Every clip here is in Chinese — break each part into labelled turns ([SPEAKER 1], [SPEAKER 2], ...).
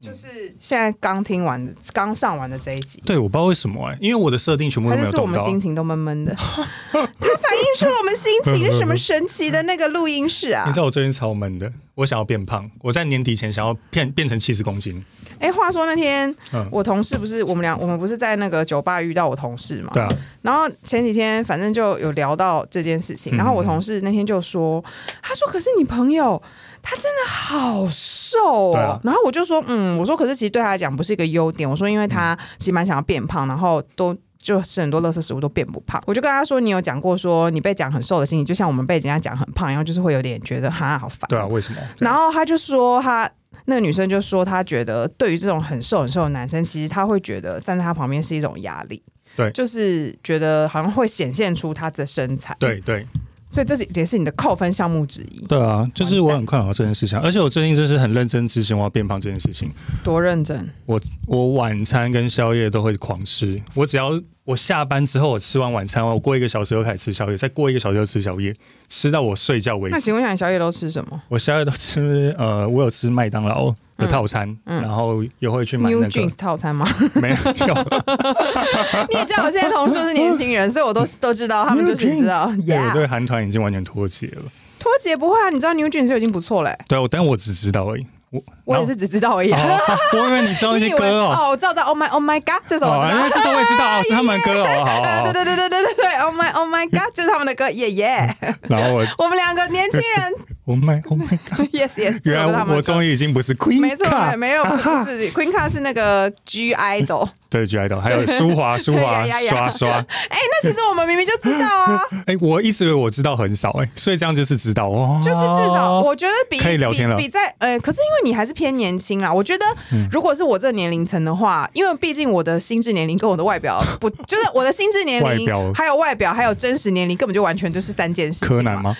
[SPEAKER 1] 就是嗯现在刚听完的、刚上完的这一集，
[SPEAKER 2] 对，我不知道为什么哎、因为我的设定全部都
[SPEAKER 1] 还
[SPEAKER 2] 没
[SPEAKER 1] 是
[SPEAKER 2] 有
[SPEAKER 1] 是我
[SPEAKER 2] 动
[SPEAKER 1] 们
[SPEAKER 2] 到。
[SPEAKER 1] 心情都闷闷 的？它反映出我们心情是什么神奇的那个录音室啊
[SPEAKER 2] 你知！道我最近超闷的，我想要变胖，我在年底前想要变变成七十公斤。
[SPEAKER 1] 哎、话说那天、
[SPEAKER 2] 嗯
[SPEAKER 1] 我同事不是我们俩，我们不是在那个酒吧遇到我同事嘛？
[SPEAKER 2] 对啊，
[SPEAKER 1] 然后前几天反正就有聊到这件事情，
[SPEAKER 2] 嗯
[SPEAKER 1] 然后我同事那天就说，他说可是你朋友他真的好瘦哦，
[SPEAKER 2] 对啊
[SPEAKER 1] 然后我就说嗯，我说可是其实对他来讲不是一个优点，我说因为
[SPEAKER 2] 嗯
[SPEAKER 1] 他其实蛮想要变胖，然后都。就吃很多垃圾食物都变不胖，我就跟他说，你有讲过说你被讲很瘦的心情，就像我们被人家讲很胖一样，就是会有点觉得哈好烦。
[SPEAKER 2] 对啊，为什么？
[SPEAKER 1] 然后他就说他。那个女生就说，她觉得对于这种很瘦很瘦的男生，其实她会觉得站在他旁边是一种压力，
[SPEAKER 2] 对
[SPEAKER 1] 就是觉得好像会显现出他的身材，，
[SPEAKER 2] 对对
[SPEAKER 1] 所以这是也是你的扣分项目之一。
[SPEAKER 2] 对啊，就是我很困扰这件事情，啊而且我最近就是很认真执行我要变胖这件事情。
[SPEAKER 1] 多认真，
[SPEAKER 2] 我我晚餐跟宵夜都会狂吃，我只要我下班之后，我吃完晚餐，我过一个小时又开始吃宵夜，再过一个小时又吃宵夜，吃到我睡觉为
[SPEAKER 1] 那
[SPEAKER 2] 止。
[SPEAKER 1] 请问一下，你宵夜都吃什么
[SPEAKER 2] 我宵夜都吃，呃，我有吃麦当劳的套餐，
[SPEAKER 1] 嗯嗯
[SPEAKER 2] 然后也会去买
[SPEAKER 1] ？New
[SPEAKER 2] 那
[SPEAKER 1] Jeans
[SPEAKER 2] 个，
[SPEAKER 1] 套餐吗？
[SPEAKER 2] 没有，
[SPEAKER 1] 你也知道我现在同事都是年轻人，所以我都都知道，他们就是知道
[SPEAKER 2] New Jeans，对，我
[SPEAKER 1] ，Yeah，
[SPEAKER 2] 对韩团已经完全脱节了。
[SPEAKER 1] 脱节不会啊，你知道 New Jeans 就已经不错嘞，
[SPEAKER 2] 对，啊我但我只知道而已，我
[SPEAKER 1] 我也是只知道而已
[SPEAKER 2] 然。后。哦， 我以为你知道 那
[SPEAKER 1] 你
[SPEAKER 2] 些
[SPEAKER 1] 以为
[SPEAKER 2] 歌哦，
[SPEAKER 1] 哦，我知道，知道，Oh my Oh my God，这首我
[SPEAKER 2] 哦，
[SPEAKER 1] 知道
[SPEAKER 2] 因。为这首我也知道，哦是他们的歌哦，好好
[SPEAKER 1] 啊对对
[SPEAKER 2] 好。
[SPEAKER 1] 对对对对对，Oh my Oh my God，就是他们的歌，耶耶！
[SPEAKER 2] 然后我
[SPEAKER 1] 我们两个年轻人
[SPEAKER 2] ，Oh my Oh my God，
[SPEAKER 1] ，Yes Yes，
[SPEAKER 2] 原来我我终
[SPEAKER 1] 于
[SPEAKER 2] 于已经不是 Queen，啊
[SPEAKER 1] 没错，
[SPEAKER 2] Card
[SPEAKER 1] 没没有不是不是 Queen Card 是那个 G Idol，
[SPEAKER 2] 对 G Idol，还有舒华舒华
[SPEAKER 1] 对呀呀呀
[SPEAKER 2] 刷刷。
[SPEAKER 1] 哎，那其实我们明明就知道啊，
[SPEAKER 2] 哎，我一直以为我知道很少哎，所以这样就是知道哦。
[SPEAKER 1] 就是至少我觉得比
[SPEAKER 2] 可以聊天了嗯
[SPEAKER 1] 比比在呃，可是因为你还是偏年轻啦，我觉得如果是我这个年龄层的话，因为毕竟我的心智年龄跟我的外表不， 就是我的心智年
[SPEAKER 2] 外
[SPEAKER 1] 龄
[SPEAKER 2] 表
[SPEAKER 1] 还有外表还有真实年龄根本就完全就是三件事情嘛。
[SPEAKER 2] 柯南吗？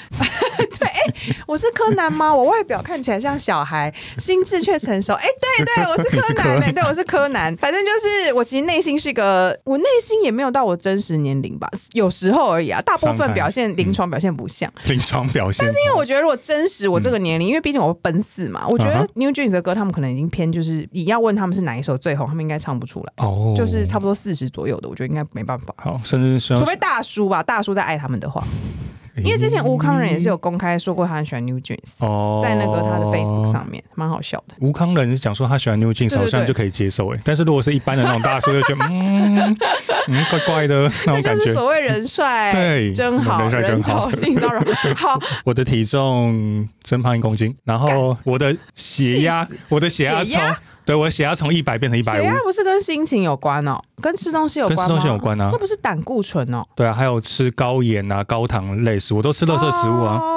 [SPEAKER 1] 我是柯南吗？我外表看起来像小孩，心智却成熟。哎、对对，我是柯南、
[SPEAKER 2] 你是柯
[SPEAKER 1] 哎，对，我是柯南。反正就是，我其实内心是个，我内心也没有到我真实年龄吧，有时候而已啊。大部分
[SPEAKER 2] Sometimes，
[SPEAKER 1] 表现临床表现不像，
[SPEAKER 2] 临床表现，但是
[SPEAKER 1] 因为我觉得如果真实我这个年龄，因为毕竟我会奔四嘛，我觉得
[SPEAKER 2] 嗯
[SPEAKER 1] New Jeans 的歌他们可能已经偏，就是你要问他们是哪一首最红，他们应该唱不出来，
[SPEAKER 2] 哦，
[SPEAKER 1] 就是差不多四十左右的，我觉得应该没办法。
[SPEAKER 2] 好，甚至是
[SPEAKER 1] 除非大叔吧，大叔在爱他们的话，因为之前吴康仁也是有公开说过他很喜欢 New Jeans，
[SPEAKER 2] 哦，
[SPEAKER 1] 在那个他的 Facebook。上面，蛮好笑的。
[SPEAKER 2] 吴康仁讲说他喜欢 New Jeans，
[SPEAKER 1] 对对
[SPEAKER 2] 好像就可以接受哎，但是如果是一般的那种大叔，就觉得 嗯嗯怪怪的那
[SPEAKER 1] 这就
[SPEAKER 2] 种感
[SPEAKER 1] 是
[SPEAKER 2] 觉。
[SPEAKER 1] 所谓人帅
[SPEAKER 2] 对
[SPEAKER 1] 真好，
[SPEAKER 2] 人帅真
[SPEAKER 1] 潮
[SPEAKER 2] 好
[SPEAKER 1] 性骚 扰好，
[SPEAKER 2] 我的体重增胖一公斤，然后我的血压
[SPEAKER 1] 气，
[SPEAKER 2] 我的血压
[SPEAKER 1] 血
[SPEAKER 2] 从
[SPEAKER 1] 压
[SPEAKER 2] 对我的血压从一百变成一百
[SPEAKER 1] 血
[SPEAKER 2] 五，
[SPEAKER 1] 啊压不是跟心情有关哦，跟吃东西有
[SPEAKER 2] 跟
[SPEAKER 1] 关
[SPEAKER 2] 吃
[SPEAKER 1] 吗？
[SPEAKER 2] 东西有关啊
[SPEAKER 1] 那。不是胆固醇哦，
[SPEAKER 2] 对啊，还有吃高盐啊、高糖类食，我都吃垃圾食物啊。
[SPEAKER 1] 哦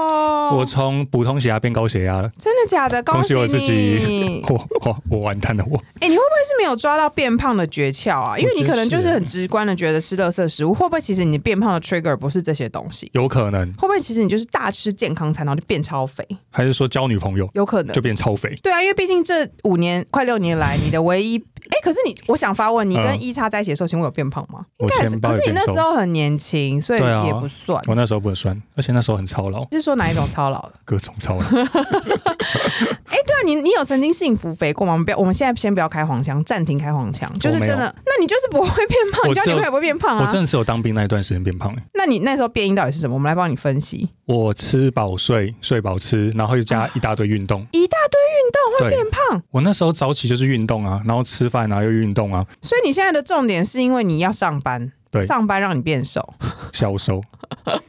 [SPEAKER 2] 我从普通血压变高血压了，
[SPEAKER 1] 真的假的？恭
[SPEAKER 2] 恭
[SPEAKER 1] 喜
[SPEAKER 2] 喜我自己 ！
[SPEAKER 1] 你！
[SPEAKER 2] 我我我完蛋了，我
[SPEAKER 1] 哎、你会不会是没有抓到变胖的诀窍啊？因为你可能就是很直观的觉得吃垃圾食物，会不会其实你变胖的 trigger 不是这些东西？
[SPEAKER 2] 有可能
[SPEAKER 1] 会不会其实你就是大吃健康餐，然后就变超肥？
[SPEAKER 2] 还是说交女朋友
[SPEAKER 1] 有可能
[SPEAKER 2] 就。变超肥。
[SPEAKER 1] 对啊，因为毕竟这五年快六年来，你的唯一哎、可是你，我想发问，你跟
[SPEAKER 2] 嗯
[SPEAKER 1] 一叉在一起的时候，请问有变胖吗？应
[SPEAKER 2] 我
[SPEAKER 1] 该是，
[SPEAKER 2] 钱包
[SPEAKER 1] 可
[SPEAKER 2] 有
[SPEAKER 1] 是你
[SPEAKER 2] 变
[SPEAKER 1] 那
[SPEAKER 2] 瘦
[SPEAKER 1] 时，候很年轻，所以
[SPEAKER 2] 对啊
[SPEAKER 1] 也不算。
[SPEAKER 2] 我那时候不能酸，而且那时候很操劳，
[SPEAKER 1] 是说哪一种操劳？
[SPEAKER 2] 各种操劳。
[SPEAKER 1] 对啊，你你有曾经幸福肥过吗？我们不要，我们现在先不要开黄腔，暂停开黄腔，就是真
[SPEAKER 2] 我没
[SPEAKER 1] 的。那你就是不会变胖，你
[SPEAKER 2] 我
[SPEAKER 1] 交女
[SPEAKER 2] 只有
[SPEAKER 1] 朋友也不会变胖
[SPEAKER 2] 我
[SPEAKER 1] 啊
[SPEAKER 2] 真。的只有当兵那一段时间变胖、欸，
[SPEAKER 1] 那你那时候变音到底是什么？我们来帮你分析。
[SPEAKER 2] 我吃饱睡，睡饱吃，然后又加一大堆运动。
[SPEAKER 1] 一大堆运动啊哦会
[SPEAKER 2] 对
[SPEAKER 1] 变胖，
[SPEAKER 2] 我那时候早起就是运动啊，然后吃饭啊又运动啊，
[SPEAKER 1] 所以你现在的重点是因为你要上班，
[SPEAKER 2] 对
[SPEAKER 1] 上班让你变瘦。
[SPEAKER 2] 消瘦。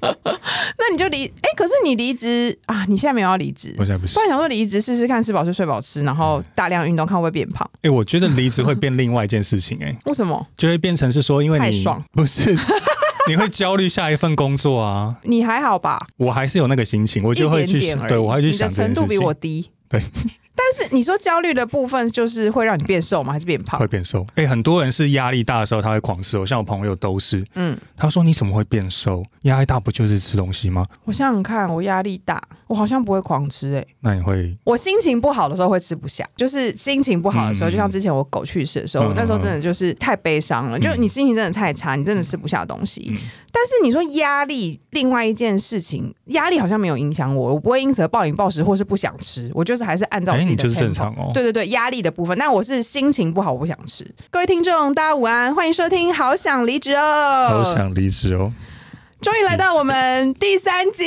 [SPEAKER 1] 那你就离哎、可是你离职啊，你现在没有要离职
[SPEAKER 2] 我，现在不行
[SPEAKER 1] 不。然想说离职试试看，吃饱睡，睡饱吃，然
[SPEAKER 2] 嗯
[SPEAKER 1] 后大量运动，看会不会变胖？
[SPEAKER 2] 哎、我觉得离职会变另外一件事情、欸， 哎，
[SPEAKER 1] 为什么？
[SPEAKER 2] 就会变成是说，因为
[SPEAKER 1] 太
[SPEAKER 2] 你
[SPEAKER 1] 爽
[SPEAKER 2] 不是 你会焦虑下一份工作啊。
[SPEAKER 1] 你还好吧？
[SPEAKER 2] 我还是有那个心情，我
[SPEAKER 1] 我
[SPEAKER 2] 就会去对我还去
[SPEAKER 1] 你
[SPEAKER 2] 想
[SPEAKER 1] 的
[SPEAKER 2] 这件
[SPEAKER 1] 程度
[SPEAKER 2] 事
[SPEAKER 1] 比我
[SPEAKER 2] 情。
[SPEAKER 1] 低。
[SPEAKER 2] 对，
[SPEAKER 1] 但是你说焦虑的部分就是会让你变瘦吗？还是变胖
[SPEAKER 2] 会？变瘦，哎、很多人是压力大的时候他会狂瘦，像我朋友都是，
[SPEAKER 1] 嗯，
[SPEAKER 2] 他说你怎么会变瘦？压力大不就是吃东西吗？
[SPEAKER 1] 我想想看，我压力大，我好像不会狂吃诶、欸
[SPEAKER 2] 那你会
[SPEAKER 1] 我心情不好的时候会吃不下，就是心情不好的时候，
[SPEAKER 2] 嗯
[SPEAKER 1] 就像之前我狗去世的时候，
[SPEAKER 2] 嗯
[SPEAKER 1] 我那时候真的就是太悲伤了，就你心情真的太差，你真的吃不下东西。
[SPEAKER 2] 嗯
[SPEAKER 1] 但是你说压力，另外一件事情，压力好像没有影响我，我不会因此而暴饮暴食或是不想吃，我就是还是按照我自己
[SPEAKER 2] 哎你
[SPEAKER 1] 的
[SPEAKER 2] 就是正
[SPEAKER 1] tempo
[SPEAKER 2] 常哦
[SPEAKER 1] 对对对，压力的部分。但我是心情不好，我不想吃。各位听众，大家午安，欢迎收听《好想离职哦》。
[SPEAKER 2] 好想离职哦。
[SPEAKER 1] 终于来到我们第三集。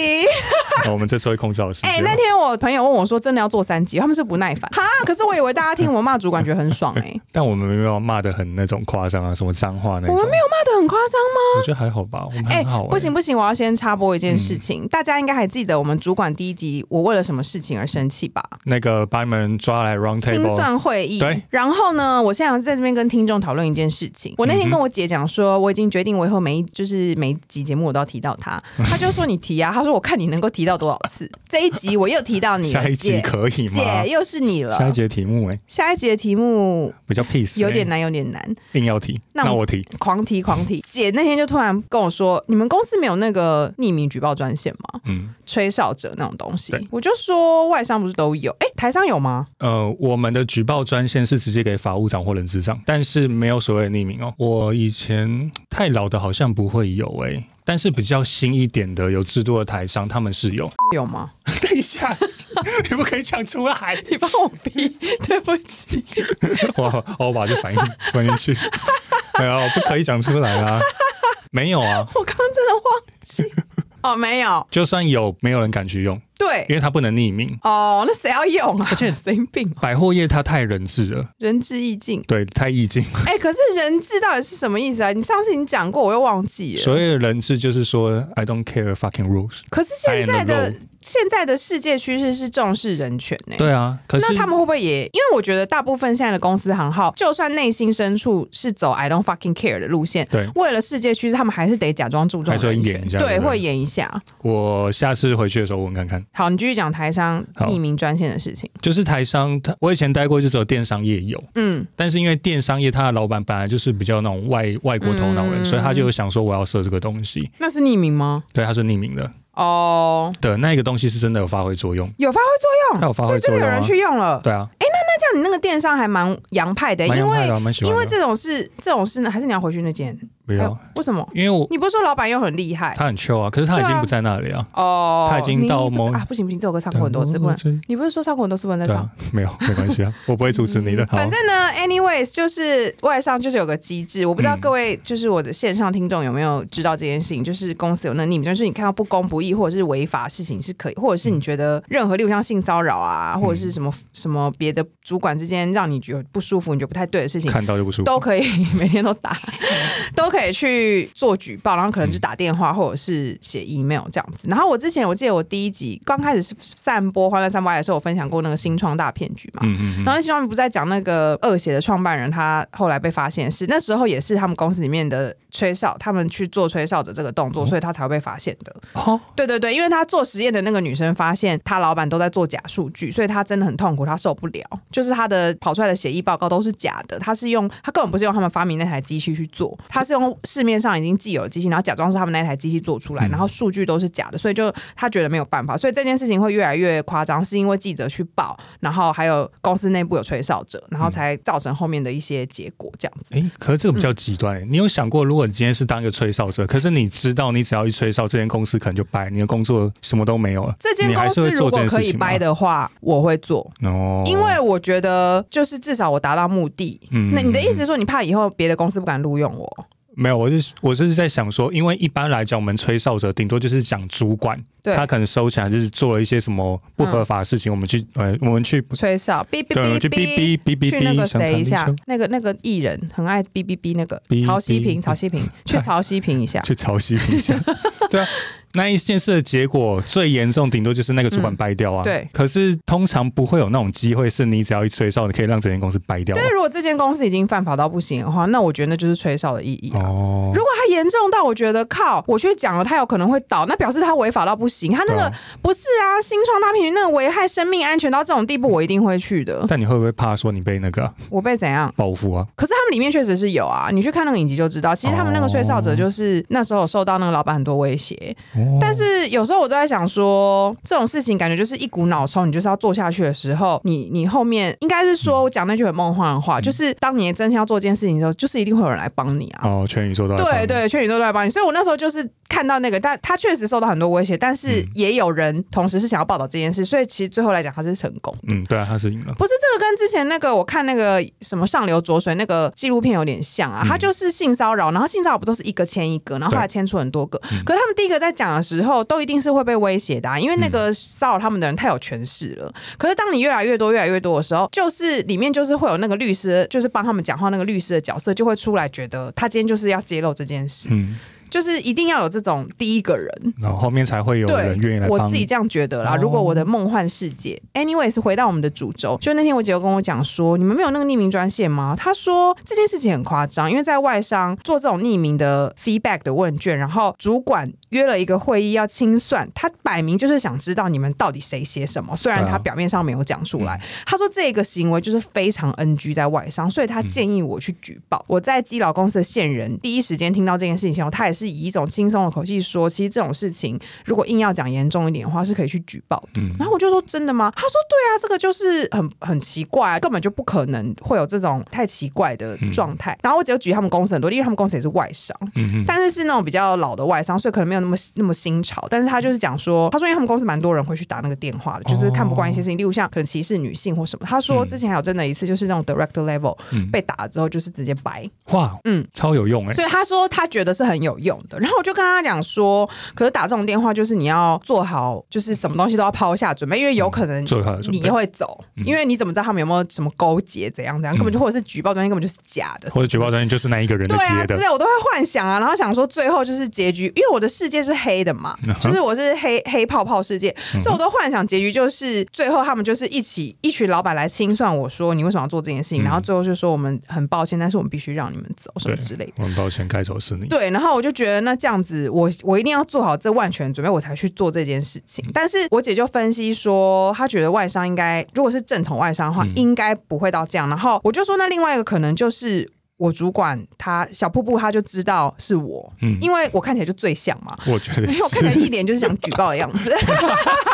[SPEAKER 2] 那我们这次会控制好 时
[SPEAKER 1] 哎、
[SPEAKER 2] 间。
[SPEAKER 1] 那天我朋友问我说，真的要做三集？他们是不耐烦哈。可是我以为大家听我骂主管觉得很爽哎、
[SPEAKER 2] 但我们没有骂的很那种夸张啊，什么脏话
[SPEAKER 1] 我
[SPEAKER 2] 那种。
[SPEAKER 1] 们没有骂的很夸张吗？
[SPEAKER 2] 我觉得还好吧，我们
[SPEAKER 1] 哎、
[SPEAKER 2] 很好、欸嗯
[SPEAKER 1] 不行，不行，我要先插播一件事情，大家应该还记得我们主管第一集我为了什么事情而生气吧？
[SPEAKER 2] 那个把你们抓来 round
[SPEAKER 1] 清
[SPEAKER 2] table，
[SPEAKER 1] 算会议
[SPEAKER 2] 对。
[SPEAKER 1] 然后呢，我现在在这边跟听众讨论一件事情。我那
[SPEAKER 2] 嗯
[SPEAKER 1] 天跟我姐讲说，我已经决定我以后每一就是每一集节目我都要提到 她。她就说你提啊，她说我看你能够提到多少次。这一集我又提到你
[SPEAKER 2] 下
[SPEAKER 1] 了，
[SPEAKER 2] 一集
[SPEAKER 1] 姐
[SPEAKER 2] 可以吗
[SPEAKER 1] 姐？又是你了。
[SPEAKER 2] 下一节题目哎、
[SPEAKER 1] 下一集的题目
[SPEAKER 2] 比较 peace，欸、
[SPEAKER 1] 有点难，有点难，
[SPEAKER 2] 硬要提，
[SPEAKER 1] 那
[SPEAKER 2] 那
[SPEAKER 1] 我
[SPEAKER 2] 我提。
[SPEAKER 1] 狂提狂提。姐那天就突然跟我说：“你们公司没有那个匿名举报专线吗？
[SPEAKER 2] 嗯，
[SPEAKER 1] 吹哨者那种东西
[SPEAKER 2] 对？”
[SPEAKER 1] 我就说：“外商不是都有？哎、台商有吗？
[SPEAKER 2] 呃，我们的举报专线是直接给法务长或人事长，但是没有所谓的匿名哦。我以前太老的好像不会有哎、但是比较新一点的有制度的台商，他们是有。
[SPEAKER 1] 有吗？
[SPEAKER 2] 等一 下，你不可以讲出来，
[SPEAKER 1] 你帮我逼，对不起。
[SPEAKER 2] 我我把这反应翻进 去，没有，不可以讲出来啊，没有啊，
[SPEAKER 1] 我刚刚真的忘记哦，没有，
[SPEAKER 2] 就算有，没有人敢去用，因
[SPEAKER 1] 对
[SPEAKER 2] 为它不能匿名。
[SPEAKER 1] 哦，那谁要用啊？而且神经病哦，
[SPEAKER 2] 百货业它太人质了，
[SPEAKER 1] 人质意境。
[SPEAKER 2] 对，太意境。
[SPEAKER 1] 哎、可是人质到底是什么意思啊？你上次已经讲过，我又忘记了。
[SPEAKER 2] 所谓的人质就是说，I don't care fucking rules。
[SPEAKER 1] 可是现在
[SPEAKER 2] I am
[SPEAKER 1] 的
[SPEAKER 2] the
[SPEAKER 1] 现在的世界趋势是重视人权呢、
[SPEAKER 2] 对啊，可是
[SPEAKER 1] 那他们会不会也？因为我觉得大部分现在的公司行号，就算内心深处是走 I don't fucking care 的路线，
[SPEAKER 2] 对
[SPEAKER 1] 为了世界趋势，他们还是得假装注重
[SPEAKER 2] 还是会
[SPEAKER 1] 人权
[SPEAKER 2] 演一下
[SPEAKER 1] 对，
[SPEAKER 2] 对不对
[SPEAKER 1] 会演一下。
[SPEAKER 2] 我下次回去的时候问看看。
[SPEAKER 1] 好，你继续讲台商
[SPEAKER 2] 好
[SPEAKER 1] 匿名专线的事情。
[SPEAKER 2] 就是台商，他我以前待过，就只有电商业有，
[SPEAKER 1] 嗯，
[SPEAKER 2] 但是因为电商业它的老板本来就是比较那种外外国头脑人，
[SPEAKER 1] 嗯
[SPEAKER 2] 所以他就有想说我要设这个东西，
[SPEAKER 1] 那是匿名吗？
[SPEAKER 2] 对，它是匿名的，
[SPEAKER 1] 哦、
[SPEAKER 2] 对，那一个东西是真的有发挥作用，
[SPEAKER 1] 有发挥作用，
[SPEAKER 2] 它有发
[SPEAKER 1] 所
[SPEAKER 2] 挥
[SPEAKER 1] 以真
[SPEAKER 2] 作
[SPEAKER 1] 的有
[SPEAKER 2] 用啊
[SPEAKER 1] 人，去用了。
[SPEAKER 2] 对啊，
[SPEAKER 1] 那这样你那个电商还蛮洋派的，呃
[SPEAKER 2] 蛮
[SPEAKER 1] 哎因
[SPEAKER 2] 洋派的
[SPEAKER 1] 为
[SPEAKER 2] 啊，蛮喜
[SPEAKER 1] 因为
[SPEAKER 2] 欢的。
[SPEAKER 1] 这呃种事，这种事呢，还是你要回去那间？
[SPEAKER 2] 不要，
[SPEAKER 1] 还有为什么？
[SPEAKER 2] 因为我
[SPEAKER 1] 你不是说老板又很厉害
[SPEAKER 2] 他很 chill 啊，可是他已
[SPEAKER 1] 对啊
[SPEAKER 2] 经不在那里啊，
[SPEAKER 1] 哦？
[SPEAKER 2] 他已经
[SPEAKER 1] 你
[SPEAKER 2] 到
[SPEAKER 1] 不知
[SPEAKER 2] 某
[SPEAKER 1] 啊，不行不行，这首歌唱过很多次，不能。你不是说唱过很多次不能再
[SPEAKER 2] 对
[SPEAKER 1] 唱
[SPEAKER 2] 啊？，没有没 关系啊，我不会阻止你的。好
[SPEAKER 1] 反正呢，anyways，就是外商就是有个机制，我不知道
[SPEAKER 2] 嗯
[SPEAKER 1] 各位就是我的线上听众有没有知道这件事情，就是公司有那匿名，就是你看到不公不义或者是违法的事情是可以，或者是你觉得任何例如像性骚扰
[SPEAKER 2] 嗯
[SPEAKER 1] 啊，或者是什么什么别的主管之间让你觉得不舒服，你觉得不太对的事情。
[SPEAKER 2] 看到就不舒服。
[SPEAKER 1] 都可以每天都 打，都可以去做举报，然后可能就打电话或者是写 email 这样子。然后我之前我记得我第一集刚开始是散播《欢乐三八》的时候，我分享过那个新创大骗局嘛，
[SPEAKER 2] 嗯嗯嗯，
[SPEAKER 1] 然后那新闻不是在讲那个恶血的创办人，他后来被发现是那时候也是他们公司里面的吹哨，他们去做吹哨者这个动作，所以他才会被发现的。
[SPEAKER 2] 哦，
[SPEAKER 1] 对对对，因为他做实验的那个女生发现他老板都在做假数据，所以他真的很痛苦，他受不了。就是他的跑出来的协议报告都是假的，他是用他根本不是用他们发明那台机器去做，他是用市面上已经既有的机器，然后假装是他们那台机器做出来，
[SPEAKER 2] 嗯
[SPEAKER 1] 然后数据都是假的，所以就他觉得没有办法，所以这件事情会越来越夸张，是因为记者去报，然后还有公司内部有吹哨者，然后才造成后面的一些结果这样子。
[SPEAKER 2] 哎，可是这个比较极端
[SPEAKER 1] 嗯
[SPEAKER 2] 欸。你有想过，如果你今天是当一个吹哨者，可是你知道，你只要一吹哨，这间公司可能就掰，你的工作什么都没有了。
[SPEAKER 1] 这间
[SPEAKER 2] 你还
[SPEAKER 1] 公
[SPEAKER 2] 是
[SPEAKER 1] 司
[SPEAKER 2] 会
[SPEAKER 1] 如
[SPEAKER 2] 做这
[SPEAKER 1] 果
[SPEAKER 2] 件
[SPEAKER 1] 可
[SPEAKER 2] 事
[SPEAKER 1] 以
[SPEAKER 2] 情吗
[SPEAKER 1] 掰的话，我会做。
[SPEAKER 2] 哦，
[SPEAKER 1] 因为我觉得就是至少我达到目的。
[SPEAKER 2] 嗯
[SPEAKER 1] 那你的意思是说，你怕以后别的公司不敢录用我？
[SPEAKER 2] 没有，我是我就是在想说，因为一般来讲，我们吹哨者顶多就是讲主管，
[SPEAKER 1] 对，嗯
[SPEAKER 2] 他可能收起来就是做了一些什么不合法的事情，我们去呃，我们去
[SPEAKER 1] 吹哨，哔哔
[SPEAKER 2] 对，我们
[SPEAKER 1] 哔
[SPEAKER 2] 去哔哔哔哔
[SPEAKER 1] 去那个
[SPEAKER 2] 哔，想
[SPEAKER 1] 谁一下
[SPEAKER 2] 看医生，
[SPEAKER 1] 那个那个艺人很爱哔哔哔，那个
[SPEAKER 2] 哔
[SPEAKER 1] 曹希平，
[SPEAKER 2] 哔
[SPEAKER 1] 曹希 平，去曹希平一下。
[SPEAKER 2] 去抄袭一下。对啊，那一件事的结果最严重，顶多就是那个主管
[SPEAKER 1] 嗯
[SPEAKER 2] 掰掉啊。
[SPEAKER 1] 对
[SPEAKER 2] 可是通常不会有那种机会，是你只要一吹哨，你可以让整间公司掰掉啊。
[SPEAKER 1] 但是如果这间公司已经犯法到不行的话，那我觉得那就是吹哨的意义啊。
[SPEAKER 2] 哦
[SPEAKER 1] 如，果他严重到我觉得靠，我去讲了，他有可能会倒，那表示他违法到不行。他那
[SPEAKER 2] 对
[SPEAKER 1] 个、
[SPEAKER 2] 啊
[SPEAKER 1] 不是啊，新创大骗局那个危害生命安全到这种地步，我一定会去的。
[SPEAKER 2] 但你会不会怕说你被那个啊
[SPEAKER 1] 我被怎样？
[SPEAKER 2] 报复啊？
[SPEAKER 1] 可是他们里面确实
[SPEAKER 2] 哦
[SPEAKER 1] 是有啊，你去看那个影集就知道，其实他们那个吹哨者就是那时候有受到那个老板很多威胁，
[SPEAKER 2] 哦哦
[SPEAKER 1] 但是有时候我都在想说，这种事情感觉就是一股脑冲，你就是要做下去的时候，你你后面应该是说我讲那句很梦幻的
[SPEAKER 2] 嗯
[SPEAKER 1] 话，就是当你真心要做一件事情的时候，就是一定会有人来帮你啊。
[SPEAKER 2] 哦，全宇宙都在
[SPEAKER 1] 对
[SPEAKER 2] 帮
[SPEAKER 1] 对，全宇宙都来帮你，所以我那时候就是看到那个，但他确实受到很多威胁，但是
[SPEAKER 2] 嗯
[SPEAKER 1] 也有人同时是想要报道这件事，所以其实最后来讲他是成功。
[SPEAKER 2] 你，嗯，对啊，他是赢了，
[SPEAKER 1] 不是这个跟之前那个我看那个什么上流浊水那个纪录片有点像啊，
[SPEAKER 2] 嗯
[SPEAKER 1] 他就是性骚扰，然后性骚扰不都是一个牵一个，然后后来牵出很多个，
[SPEAKER 2] 嗯
[SPEAKER 1] 可是他们第一个在讲的时候，都一定是会被威胁的、啊，因为那个骚扰他们的人太有权势了。可是当你越来越多、越来越多的时候，就是里面就是会有那个律师，就是帮他们讲话那个律师的角色就会出来，觉得他今天就是要揭露这件事，
[SPEAKER 2] 嗯，
[SPEAKER 1] 就是一定要有这种第一个人。
[SPEAKER 2] 然后后面才会有人愿意来
[SPEAKER 1] 我
[SPEAKER 2] 帮
[SPEAKER 1] 自己
[SPEAKER 2] 你，
[SPEAKER 1] 这样觉得啦。
[SPEAKER 2] 哦
[SPEAKER 1] 如果我的梦幻世界，anyways，回到我们的主轴，就那天我姐有跟我讲说，你们没有那个匿名专线吗？她说这件事情很夸张，因为在外商做这种匿名的 feedback 的问卷，然后主管约了一个会议要清算，他摆明就是想知道你们到底谁写什么，虽然
[SPEAKER 2] 对啊嗯
[SPEAKER 1] 他表面上没有讲出来。他说这个行为就是非常 NG 在外商，所以他建
[SPEAKER 2] 嗯
[SPEAKER 1] 议我去举报。我在基佬公司的线人第一时间听到这件事情后，他也是以一种轻松的口气说，其实这种事情如果硬要讲严重一点的话，是可以去举报的。
[SPEAKER 2] 嗯
[SPEAKER 1] 然后我就说真的吗？他说对啊，这个就是很很奇怪、啊，根本就不可能会有这种太奇怪的状态。然后我只有举他们公司很多例，因为他们公司也是外商，
[SPEAKER 2] 嗯哼，
[SPEAKER 1] 但是是那种比较老的外商，所以可能没有那么那么新潮。但是他就是讲说，他说因为他们公司蛮多人会去打那个电话的，就是看不惯一些事情，例如像可能歧视女性或什么。他说
[SPEAKER 2] 嗯
[SPEAKER 1] 之前还有真的一次，就是那种 director level
[SPEAKER 2] 嗯
[SPEAKER 1] 被打了之后，就是直接掰。
[SPEAKER 2] 哇，
[SPEAKER 1] 嗯
[SPEAKER 2] 嗯，超有用哎，
[SPEAKER 1] 所以他说他觉得是很有用的。然后我就跟他讲说，可是打这种电话就是你要做好，就是什么东西都要抛下准备，因为有可能
[SPEAKER 2] 嗯做好准备嗯
[SPEAKER 1] 你会走，因为你怎么知道他们有没有什么勾结，怎样怎样，根本就或者是举报专业根本就是假的，
[SPEAKER 2] 或者举报专员就是那一个人的
[SPEAKER 1] 对啊，
[SPEAKER 2] 接
[SPEAKER 1] 之
[SPEAKER 2] 的，
[SPEAKER 1] 类我都会幻想啊，然后想说最后就是结局，因为我的世界是黑的嘛，
[SPEAKER 2] 嗯
[SPEAKER 1] 就是我是黑黑泡泡世界，所以我都幻想结局就是最后他们就是一起一群老板来清算我说你为什么要做这件事情，
[SPEAKER 2] 嗯
[SPEAKER 1] 然后最后就说我们很抱歉，但是我们必须让你们走什么
[SPEAKER 2] 对
[SPEAKER 1] 之类的。
[SPEAKER 2] 我很抱歉，该走是你，
[SPEAKER 1] 对，然后我就觉得那这样子，我我一定要做好这万全准备，我才去做这件事
[SPEAKER 2] 嗯
[SPEAKER 1] 情。但是我姐就分析说，她觉得外商应该，如果是正统外商的话，
[SPEAKER 2] 嗯
[SPEAKER 1] 应该不会到这样。然后我就说，那另外一个可能就是。我主管他小瀑布他就知道是我，
[SPEAKER 2] 嗯
[SPEAKER 1] 因为我看起来就最像 嘛，
[SPEAKER 2] 我觉得
[SPEAKER 1] 因为我看起来
[SPEAKER 2] 是，
[SPEAKER 1] 一脸就是想举报的样子。不是 啊，因为他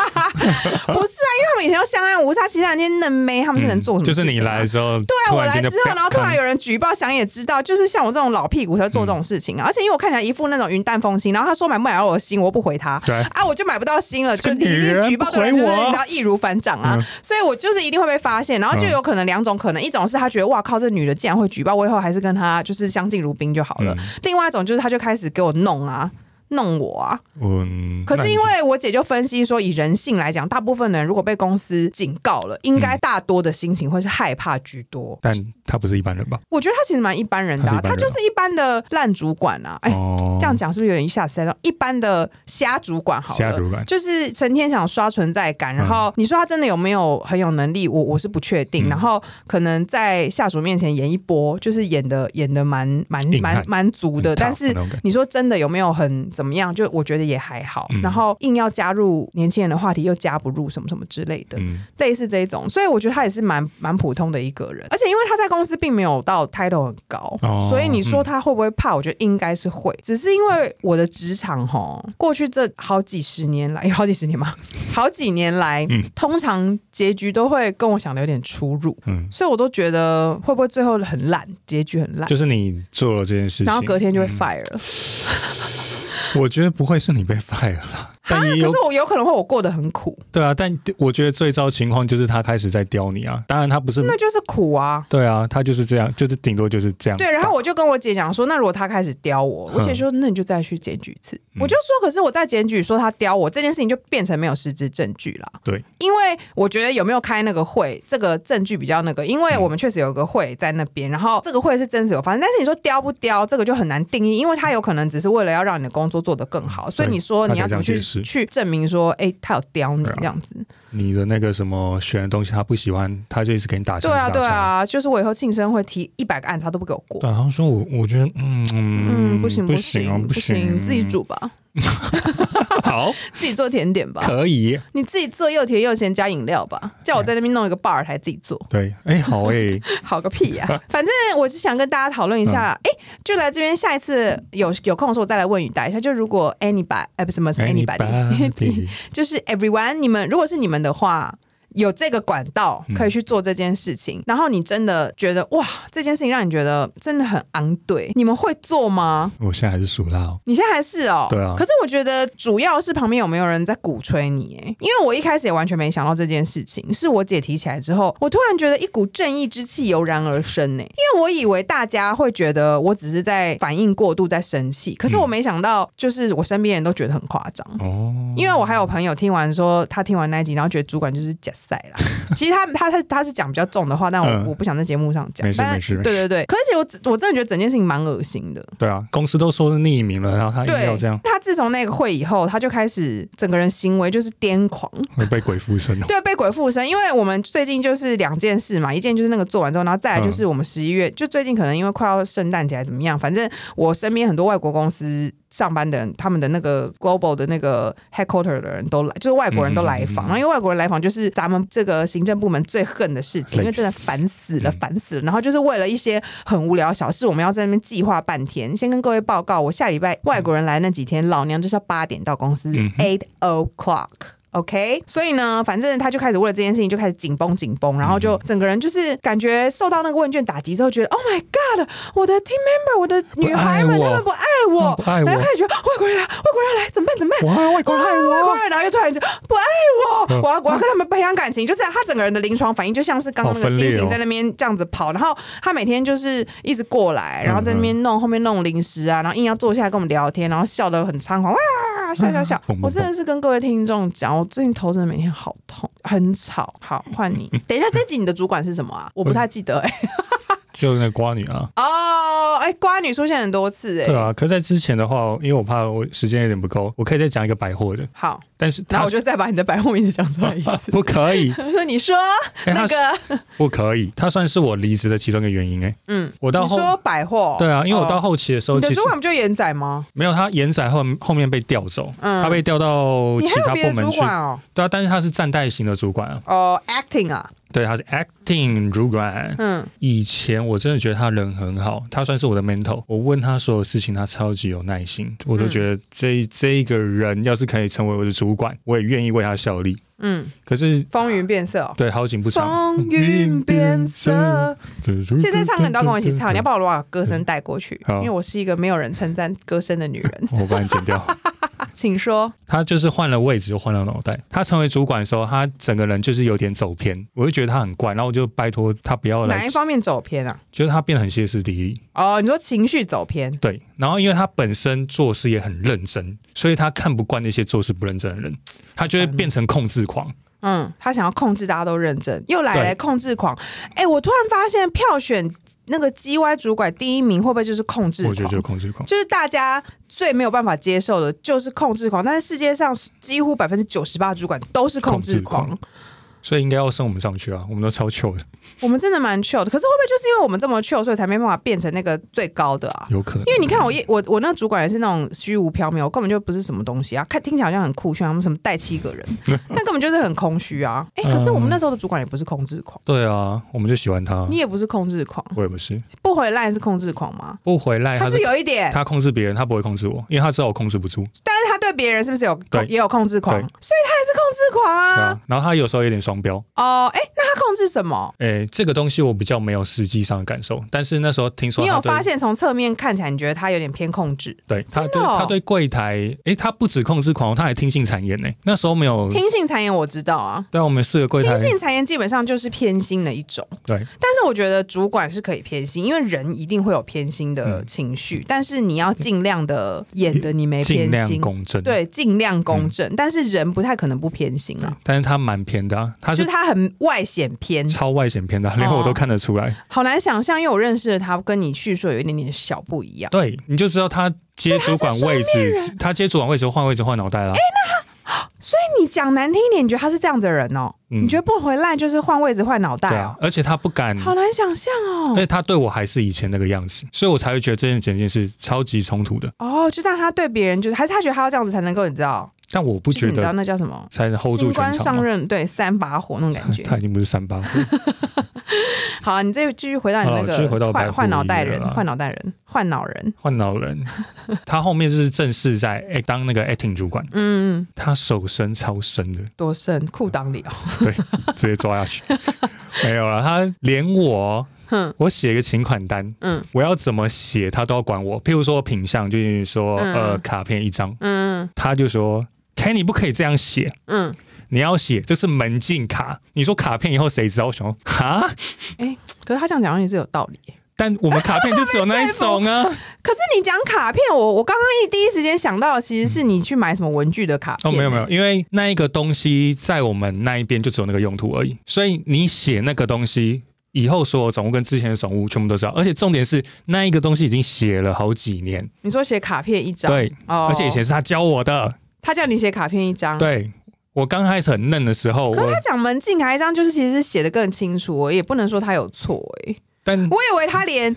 [SPEAKER 1] 们以前都相安无差，其他人那些嫩妹他们是能做什么、
[SPEAKER 2] 嗯
[SPEAKER 1] 事
[SPEAKER 2] 就是你
[SPEAKER 1] 情啊
[SPEAKER 2] 来的时候，对
[SPEAKER 1] 对啊，我来之后，然后突然
[SPEAKER 2] 有，
[SPEAKER 1] 有人举报，想也知道，就是像我这种老屁股才会做
[SPEAKER 2] 嗯
[SPEAKER 1] 这种事情啊。而且因为我看起来一副那种云淡风轻，然后他说买不买到我的心，我又不回他，
[SPEAKER 2] 对
[SPEAKER 1] 啊，我就买不到心了，就
[SPEAKER 2] 这
[SPEAKER 1] 一
[SPEAKER 2] 个女
[SPEAKER 1] 定
[SPEAKER 2] 人
[SPEAKER 1] 举报
[SPEAKER 2] 不
[SPEAKER 1] 的人
[SPEAKER 2] 回
[SPEAKER 1] 就是
[SPEAKER 2] 我
[SPEAKER 1] 你知道易如反掌啊
[SPEAKER 2] 嗯，
[SPEAKER 1] 所以我就是一定会被发现，然后就有可能两种可能，一种是他觉得哇靠，这女的竟然会举报，我以后还是跟她就是相敬如宾就好了
[SPEAKER 2] 嗯；
[SPEAKER 1] 另外一种就是他就开始给我弄啊。弄我啊！
[SPEAKER 2] 嗯，
[SPEAKER 1] 可
[SPEAKER 2] 那
[SPEAKER 1] 是
[SPEAKER 2] 你
[SPEAKER 1] 因为我姐就分析说，以人性来讲，大部分人如果被公司警告了，应
[SPEAKER 2] 嗯
[SPEAKER 1] 该大多的心情会是害怕居多。
[SPEAKER 2] 但他不是一般人吧？
[SPEAKER 1] 我觉得他其实蛮一般人的、啊，他
[SPEAKER 2] 他是一般人啊
[SPEAKER 1] 就是一般的烂主管啊。哎、
[SPEAKER 2] 哦，
[SPEAKER 1] 这样讲是不是有点一下子塞到一般的瞎主管好
[SPEAKER 2] 瞎
[SPEAKER 1] 了？
[SPEAKER 2] 主管嗯
[SPEAKER 1] 就是成天想刷存在感，然后你说他真的有没有很有能力，我我是不确定。然后可能在下属面前演一波，就是演的演的蛮蛮
[SPEAKER 2] 硬汉
[SPEAKER 1] 蛮蛮足的，
[SPEAKER 2] 很 tough
[SPEAKER 1] 但是
[SPEAKER 2] 那种感觉
[SPEAKER 1] 你说真的有没有很怎么样？就我觉得也还好。
[SPEAKER 2] 嗯
[SPEAKER 1] 然后硬要加入年轻人的话题，又加不入什么什么之类的。
[SPEAKER 2] 嗯，
[SPEAKER 1] 类似这一种，所以我觉得他也是蛮蛮普通的一个人，而且因为他在公司并没有到 title 很高，
[SPEAKER 2] 哦
[SPEAKER 1] 所以你说他会不会怕？我觉得应该是会，只是因为我的职场吼，过去这好几十年来，有好几十年吗？ 好几年来，
[SPEAKER 2] 嗯
[SPEAKER 1] 通常结局都会跟我想的有点出入，
[SPEAKER 2] 嗯
[SPEAKER 1] 所以我都觉得会不会最后很烂，结局很烂，
[SPEAKER 2] 就是你做了这件事情，
[SPEAKER 1] 啊然后隔天就会
[SPEAKER 2] 嗯
[SPEAKER 1] fire 了。
[SPEAKER 2] 我觉得不会是你被 fire 了，但也
[SPEAKER 1] 可
[SPEAKER 2] 有
[SPEAKER 1] 是我有可能会我过得很苦，
[SPEAKER 2] 对啊，但我觉得最糟情况就是他开始在刁你啊，当然他不是
[SPEAKER 1] 那就是苦啊。
[SPEAKER 2] 对啊，他就是这样，就是顶多就是这样。
[SPEAKER 1] 对，然后我就跟我姐讲说，那如果他开始刁我，我姐说那你就再去检举一次。
[SPEAKER 2] 嗯
[SPEAKER 1] 我就说，可是我在检举说他刁我这件事情，就变成没有实质证据啦。
[SPEAKER 2] 对，
[SPEAKER 1] 因为我觉得有没有开那个会，这个证据比较那个，因
[SPEAKER 2] 嗯
[SPEAKER 1] 为我们确实有个会在那边，然后这个会是真实有发生，但是你说刁不刁，这个就很难定义，因为他有可能只是为了要让你的工作做得更好，所以
[SPEAKER 2] 对
[SPEAKER 1] 你说
[SPEAKER 2] 他
[SPEAKER 1] 你要
[SPEAKER 2] 可以
[SPEAKER 1] 怎么
[SPEAKER 2] 这
[SPEAKER 1] 去
[SPEAKER 2] 样解释
[SPEAKER 1] 去证明说，哎，他有刁你
[SPEAKER 2] 对啊
[SPEAKER 1] 这样子。
[SPEAKER 2] 你的那个什么选的东西他不喜欢，他就一直给你打枪，
[SPEAKER 1] 对啊，
[SPEAKER 2] 一直
[SPEAKER 1] 对
[SPEAKER 2] 打枪。
[SPEAKER 1] 啊，就是我以后庆生会提一百个案，他都不给我过。
[SPEAKER 2] 对啊，然后说我我觉得嗯
[SPEAKER 1] 嗯，不行
[SPEAKER 2] 不
[SPEAKER 1] 行
[SPEAKER 2] 啊
[SPEAKER 1] 不
[SPEAKER 2] 行，
[SPEAKER 1] 自己煮吧，
[SPEAKER 2] 好
[SPEAKER 1] 自己做甜点吧。
[SPEAKER 2] 可以
[SPEAKER 1] 你自己做又甜又咸加饮料吧，叫我在那边弄一个 bar 台自己做，
[SPEAKER 2] 对哎好哎 嗯
[SPEAKER 1] 好个屁呀、反正我是想跟大家讨论一下，哎、就来这边，下一次有有空的时候我再来问雨大一下。就如果 anybody，哎，不是什么什么 anybody，就是 everyone，你们如果是你们的话。有这个管道
[SPEAKER 2] 嗯
[SPEAKER 1] 可以去做这件事情，然后你真的觉得哇，这件事情让你觉得真的很昂对，你们会做吗？
[SPEAKER 2] 我现在还是属辣哦。
[SPEAKER 1] 你现在还是哦，
[SPEAKER 2] 对啊
[SPEAKER 1] 可是我觉得主要是旁边有没有人在鼓吹你，哎，因为我一开始也完全没想到这件事情，是我姐提起来之后，我突然觉得一股正义之气油然而生呢，因为我以为大家会觉得我只是在反应过度在生气，可是我没想到，就是我身边人都觉得很夸张。
[SPEAKER 2] 哦，
[SPEAKER 1] 嗯因为我还有朋友听完说，他听完那一集，然后觉得主管就是假赛 啦。其实他他他他是讲比较重的话，但我、
[SPEAKER 2] 嗯
[SPEAKER 1] 我不想在节目上讲
[SPEAKER 2] 没。事
[SPEAKER 1] 但
[SPEAKER 2] 没事没事
[SPEAKER 1] 对对对，可是我只我真的觉得整件事情蛮恶心的。
[SPEAKER 2] 对啊，公司都说是匿名了，然后他硬要
[SPEAKER 1] 对
[SPEAKER 2] 这样，，
[SPEAKER 1] 他自从那个会以后，他就开始整个人行为就是癫狂，
[SPEAKER 2] 会被鬼 附身哦。
[SPEAKER 1] 对，被鬼附身。因为我们最近就是两件事嘛，一件就是那个做完之后，然后再
[SPEAKER 2] 嗯
[SPEAKER 1] 来就是我们十一月，就最近可能因为快要圣诞节还怎么样，反正我身边很多外国公司上班的人，他们的那个 global 的那个 headquarter 的人都来，就是外国人都来访，
[SPEAKER 2] 嗯嗯嗯
[SPEAKER 1] 然后因为外国人来访就是咱们这个行政部门最恨的事情，因为真的
[SPEAKER 2] 累死嗯
[SPEAKER 1] 烦死了，烦死了。然后就是为了一些很无聊的小事，我们要在那边计划半天。先跟各位报告，我下礼拜外国人来那几天，老娘就是要八点到公司
[SPEAKER 2] 嗯
[SPEAKER 1] ，eight o'clock。OK，所以呢，反正他就开始为了这件事情就开始紧绷紧绷，然后就整个人就是感觉受到那个问卷打击之后，觉得 Oh my God，我的 team member，我的女孩们
[SPEAKER 2] 不爱我
[SPEAKER 1] 他们不爱
[SPEAKER 2] 他
[SPEAKER 1] 我
[SPEAKER 2] 们，不爱我
[SPEAKER 1] 然后开始啊觉得外国人来，外国人来，怎么办？怎么办？
[SPEAKER 2] 哇，外国人害
[SPEAKER 1] 外国
[SPEAKER 2] 我，嗯
[SPEAKER 1] 人，然后又突然就不爱我，我要我要跟他们培养感情，就是他整个人的临床反应就像是刚刚那个
[SPEAKER 2] 好分
[SPEAKER 1] 心
[SPEAKER 2] 裂哦
[SPEAKER 1] 情在那边这样子跑，然后他每天就是一直过
[SPEAKER 2] 嗯
[SPEAKER 1] 来，然后在那边弄后面弄零食啊，然后硬要坐下来跟我们聊天，然后笑得很猖狂，哇笑笑笑
[SPEAKER 2] 嗯！
[SPEAKER 1] 我真的是跟各位听众讲，我最近头真的每天好痛，很吵。好，换 你。等一下，这集你的主管是什么啊？我不太记得哎、
[SPEAKER 2] 就是那个瓜女啊。
[SPEAKER 1] 哦，哎，瓜女出现很多次哎、
[SPEAKER 2] 对啊，可是在之前的话，因为我怕我时间有点不够，我可以再讲一个百货的，
[SPEAKER 1] 好，
[SPEAKER 2] 但是
[SPEAKER 1] 然后
[SPEAKER 2] 他
[SPEAKER 1] 我就再把你的白话名字讲出来一次。
[SPEAKER 2] 不可以，
[SPEAKER 1] 我 说：“你说
[SPEAKER 2] 哎
[SPEAKER 1] 那
[SPEAKER 2] 他
[SPEAKER 1] 个，
[SPEAKER 2] 不可以，他算是我离职的其中一个原因哎、
[SPEAKER 1] 嗯，
[SPEAKER 2] 我到
[SPEAKER 1] 你
[SPEAKER 2] 后
[SPEAKER 1] 说百货，
[SPEAKER 2] 对啊，因为我到
[SPEAKER 1] 哦
[SPEAKER 2] 后期的时候，
[SPEAKER 1] 你的
[SPEAKER 2] 其实
[SPEAKER 1] 主管不就严仔吗？
[SPEAKER 2] 没有他延展后后面被调走，
[SPEAKER 1] 嗯
[SPEAKER 2] 他被调到
[SPEAKER 1] 你
[SPEAKER 2] 其
[SPEAKER 1] 还有
[SPEAKER 2] 他
[SPEAKER 1] 别
[SPEAKER 2] 部
[SPEAKER 1] 的
[SPEAKER 2] 门
[SPEAKER 1] 主
[SPEAKER 2] 去，
[SPEAKER 1] 管哦，
[SPEAKER 2] 对啊，但是他是站代型的主管啊，
[SPEAKER 1] 哦，acting 啊，
[SPEAKER 2] 对，他是 acting 主管。
[SPEAKER 1] 嗯，
[SPEAKER 2] 以前我真的觉得他人很好，他算是我的 mentor。我问他所有事情，他超级有耐心，我都觉
[SPEAKER 1] 嗯
[SPEAKER 2] 得这这一个人要是可以成为我的主管，我也愿意为他效力。
[SPEAKER 1] 嗯，
[SPEAKER 2] 可是，
[SPEAKER 1] 风云变色哦，
[SPEAKER 2] 对，好景不长，
[SPEAKER 1] 风云变色。现在唱歌你都要跟我一起唱，你要
[SPEAKER 2] 不
[SPEAKER 1] 帮我把歌声带过去，
[SPEAKER 2] 好
[SPEAKER 1] 因为我是一个没有人称赞歌声的女人。
[SPEAKER 2] 我把你剪掉。
[SPEAKER 1] 请说，
[SPEAKER 2] 他就是换了位置，又换了脑袋。他成为主管的时候，他整个人就是有点走偏，我就觉得他很怪，然后我就拜托他不要
[SPEAKER 1] 哪
[SPEAKER 2] 来
[SPEAKER 1] 一，方面走偏啊？
[SPEAKER 2] 觉得他变得很歇斯底里。
[SPEAKER 1] 哦，你说情绪走偏，
[SPEAKER 2] 对，然后因为他本身做事也很认真，所以他看不惯那些做事不认真的人，他就会变成控制狂。
[SPEAKER 1] 嗯，他想要控制大家都认真，又来
[SPEAKER 2] 对
[SPEAKER 1] 来控制狂。哎，我突然发现票选那个 GY 主管第一名会不会就是控制
[SPEAKER 2] 我
[SPEAKER 1] 狂？
[SPEAKER 2] 觉得就是控制狂。
[SPEAKER 1] 就是大家最没有办法接受的，就是控制狂。但是世界上几乎百分之九十八主管都是控制狂，
[SPEAKER 2] 控所以应该要升我们上去啊！我们都超糗的，
[SPEAKER 1] 我们真的蛮 chill 的。可是会不会就是因为我们这么 chill，所以才没办法变成那个最高的啊？
[SPEAKER 2] 有可能。
[SPEAKER 1] 因为你看我一我我那主管也是那种虚无缥缈，根本就不是什么东西啊，看听起来好像很酷炫，他们什么带七个 人，但根本就是很空虚啊。哎、可是我们那时候的主管也不是控制狂，
[SPEAKER 2] 对啊，我们就喜欢他
[SPEAKER 1] 你。也不是控制狂，
[SPEAKER 2] 我也不是，
[SPEAKER 1] 不回来是控制狂吗？
[SPEAKER 2] 不回来
[SPEAKER 1] 他
[SPEAKER 2] 哎
[SPEAKER 1] 是
[SPEAKER 2] 他
[SPEAKER 1] 不是
[SPEAKER 2] 是
[SPEAKER 1] 有一点，
[SPEAKER 2] 他控制别人，他不会控制我，因为他知道我控制不住。
[SPEAKER 1] 但是他对别人是不是有
[SPEAKER 2] 对
[SPEAKER 1] 也有控制狂？所
[SPEAKER 2] 对
[SPEAKER 1] 以他也是控制狂
[SPEAKER 2] 对
[SPEAKER 1] 啊。
[SPEAKER 2] 啊，然后他有时候有点双标，
[SPEAKER 1] 哦，哎、那他控制什么？
[SPEAKER 2] 诶，这个东西我比较没有实际上的感受，但是那时候听说
[SPEAKER 1] 你
[SPEAKER 2] 他
[SPEAKER 1] 有
[SPEAKER 2] 对
[SPEAKER 1] 发现从侧面看起来，你觉得他有点偏控制，
[SPEAKER 2] 对他
[SPEAKER 1] 真
[SPEAKER 2] 对
[SPEAKER 1] 的哦
[SPEAKER 2] 他对柜台，诶，他不止控制狂，他还听信谗言呢。那时候没有，
[SPEAKER 1] 听信谗言我知道啊。
[SPEAKER 2] 对啊，我们四个柜台
[SPEAKER 1] 听，信谗言基本上就是偏心的一种，但
[SPEAKER 2] 对
[SPEAKER 1] 是我觉得主管是可以偏心，因为人一定会有偏心
[SPEAKER 2] 嗯
[SPEAKER 1] 的情绪，但是你要尽量的演的你没
[SPEAKER 2] 尽
[SPEAKER 1] 偏
[SPEAKER 2] 量
[SPEAKER 1] 心，
[SPEAKER 2] 公正，嗯
[SPEAKER 1] 对，尽量公正，但是人不太可能不偏心
[SPEAKER 2] 对
[SPEAKER 1] 啊，
[SPEAKER 2] 但是他蛮偏的、啊，嗯他
[SPEAKER 1] 就是是他很外显偏，
[SPEAKER 2] 超外显偏的啊、连
[SPEAKER 1] 哦
[SPEAKER 2] 我都看得出来。
[SPEAKER 1] 好难想象，因为我认识的他跟你叙述有一点点小不一样，
[SPEAKER 2] 对，你就知道他接主管位置，他接主管位置换位置换脑袋啦。
[SPEAKER 1] 你讲难听一点，你觉得他是这样的人哦？
[SPEAKER 2] 嗯
[SPEAKER 1] 你觉得不回来就是换位置换脑袋
[SPEAKER 2] 对
[SPEAKER 1] 哦
[SPEAKER 2] 啊？，而且他不敢。
[SPEAKER 1] 好难想象
[SPEAKER 2] 而
[SPEAKER 1] 哦。
[SPEAKER 2] 且他对我还是以前那个样子，所以我才会觉得这件整件事超级冲突的。
[SPEAKER 1] 哦，就让他对别人就是，还是他觉得他要这样子才能够，你知道，
[SPEAKER 2] 但我不
[SPEAKER 1] 就是
[SPEAKER 2] 觉
[SPEAKER 1] 你知道
[SPEAKER 2] 得
[SPEAKER 1] 那叫什么？
[SPEAKER 2] 才能 hold
[SPEAKER 1] 新
[SPEAKER 2] 住全
[SPEAKER 1] 官
[SPEAKER 2] 场嘛
[SPEAKER 1] 啊上。任，对，三把火那种感觉
[SPEAKER 2] 他。已经不是三八，
[SPEAKER 1] 好啊，你再继续回到你那
[SPEAKER 2] 好继续回到
[SPEAKER 1] 个
[SPEAKER 2] 白
[SPEAKER 1] 换
[SPEAKER 2] 狐
[SPEAKER 1] 换脑袋
[SPEAKER 2] 狸
[SPEAKER 1] 人
[SPEAKER 2] 了啦，
[SPEAKER 1] 换脑袋人，换脑人。
[SPEAKER 2] 换老人，他后面就是正式在哎、当那个 acting 主管，
[SPEAKER 1] 嗯，
[SPEAKER 2] 他手伸超深的，
[SPEAKER 1] 多深裤裆 里哦。
[SPEAKER 2] 直接抓下去。没有了，他连我
[SPEAKER 1] 哼，
[SPEAKER 2] 我写个请款单，
[SPEAKER 1] 嗯
[SPEAKER 2] 我要怎么写他都要管我。譬如说品相，就是说、
[SPEAKER 1] 嗯
[SPEAKER 2] 呃卡片一张，
[SPEAKER 1] 嗯
[SPEAKER 2] 他就说 Kenny 不可以这样写，
[SPEAKER 1] 嗯，
[SPEAKER 2] 你要写这是门禁卡。你说卡片以后谁知道？我想说哈，
[SPEAKER 1] 可是他这样讲好像也是有道理耶。
[SPEAKER 2] 但我们卡片就只有那一种啊。
[SPEAKER 1] 可是你讲卡片，我我刚刚一第一时间想到的其实是你去买什么文具的卡
[SPEAKER 2] 嗯哦，
[SPEAKER 1] 片。欸
[SPEAKER 2] 没有没有，，因为那一个东西在我们那一边就只有那个用途而已，所以你写那个东西。以后所有总务跟之前的总务全部都知道，而且重点是那一个东西已经写了好几年，
[SPEAKER 1] 你说写卡片一张，
[SPEAKER 2] 对，
[SPEAKER 1] 哦，
[SPEAKER 2] 而且以前是他教我的。
[SPEAKER 1] 他叫你写卡片一张，。
[SPEAKER 2] 对我刚开始很嫩的时候，
[SPEAKER 1] 可
[SPEAKER 2] 我
[SPEAKER 1] 是他讲门禁卡一张，就是其实是写的更清楚哦，也不能说他有错哎、
[SPEAKER 2] 但
[SPEAKER 1] 我以为他连，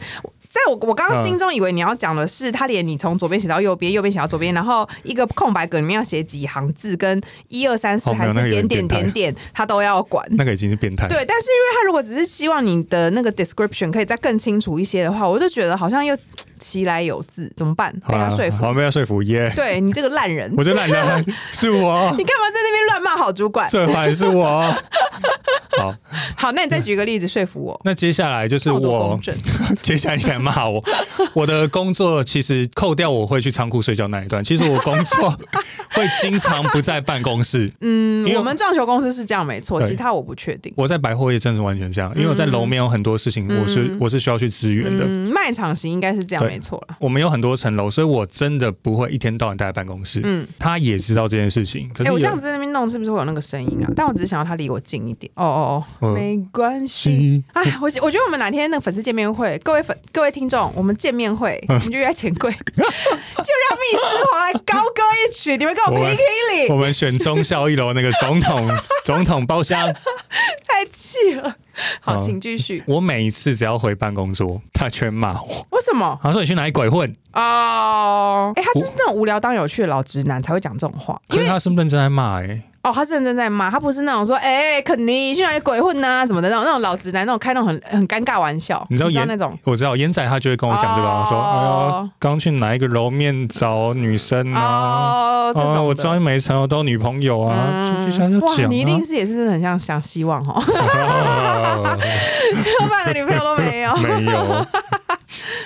[SPEAKER 1] 在我我刚刚
[SPEAKER 2] 嗯
[SPEAKER 1] 心中以为你要讲的是，他连你从左边写到右边，右边写到左边，然后一个空白格里面要写几行字，跟一二三四
[SPEAKER 2] 哦没
[SPEAKER 1] 还
[SPEAKER 2] 有
[SPEAKER 1] 是
[SPEAKER 2] 那个有
[SPEAKER 1] 点点
[SPEAKER 2] 点变
[SPEAKER 1] 点
[SPEAKER 2] 态
[SPEAKER 1] 点，他都要管。
[SPEAKER 2] 那个已经是变态。
[SPEAKER 1] 对，但是因为他如果只是希望你的那个 description 可以再更清楚一些的话，我就觉得好像又其来有自，怎么办？被
[SPEAKER 2] 好
[SPEAKER 1] 他
[SPEAKER 2] 啦
[SPEAKER 1] 说服。
[SPEAKER 2] 好被他说服耶。
[SPEAKER 1] 对你这个烂人，
[SPEAKER 2] 我就 懒得，是我
[SPEAKER 1] 你干嘛在那边乱骂好主管？
[SPEAKER 2] 最坏是我。好，
[SPEAKER 1] 好，那你再举个例子说服我。
[SPEAKER 2] 那接下来就是
[SPEAKER 1] 看我多
[SPEAKER 2] 我
[SPEAKER 1] 公，正，
[SPEAKER 2] 接下来你敢骂我？我的工作其实扣掉我会去仓库睡觉那一段，其实我工作 会经常不在办公室。
[SPEAKER 1] 嗯
[SPEAKER 2] 因为，
[SPEAKER 1] 我们撞球公司是这样没错，
[SPEAKER 2] 对
[SPEAKER 1] 其他我不确定。
[SPEAKER 2] 我在百货业真的是完全这样，因为我在楼面有很多事情，我是我是需要去支援的。
[SPEAKER 1] 嗯，卖场型应该是这样
[SPEAKER 2] 对
[SPEAKER 1] 没错了。
[SPEAKER 2] 我们有很多层楼，所以我真的不会一天到晚待在办公室。
[SPEAKER 1] 嗯，
[SPEAKER 2] 他也知道这件事情，可
[SPEAKER 1] 哎、
[SPEAKER 2] 是有
[SPEAKER 1] 我这样子在那边弄是不是会有那个声音啊？但我只是想要他离我近一点。哦哦哦，
[SPEAKER 2] 嗯
[SPEAKER 1] 没关系。
[SPEAKER 2] 是
[SPEAKER 1] 哎，我我觉得我们哪天那个粉丝见面会，各位粉各位听众，我们见面会，我
[SPEAKER 2] 啊
[SPEAKER 1] 们就约在钱柜， 就让密斯华来高歌一曲，你们跟我
[SPEAKER 2] 我哦
[SPEAKER 1] 评
[SPEAKER 2] 们
[SPEAKER 1] 评理
[SPEAKER 2] 我，们选中校一楼那个总 统总统包厢，
[SPEAKER 1] 太气了。好，
[SPEAKER 2] 好
[SPEAKER 1] 请继续。
[SPEAKER 2] 我每一次只要回办公桌，他全骂我，
[SPEAKER 1] 为什么？
[SPEAKER 2] 他说你去哪里鬼混？
[SPEAKER 1] 哦，哎，他是不是那种无聊当有趣的老直男才会讲这种 话？
[SPEAKER 2] 可是他身份证在骂哎、
[SPEAKER 1] 哦，他是认真在骂，他不是那种说，哎、肯尼去哪里鬼混呐、什么的那种那种老直男，那种开那种很很尴尬玩笑，
[SPEAKER 2] 你知道
[SPEAKER 1] 道
[SPEAKER 2] 严
[SPEAKER 1] 那种。
[SPEAKER 2] 我知道烟仔他就会跟我讲这个，
[SPEAKER 1] 哦
[SPEAKER 2] 我说哎呦，刚去哪一个楼面找女生啊？
[SPEAKER 1] 哦，这种的、嗯
[SPEAKER 2] 啊，我知道你每一层楼都有女朋友啊，出去才就
[SPEAKER 1] 哇，
[SPEAKER 2] 讲
[SPEAKER 1] 你一定
[SPEAKER 2] 啊
[SPEAKER 1] 是也是很像想希望哦，。
[SPEAKER 2] 哦
[SPEAKER 1] 要不然的女朋友都没 有。
[SPEAKER 2] 没有，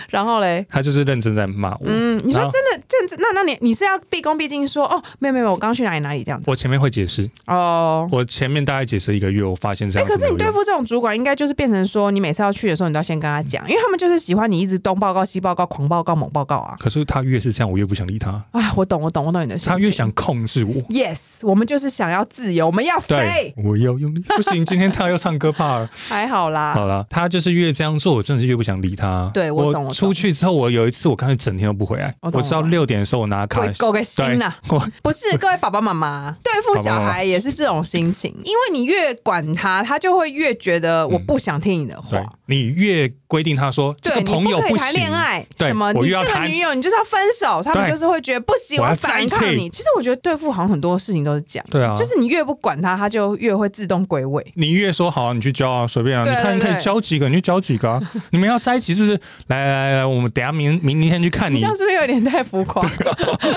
[SPEAKER 1] 然后嘞，
[SPEAKER 2] 他就是认真在骂我。
[SPEAKER 1] 嗯，你说
[SPEAKER 2] 然后
[SPEAKER 1] 真的，真真那那你你是要毕恭毕敬说，哦，没有没有，我刚去哪里哪里这样子。
[SPEAKER 2] 我前面会解释，
[SPEAKER 1] 哦，
[SPEAKER 2] 我前面大概解释一个月，我发现这
[SPEAKER 1] 哎、
[SPEAKER 2] 样子
[SPEAKER 1] 可是
[SPEAKER 2] 没有用。
[SPEAKER 1] 你对付这种主管，应该就是变成说，你每次要去的时候，你都要先跟他讲，因为他们就是喜欢你一直东报告西报告，狂报告猛报告啊。
[SPEAKER 2] 可是他越是这样，我越不想理他，
[SPEAKER 1] 啊，我懂，我懂，我懂你的心情。
[SPEAKER 2] 他越想控制我。
[SPEAKER 1] Yes，我们就是想要自由，我们要
[SPEAKER 2] 对
[SPEAKER 1] 飞，，
[SPEAKER 2] 我要用力。不行，今天他又唱歌怕了。
[SPEAKER 1] 还好啦。
[SPEAKER 2] 好了，他就是越这样做，我真的是越不想理他。
[SPEAKER 1] 对我懂我懂
[SPEAKER 2] 出去之后，我有一次我干脆整天都不回来。
[SPEAKER 1] 我懂
[SPEAKER 2] 知道
[SPEAKER 1] 我懂
[SPEAKER 2] 六点的时候我拿卡
[SPEAKER 1] 会，够个心啊呐、
[SPEAKER 2] 对我
[SPEAKER 1] 不是各位爸爸妈 妈对付小孩也是这种心情，因为你越管他，他就会越觉得我不想听你的话
[SPEAKER 2] 对。你越规定他说这
[SPEAKER 1] 对
[SPEAKER 2] 个
[SPEAKER 1] 你
[SPEAKER 2] 朋友
[SPEAKER 1] 可以谈
[SPEAKER 2] 行，
[SPEAKER 1] 恋爱，
[SPEAKER 2] 对
[SPEAKER 1] 什么
[SPEAKER 2] 我
[SPEAKER 1] 你
[SPEAKER 2] 又要
[SPEAKER 1] 这个
[SPEAKER 2] 谈
[SPEAKER 1] 女友你就是要分手，他们
[SPEAKER 2] 对
[SPEAKER 1] 就是会觉得不行，
[SPEAKER 2] 我
[SPEAKER 1] 我
[SPEAKER 2] 要在
[SPEAKER 1] 反
[SPEAKER 2] 一
[SPEAKER 1] 抗
[SPEAKER 2] 起
[SPEAKER 1] 你。其实我觉得对付好像很多事情都是这样，
[SPEAKER 2] 对啊，
[SPEAKER 1] 就是你越不管他，他就越会自动归位。
[SPEAKER 2] 你越说好、你去交啊，随便啊，
[SPEAKER 1] 对
[SPEAKER 2] 你看你
[SPEAKER 1] 对
[SPEAKER 2] 可
[SPEAKER 1] 对
[SPEAKER 2] 以交几个，你就交几 个、啊。你们要在一起是不是？来来来，我们等一下明明天去看
[SPEAKER 1] 你
[SPEAKER 2] 你
[SPEAKER 1] 这。样是不是有点太浮 夸？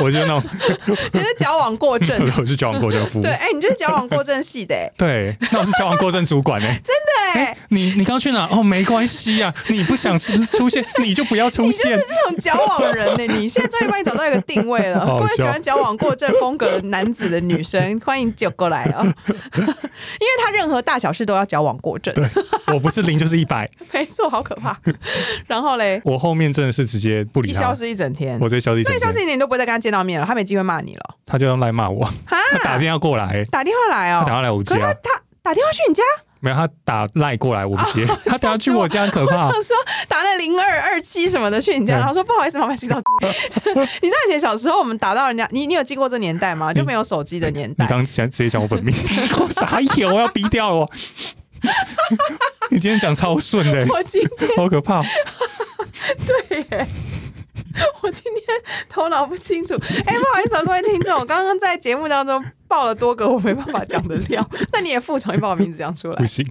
[SPEAKER 2] 我就 那种，
[SPEAKER 1] 你是矫枉过正。
[SPEAKER 2] 我是交往过程服务
[SPEAKER 1] 对，。哎、你就是矫枉过正系的、哎
[SPEAKER 2] 对，那我是交往过正主管呢、欸
[SPEAKER 1] 对。
[SPEAKER 2] 你你刚去哪？哦，没关系啊，你不想出出现，你就不要出
[SPEAKER 1] 你就是
[SPEAKER 2] 现。
[SPEAKER 1] 这种矫枉人 呢、你现在终于帮你找到一个定位了。
[SPEAKER 2] 好
[SPEAKER 1] 各位喜
[SPEAKER 2] 笑
[SPEAKER 1] 欢矫枉过正风格的男子的女生， 欢迎九过来哦，因为他任何大小事都要矫枉过正，
[SPEAKER 2] 我不是零就是一百，
[SPEAKER 1] 没错，好可怕。然后嘞，
[SPEAKER 2] 我后面真的是直接不理
[SPEAKER 1] 一消
[SPEAKER 2] 他，
[SPEAKER 1] 失一整天
[SPEAKER 2] 我，直接消失一
[SPEAKER 1] 那
[SPEAKER 2] 整
[SPEAKER 1] 你消失
[SPEAKER 2] 天。
[SPEAKER 1] 一年都不会再跟他见到 面了，他没机会骂你了。
[SPEAKER 2] 他就用来骂 我，
[SPEAKER 1] 哈，
[SPEAKER 2] 他打电话过来、
[SPEAKER 1] 打电话来 哦，
[SPEAKER 2] 他打电话来我
[SPEAKER 1] 可是他
[SPEAKER 2] 家，
[SPEAKER 1] 他打电话去你家，
[SPEAKER 2] 没有他打赖过来我不 接，
[SPEAKER 1] 哦
[SPEAKER 2] 他等下去我家很可怕。
[SPEAKER 1] 说打了零二二七什么的去你家，
[SPEAKER 2] 啊对
[SPEAKER 1] 然后说不好意思，麻烦洗澡。 你知道以前小时候我们打到人家，你你有经过这年代吗？就没有手机的年代
[SPEAKER 2] 你。刚讲直接讲我 本名，我傻眼，我要逼掉了我。你今天讲超顺的、欸
[SPEAKER 1] 我今天
[SPEAKER 2] 好可怕！
[SPEAKER 1] 对耶，我今天头脑不清楚。哎、不好意思、哦，各位听众，我刚刚在节目当中报了多个我没办法讲的料， 那你也复仇，你把我名字讲出来
[SPEAKER 2] 不。行，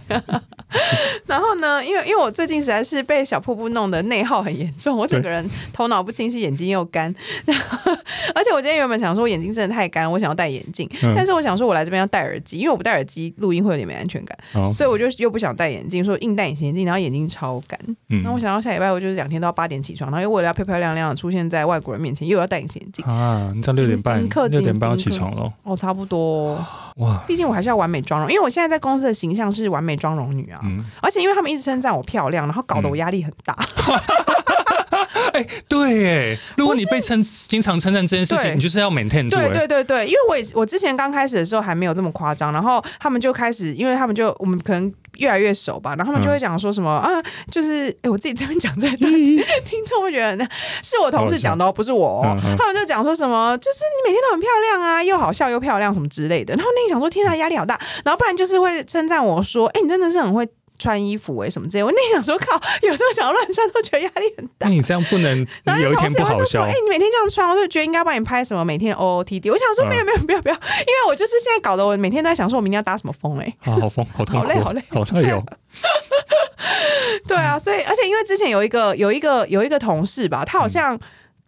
[SPEAKER 1] 然后呢，因为因为我最近实在是被小瀑布弄得内耗很严重，我整个人头脑不清晰，眼睛又干。 而且我今天原本想说我眼睛真的太干，我想要戴眼镜，
[SPEAKER 2] 嗯
[SPEAKER 1] 但是我想说我来这边要戴耳机，因为我不戴耳机录音会有点没安全感，
[SPEAKER 2] 好，
[SPEAKER 1] 所以我就又不想戴眼镜，说硬戴隐形眼镜，然后眼睛超干。
[SPEAKER 2] 嗯
[SPEAKER 1] 然后我想到下礼拜我就是两天都要八点起床，然后又为了要漂漂亮亮地出现在外国人面前，又要戴隐形眼镜。
[SPEAKER 2] 啊，你到六点半
[SPEAKER 1] 金克，
[SPEAKER 2] 六点半要
[SPEAKER 1] 金克
[SPEAKER 2] 起床喽，
[SPEAKER 1] 哦，差不多哦，
[SPEAKER 2] 哇，
[SPEAKER 1] 毕竟我还是要完美妆容，因为我现在在公司的形象是完美妆容女啊，
[SPEAKER 2] 嗯，
[SPEAKER 1] 而且因为他们一直称赞我漂亮，然后搞得我压力很大。
[SPEAKER 2] 哎，对耶，如果你被称经常称赞这件事
[SPEAKER 1] 对
[SPEAKER 2] 情，你就是要 maintain 住，
[SPEAKER 1] 对
[SPEAKER 2] 哎，
[SPEAKER 1] 对对对，因为我也是我之前刚开始的时候还没有这么夸张，然后他们就开始，因为他们就我们可能越来越熟吧，然后他们就会讲说什么、
[SPEAKER 2] 嗯
[SPEAKER 1] 啊，就是哎，我自己这边讲这段，听众会觉得很是我同事讲的哦，不是我、哦。
[SPEAKER 2] 嗯嗯
[SPEAKER 1] 他们就讲说什么，就是你每天都很漂亮啊，又好笑又漂亮什么之类的。然后内心想说，天啊，压力好大。然后不然就是会称赞我说，哎、你真的是很会穿衣服哎、什么之类的。我内心想说，靠，有时候想要乱穿都觉得压力很大
[SPEAKER 2] 那。你这样不能
[SPEAKER 1] 然后
[SPEAKER 2] 有一
[SPEAKER 1] 同
[SPEAKER 2] 天
[SPEAKER 1] 事
[SPEAKER 2] 不
[SPEAKER 1] 会
[SPEAKER 2] 好
[SPEAKER 1] 说什么
[SPEAKER 2] 笑
[SPEAKER 1] 哎、，你每天这样穿，我就觉得应该帮你拍什么每天的 OOTD。我想说
[SPEAKER 2] 嗯
[SPEAKER 1] 没有没有不要不要，因为我就是现在搞得我每天都在想说我明天要搭什么风哎、
[SPEAKER 2] 啊，好疯，好痛
[SPEAKER 1] 好
[SPEAKER 2] 苦，
[SPEAKER 1] 累好累
[SPEAKER 2] 好累哦，
[SPEAKER 1] 对啊，所以而且因为之前有一个有一个有一个同事吧，他好
[SPEAKER 2] 嗯
[SPEAKER 1] 像。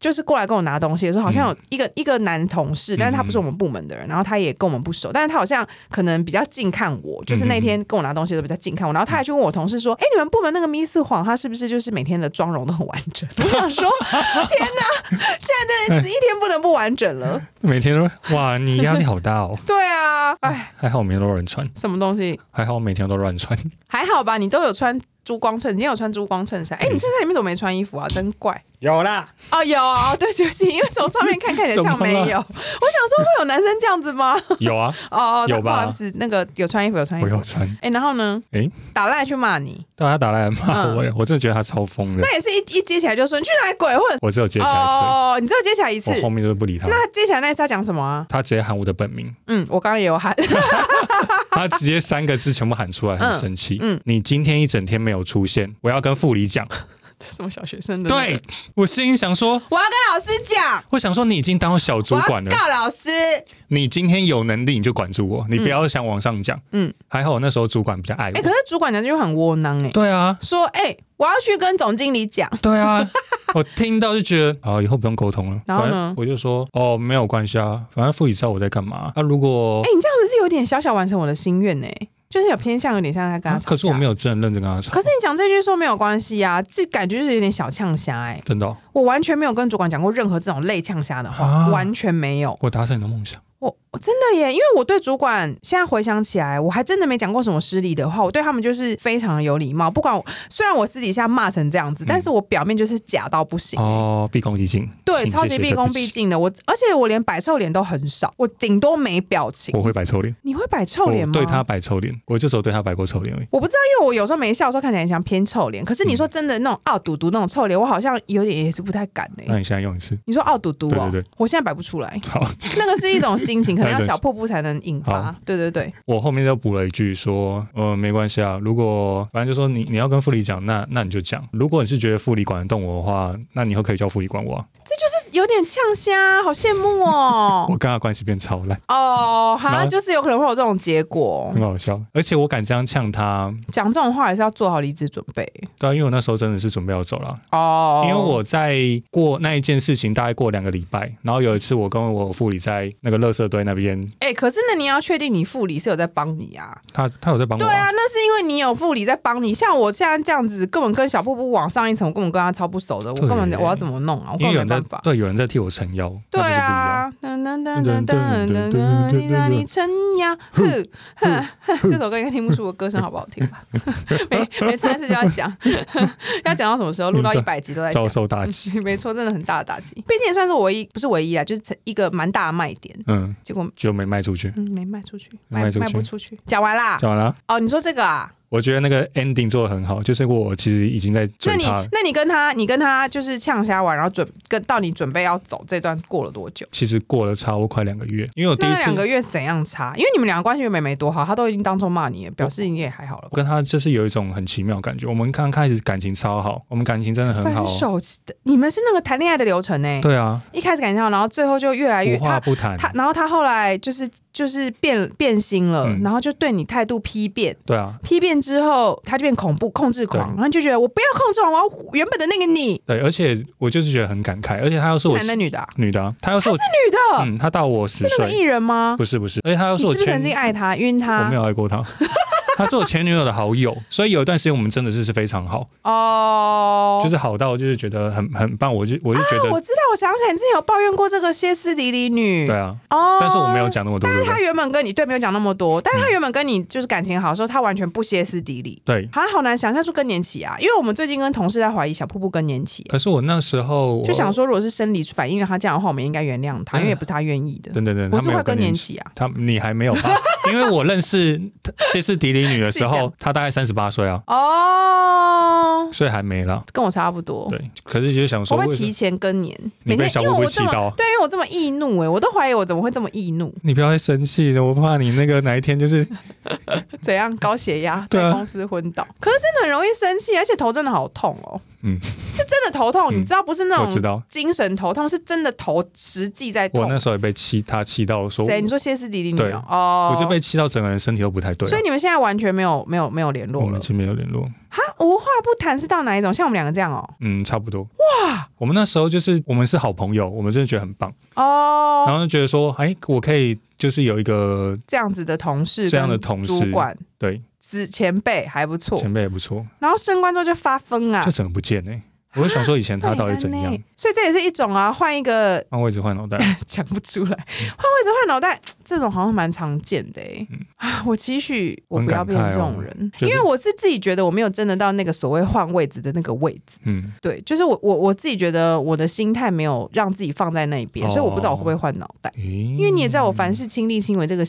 [SPEAKER 1] 就是过来跟我拿东西的时候，好像有一个、一个男同事，但是他不是
[SPEAKER 2] 嗯
[SPEAKER 1] 我们部门的人，然后他也跟我们不熟，但是他好像可能比较近看我，就是
[SPEAKER 2] 嗯
[SPEAKER 1] 那天跟我拿东西的时候比较近看我，然后他还去问我同事说：“哎、你们部门那个 Miss 黄，她是不是就是每天的妆容都很完整？” 我想说，天哪，现在真的是
[SPEAKER 2] 哎
[SPEAKER 1] 一天不能不完整了。
[SPEAKER 2] 每天都哇，你压力好大哦，
[SPEAKER 1] 对啊，哎，
[SPEAKER 2] 还好我每天都乱穿，
[SPEAKER 1] 什么东西？
[SPEAKER 2] 还好我每天都乱穿，
[SPEAKER 1] 还好吧，你都有穿珠光衬，你今天有穿珠光衬衫。
[SPEAKER 2] 嗯
[SPEAKER 1] 哎、你衬衫里面怎么没穿衣服啊？真怪。
[SPEAKER 2] 有啦，
[SPEAKER 1] 哦，有哦，对不起，对不起，因为从上面看看起来像没有。我
[SPEAKER 2] 什么
[SPEAKER 1] 想说，会有男生这样子吗？
[SPEAKER 2] 有啊，
[SPEAKER 1] 哦，那
[SPEAKER 2] 有吧
[SPEAKER 1] 不好意思，那个有穿衣服，有穿衣
[SPEAKER 2] 我
[SPEAKER 1] 服
[SPEAKER 2] 有。穿，
[SPEAKER 1] 哎、然后呢？
[SPEAKER 2] 哎
[SPEAKER 1] 打赖去骂你，
[SPEAKER 2] 大家打来骂我，我真的觉得他超疯的，
[SPEAKER 1] 嗯那也是一一接起来就说你去哪里鬼混。
[SPEAKER 2] 我只有接起来
[SPEAKER 1] 哦，你只有接起来一
[SPEAKER 2] 一次，
[SPEAKER 1] 次。
[SPEAKER 2] 我后面就是不理他，
[SPEAKER 1] 那接起来那一次他讲什么啊？
[SPEAKER 2] 他直接喊我的本 名，
[SPEAKER 1] 嗯，我刚刚也有喊。
[SPEAKER 2] 他直接三个字全部喊出来，
[SPEAKER 1] 嗯
[SPEAKER 2] 很生气。
[SPEAKER 1] 嗯
[SPEAKER 2] 你今天一整天没有出现，我要跟副理讲。
[SPEAKER 1] 这什么小学生的？
[SPEAKER 2] 对，我心里想说，
[SPEAKER 1] 我要跟老师讲，
[SPEAKER 2] 我想说你已经当小主
[SPEAKER 1] 我要
[SPEAKER 2] 管了，
[SPEAKER 1] 告老师。
[SPEAKER 2] 你今天有能力你就管住我，你不要想往上讲。
[SPEAKER 1] 嗯
[SPEAKER 2] 嗯，还好我那时候主管比较爱
[SPEAKER 1] 哎、可
[SPEAKER 2] 我。
[SPEAKER 1] 是主管讲这句话很窝囊哎、
[SPEAKER 2] 对啊，
[SPEAKER 1] 说：“哎、我要去跟总经理讲。哎
[SPEAKER 2] 对啊，我听到就觉得啊，以后不用沟通了。
[SPEAKER 1] 然后
[SPEAKER 2] 反
[SPEAKER 1] 呢
[SPEAKER 2] 正我就说哦，没有关系啊，反正副理知道我在干嘛。啊那、如果
[SPEAKER 1] 哎、你这样子是有点小小完成我的心愿呢、就是有偏向，有点像在跟他
[SPEAKER 2] 啊
[SPEAKER 1] 吵架、
[SPEAKER 2] 可是我没有真的认真跟他吵
[SPEAKER 1] 可，是你讲这句说没有关系啊，这感觉就是有点小呛虾哎、
[SPEAKER 2] 真的哦、
[SPEAKER 1] 我完全没有跟主管讲过任何这种类呛虾的话，
[SPEAKER 2] 啊
[SPEAKER 1] 完全没有。
[SPEAKER 2] 我达成你的梦想。
[SPEAKER 1] 我我真的耶，因为我对主管现在回想起来，我还真的没讲过什么失礼的话，我对他们就是非常有礼貌。不管我虽然我私底下骂成这样子，但是我表面就是假到不行。
[SPEAKER 2] 嗯哦，毕恭毕敬。
[SPEAKER 1] 对，
[SPEAKER 2] 请
[SPEAKER 1] 超
[SPEAKER 2] 谢
[SPEAKER 1] 级
[SPEAKER 2] 谢
[SPEAKER 1] 毕
[SPEAKER 2] 对不
[SPEAKER 1] 恭
[SPEAKER 2] 起
[SPEAKER 1] 毕敬的，我而且我连摆臭脸都很少，我顶多没表情。
[SPEAKER 2] 我会摆臭脸，
[SPEAKER 1] 你会摆臭脸吗？哎
[SPEAKER 2] 我哦对他摆臭脸，我就只有对他摆过臭脸而已。
[SPEAKER 1] 我不知道，因为我有时候没笑的时候看起来很
[SPEAKER 2] 嗯
[SPEAKER 1] 像偏臭脸，可是你说真的那种傲嘟嘟那种臭脸，我好像有点也是不太敢呢、
[SPEAKER 2] 那你现在用一次，
[SPEAKER 1] 你说傲嘟嘟哦，
[SPEAKER 2] 哎对对对
[SPEAKER 1] 我现在摆不出来，
[SPEAKER 2] 好，
[SPEAKER 1] 那个是一种心情，可能要
[SPEAKER 2] 那一种
[SPEAKER 1] 小瀑布才能引发
[SPEAKER 2] 好。
[SPEAKER 1] 对对对，
[SPEAKER 2] 我后面又补了一句说，呃，没关系啊，如果反正就说你你要跟副理讲，那那你就讲。如果你是觉得副理管得动我的话，那你以后可以叫副理管我、啊。
[SPEAKER 1] 有点呛虾，好羡慕哦
[SPEAKER 2] 我。跟他关系变超烂，
[SPEAKER 1] 哦，好
[SPEAKER 2] 然
[SPEAKER 1] 像
[SPEAKER 2] 后
[SPEAKER 1] 就是有可能会有这种结果
[SPEAKER 2] 很。好笑。而且我敢这样呛他，
[SPEAKER 1] 讲这种话也是要做好离职准备
[SPEAKER 2] 对啊，因为我那时候真的是准备要走了，
[SPEAKER 1] 哦。
[SPEAKER 2] 因为我在过那一件事情大概过两个礼拜，然后有一次我跟我副理在那个垃圾堆那边，
[SPEAKER 1] 哎、可是那你要确定你副理是有在帮你啊。
[SPEAKER 2] 他他有在帮我、
[SPEAKER 1] 对啊，那是因为你有副理在帮你。像我现在这样子，根本跟小瀑布往上一层，我根本跟他超不熟的，我
[SPEAKER 2] 对
[SPEAKER 1] 根本我要怎么弄啊？我
[SPEAKER 2] 因
[SPEAKER 1] 根
[SPEAKER 2] 为
[SPEAKER 1] 本
[SPEAKER 2] 有人
[SPEAKER 1] 没
[SPEAKER 2] 在
[SPEAKER 1] 办法。
[SPEAKER 2] 对有人在替我撑腰，
[SPEAKER 1] 对
[SPEAKER 2] 那就是不一样。
[SPEAKER 1] 啊，噔噔噔噔噔噔噔，你让你撑 呀，哼哼哼这首歌应该听不出我歌声好不好听 吧？每每唱一次就要讲， 要讲到什么时候？
[SPEAKER 2] 嗯
[SPEAKER 1] 录到一百集都在讲
[SPEAKER 2] 遭。受大 击。
[SPEAKER 1] 没错，真的很大的打击，毕竟也算是我唯一，不是唯一啊，就是一个蛮大的卖点。
[SPEAKER 2] 嗯，
[SPEAKER 1] 结果
[SPEAKER 2] 就没卖出去。
[SPEAKER 1] 嗯，没卖出去，
[SPEAKER 2] 没
[SPEAKER 1] 卖
[SPEAKER 2] 卖出去
[SPEAKER 1] 卖不出去。讲完啦。
[SPEAKER 2] 讲完了，
[SPEAKER 1] 哦，你说这个啊？
[SPEAKER 2] 我觉得那个 ending 做的很好，就是我其实已经在
[SPEAKER 1] 那
[SPEAKER 2] 追
[SPEAKER 1] 你
[SPEAKER 2] 他了。
[SPEAKER 1] 那你跟他，你跟他就是呛虾完，然后准跟到你准备要走这段过了多久？
[SPEAKER 2] 其实过了差不多快两个月，因为我第
[SPEAKER 1] 那
[SPEAKER 2] 一
[SPEAKER 1] 那两
[SPEAKER 2] 次
[SPEAKER 1] 个月怎样差？因为你们两个关系原本没多好，他都已经当众骂你了，表示你也还好了吧
[SPEAKER 2] 我。跟他就是有一种很奇妙的感觉。我们刚开始感情超好，我们感情真的很
[SPEAKER 1] 分
[SPEAKER 2] 好。啊
[SPEAKER 1] 手，你们是那个谈恋爱的流程呢、
[SPEAKER 2] 对啊，
[SPEAKER 1] 一开始感情好，然后最后就越来越
[SPEAKER 2] 无话
[SPEAKER 1] 他
[SPEAKER 2] 不谈。
[SPEAKER 1] 他，然后他后来就是就是变变心了，
[SPEAKER 2] 嗯
[SPEAKER 1] 然后就对你态度批变。
[SPEAKER 2] 对啊，
[SPEAKER 1] 批变之后，他就变恐怖控制狂，
[SPEAKER 2] 对
[SPEAKER 1] 然后就觉得我不要控制狂，我要原本的那个你，
[SPEAKER 2] 对，而且我就是觉得很感慨，而且他又是我
[SPEAKER 1] 男的女的啊、
[SPEAKER 2] 女的啊、她要是我
[SPEAKER 1] 女的，
[SPEAKER 2] 嗯，她大我
[SPEAKER 1] 是
[SPEAKER 2] 十
[SPEAKER 1] 那个艺
[SPEAKER 2] 岁，
[SPEAKER 1] 人吗？
[SPEAKER 2] 不是不是，而且她要
[SPEAKER 1] 你
[SPEAKER 2] 我
[SPEAKER 1] 是不是
[SPEAKER 2] 前
[SPEAKER 1] 曾经啊爱他、晕
[SPEAKER 2] 我
[SPEAKER 1] 他
[SPEAKER 2] 没？有爱过 她，她是我前女友的好友，所以有一段时间我们真的是是非常好，
[SPEAKER 1] 哦，
[SPEAKER 2] 就是好到就是觉得很很棒，我就我就觉
[SPEAKER 1] 啊
[SPEAKER 2] 得、
[SPEAKER 1] 我知道，我想起来，你之前有抱怨过这个歇斯底里女，
[SPEAKER 2] 对啊，
[SPEAKER 1] 哦，
[SPEAKER 2] 但是我没有。讲那么多，
[SPEAKER 1] 但
[SPEAKER 2] 对
[SPEAKER 1] 是他
[SPEAKER 2] 不对？嗯
[SPEAKER 1] 原本跟你对没有讲那么多，但是他原本跟你就是感情好的时候，他完全不歇斯底里。
[SPEAKER 2] 对，
[SPEAKER 1] 啊，好难想象是不是更年期啊，因为我们最近跟同事在怀疑小瀑布更年期，欸
[SPEAKER 2] 可是我那时候我
[SPEAKER 1] 就想说如果是生理反应让他这样的话，我们应该原谅他，
[SPEAKER 2] 嗯
[SPEAKER 1] 因为也不是他愿意的。
[SPEAKER 2] 等等等，
[SPEAKER 1] 我
[SPEAKER 2] 她
[SPEAKER 1] 是
[SPEAKER 2] 没有
[SPEAKER 1] 会更
[SPEAKER 2] 更年
[SPEAKER 1] 年
[SPEAKER 2] 期。
[SPEAKER 1] 期啊，
[SPEAKER 2] 他你还没有吧？ 因为我认识歇斯底里女的
[SPEAKER 1] 自
[SPEAKER 2] 时
[SPEAKER 1] 己
[SPEAKER 2] 候
[SPEAKER 1] 讲，
[SPEAKER 2] 她大概三十八岁啊，
[SPEAKER 1] 哦，
[SPEAKER 2] 所以还没啦。
[SPEAKER 1] 跟我差不多。
[SPEAKER 2] 对，可是就想
[SPEAKER 1] 我
[SPEAKER 2] 说，
[SPEAKER 1] 哦会
[SPEAKER 2] 为什
[SPEAKER 1] 提
[SPEAKER 2] 么
[SPEAKER 1] 前更年，
[SPEAKER 2] 你
[SPEAKER 1] 每
[SPEAKER 2] 被
[SPEAKER 1] 天
[SPEAKER 2] 小
[SPEAKER 1] 因为
[SPEAKER 2] 乌龟
[SPEAKER 1] 我
[SPEAKER 2] 气
[SPEAKER 1] 这么
[SPEAKER 2] 到，
[SPEAKER 1] 对，因为我这么易怒哎、我都怀疑我怎么会这么易 怒，
[SPEAKER 2] 你不要再生气了，我怕你那个哪一天就是
[SPEAKER 1] 怎样高血压
[SPEAKER 2] 对啊
[SPEAKER 1] 在公司昏倒，可是真的很容易生气，而且头真的好痛哦，
[SPEAKER 2] 嗯
[SPEAKER 1] 是真的头痛，
[SPEAKER 2] 嗯
[SPEAKER 1] 你知道不是那
[SPEAKER 2] 我知
[SPEAKER 1] 种
[SPEAKER 2] 道。
[SPEAKER 1] 精神头痛，是真的头实际在
[SPEAKER 2] 我
[SPEAKER 1] 痛
[SPEAKER 2] 那。时候也被气，他气到说，
[SPEAKER 1] 谁？你说歇斯底里女
[SPEAKER 2] 对
[SPEAKER 1] 哦？哦，
[SPEAKER 2] 我就被气到整个人身体都不太对啊。
[SPEAKER 1] 所以你们现在完全没有没有没有联
[SPEAKER 2] 我
[SPEAKER 1] 络了
[SPEAKER 2] 们其实没有联络，
[SPEAKER 1] 哈，无话不谈是到哪一种？像我们两个这样哦
[SPEAKER 2] 嗯，差不多。哇，我们那时候就是我们是好朋友，我们真的觉得很棒，然
[SPEAKER 1] 哦，
[SPEAKER 2] 后就觉得说，哎，我可以就是有一个
[SPEAKER 1] 这样子的同事、
[SPEAKER 2] 这样的同事
[SPEAKER 1] 主管、
[SPEAKER 2] 对
[SPEAKER 1] 子前辈还不错，
[SPEAKER 2] 前辈也不错，
[SPEAKER 1] 然后升官之后就发疯啊
[SPEAKER 2] 就，整个不见哎、我就想说以前他到底 怎
[SPEAKER 1] 对
[SPEAKER 2] 样
[SPEAKER 1] 安内？哎所以这啊也是一种啊，换一 个
[SPEAKER 2] 换位置换 脑袋，
[SPEAKER 1] 讲不出来，换位置换脑袋，这种好像蛮常见的哎、啊，我期许我
[SPEAKER 2] 嗯很
[SPEAKER 1] 不要
[SPEAKER 2] 感
[SPEAKER 1] 变
[SPEAKER 2] 慨
[SPEAKER 1] 这
[SPEAKER 2] 哦
[SPEAKER 1] 种人，
[SPEAKER 2] 就是
[SPEAKER 1] 因为我是自己觉得我没有真的到那个所谓换位子的那个位置。
[SPEAKER 2] 嗯，
[SPEAKER 1] 对，就是我我我自己觉得我的心态没有让自己放在那边，
[SPEAKER 2] 哦嗯
[SPEAKER 1] 所以我不知道我会不会换脑袋。
[SPEAKER 2] 因。
[SPEAKER 1] 因为你也知道，我凡事亲力亲为这个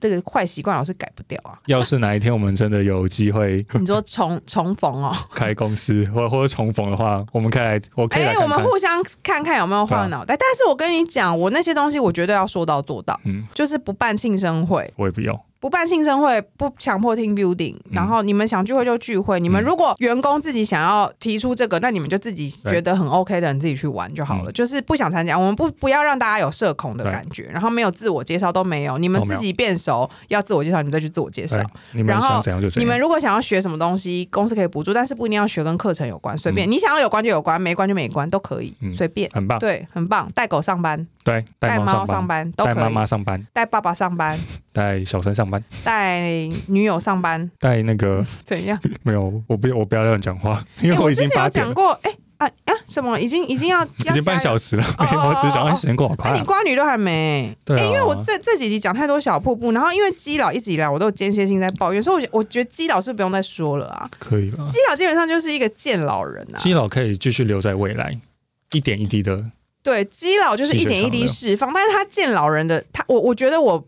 [SPEAKER 1] 这个坏习惯，老是改不掉啊
[SPEAKER 2] 要是哪一天我们真的有机会
[SPEAKER 1] 你说重重逢哦，
[SPEAKER 2] 开公司或或者重逢的话，我们可以来，我可以
[SPEAKER 1] 哎、
[SPEAKER 2] 来
[SPEAKER 1] 我
[SPEAKER 2] 看
[SPEAKER 1] 们
[SPEAKER 2] 看。啊
[SPEAKER 1] 互相看看有没有换脑袋。但是我跟你讲，我那些东西我绝对要说到做到，
[SPEAKER 2] 嗯，
[SPEAKER 1] 就是不办庆生会，
[SPEAKER 2] 我也不要，
[SPEAKER 1] 不办庆生会，不强迫听 building，然
[SPEAKER 2] 嗯
[SPEAKER 1] 后你们想聚会就聚会。你们如果员工自己想要提出这个，那你们就自己觉得很 OK 的人自己去玩就好了。就是不想参加，我们不不要让大家有社恐的感觉，然后没有自我介绍都没有，你们
[SPEAKER 2] 都没
[SPEAKER 1] 自
[SPEAKER 2] 有
[SPEAKER 1] 己变熟要自我介绍，你们再去自我介绍
[SPEAKER 2] 哎。你们
[SPEAKER 1] 然后
[SPEAKER 2] 想怎样就怎
[SPEAKER 1] 你
[SPEAKER 2] 样
[SPEAKER 1] 们。如果想要学什么东西，公司可以补助，但是不一定要学跟课程有关，随便、你想要有关就有关，没关就没关，都可以，
[SPEAKER 2] 嗯
[SPEAKER 1] 随便。
[SPEAKER 2] 很棒，
[SPEAKER 1] 对，很棒。带狗上班，
[SPEAKER 2] 对，带
[SPEAKER 1] 带
[SPEAKER 2] 猫
[SPEAKER 1] 猫
[SPEAKER 2] 上
[SPEAKER 1] 上
[SPEAKER 2] 班，
[SPEAKER 1] 班都可
[SPEAKER 2] 带
[SPEAKER 1] 以，
[SPEAKER 2] 妈妈上班，
[SPEAKER 1] 带爸爸上班，
[SPEAKER 2] 带小三上班，
[SPEAKER 1] 带女友上班，
[SPEAKER 2] 带那个
[SPEAKER 1] 怎样？
[SPEAKER 2] 没有，我不，我不要乱讲话， 因为
[SPEAKER 1] 诶
[SPEAKER 2] 我已
[SPEAKER 1] 哎之
[SPEAKER 2] 经
[SPEAKER 1] 前
[SPEAKER 2] 八
[SPEAKER 1] 有
[SPEAKER 2] 点
[SPEAKER 1] 讲
[SPEAKER 2] 了，
[SPEAKER 1] 过，哎、啊啊，什么？已经已经要
[SPEAKER 2] 已经半小
[SPEAKER 1] 时。
[SPEAKER 2] 时了，
[SPEAKER 1] 哦
[SPEAKER 2] 没有，我只是想，
[SPEAKER 1] 哦哦
[SPEAKER 2] 哎，时间过好
[SPEAKER 1] 哎、
[SPEAKER 2] 快啊
[SPEAKER 1] 你。瓜女都还没，哎
[SPEAKER 2] 对啊
[SPEAKER 1] 诶因为我这这几集讲太多小瀑布，然后因为基佬一直以来我都有间歇性在抱怨，所以我觉我觉得基佬是不用再说了啊。
[SPEAKER 2] 可以了。
[SPEAKER 1] 基佬基本上就是一个贱老人啊，
[SPEAKER 2] 嗯基佬可以继续留在未来，一点一滴的，
[SPEAKER 1] 对，基佬就是一点一滴释放，但是他见老人的他，我我觉得我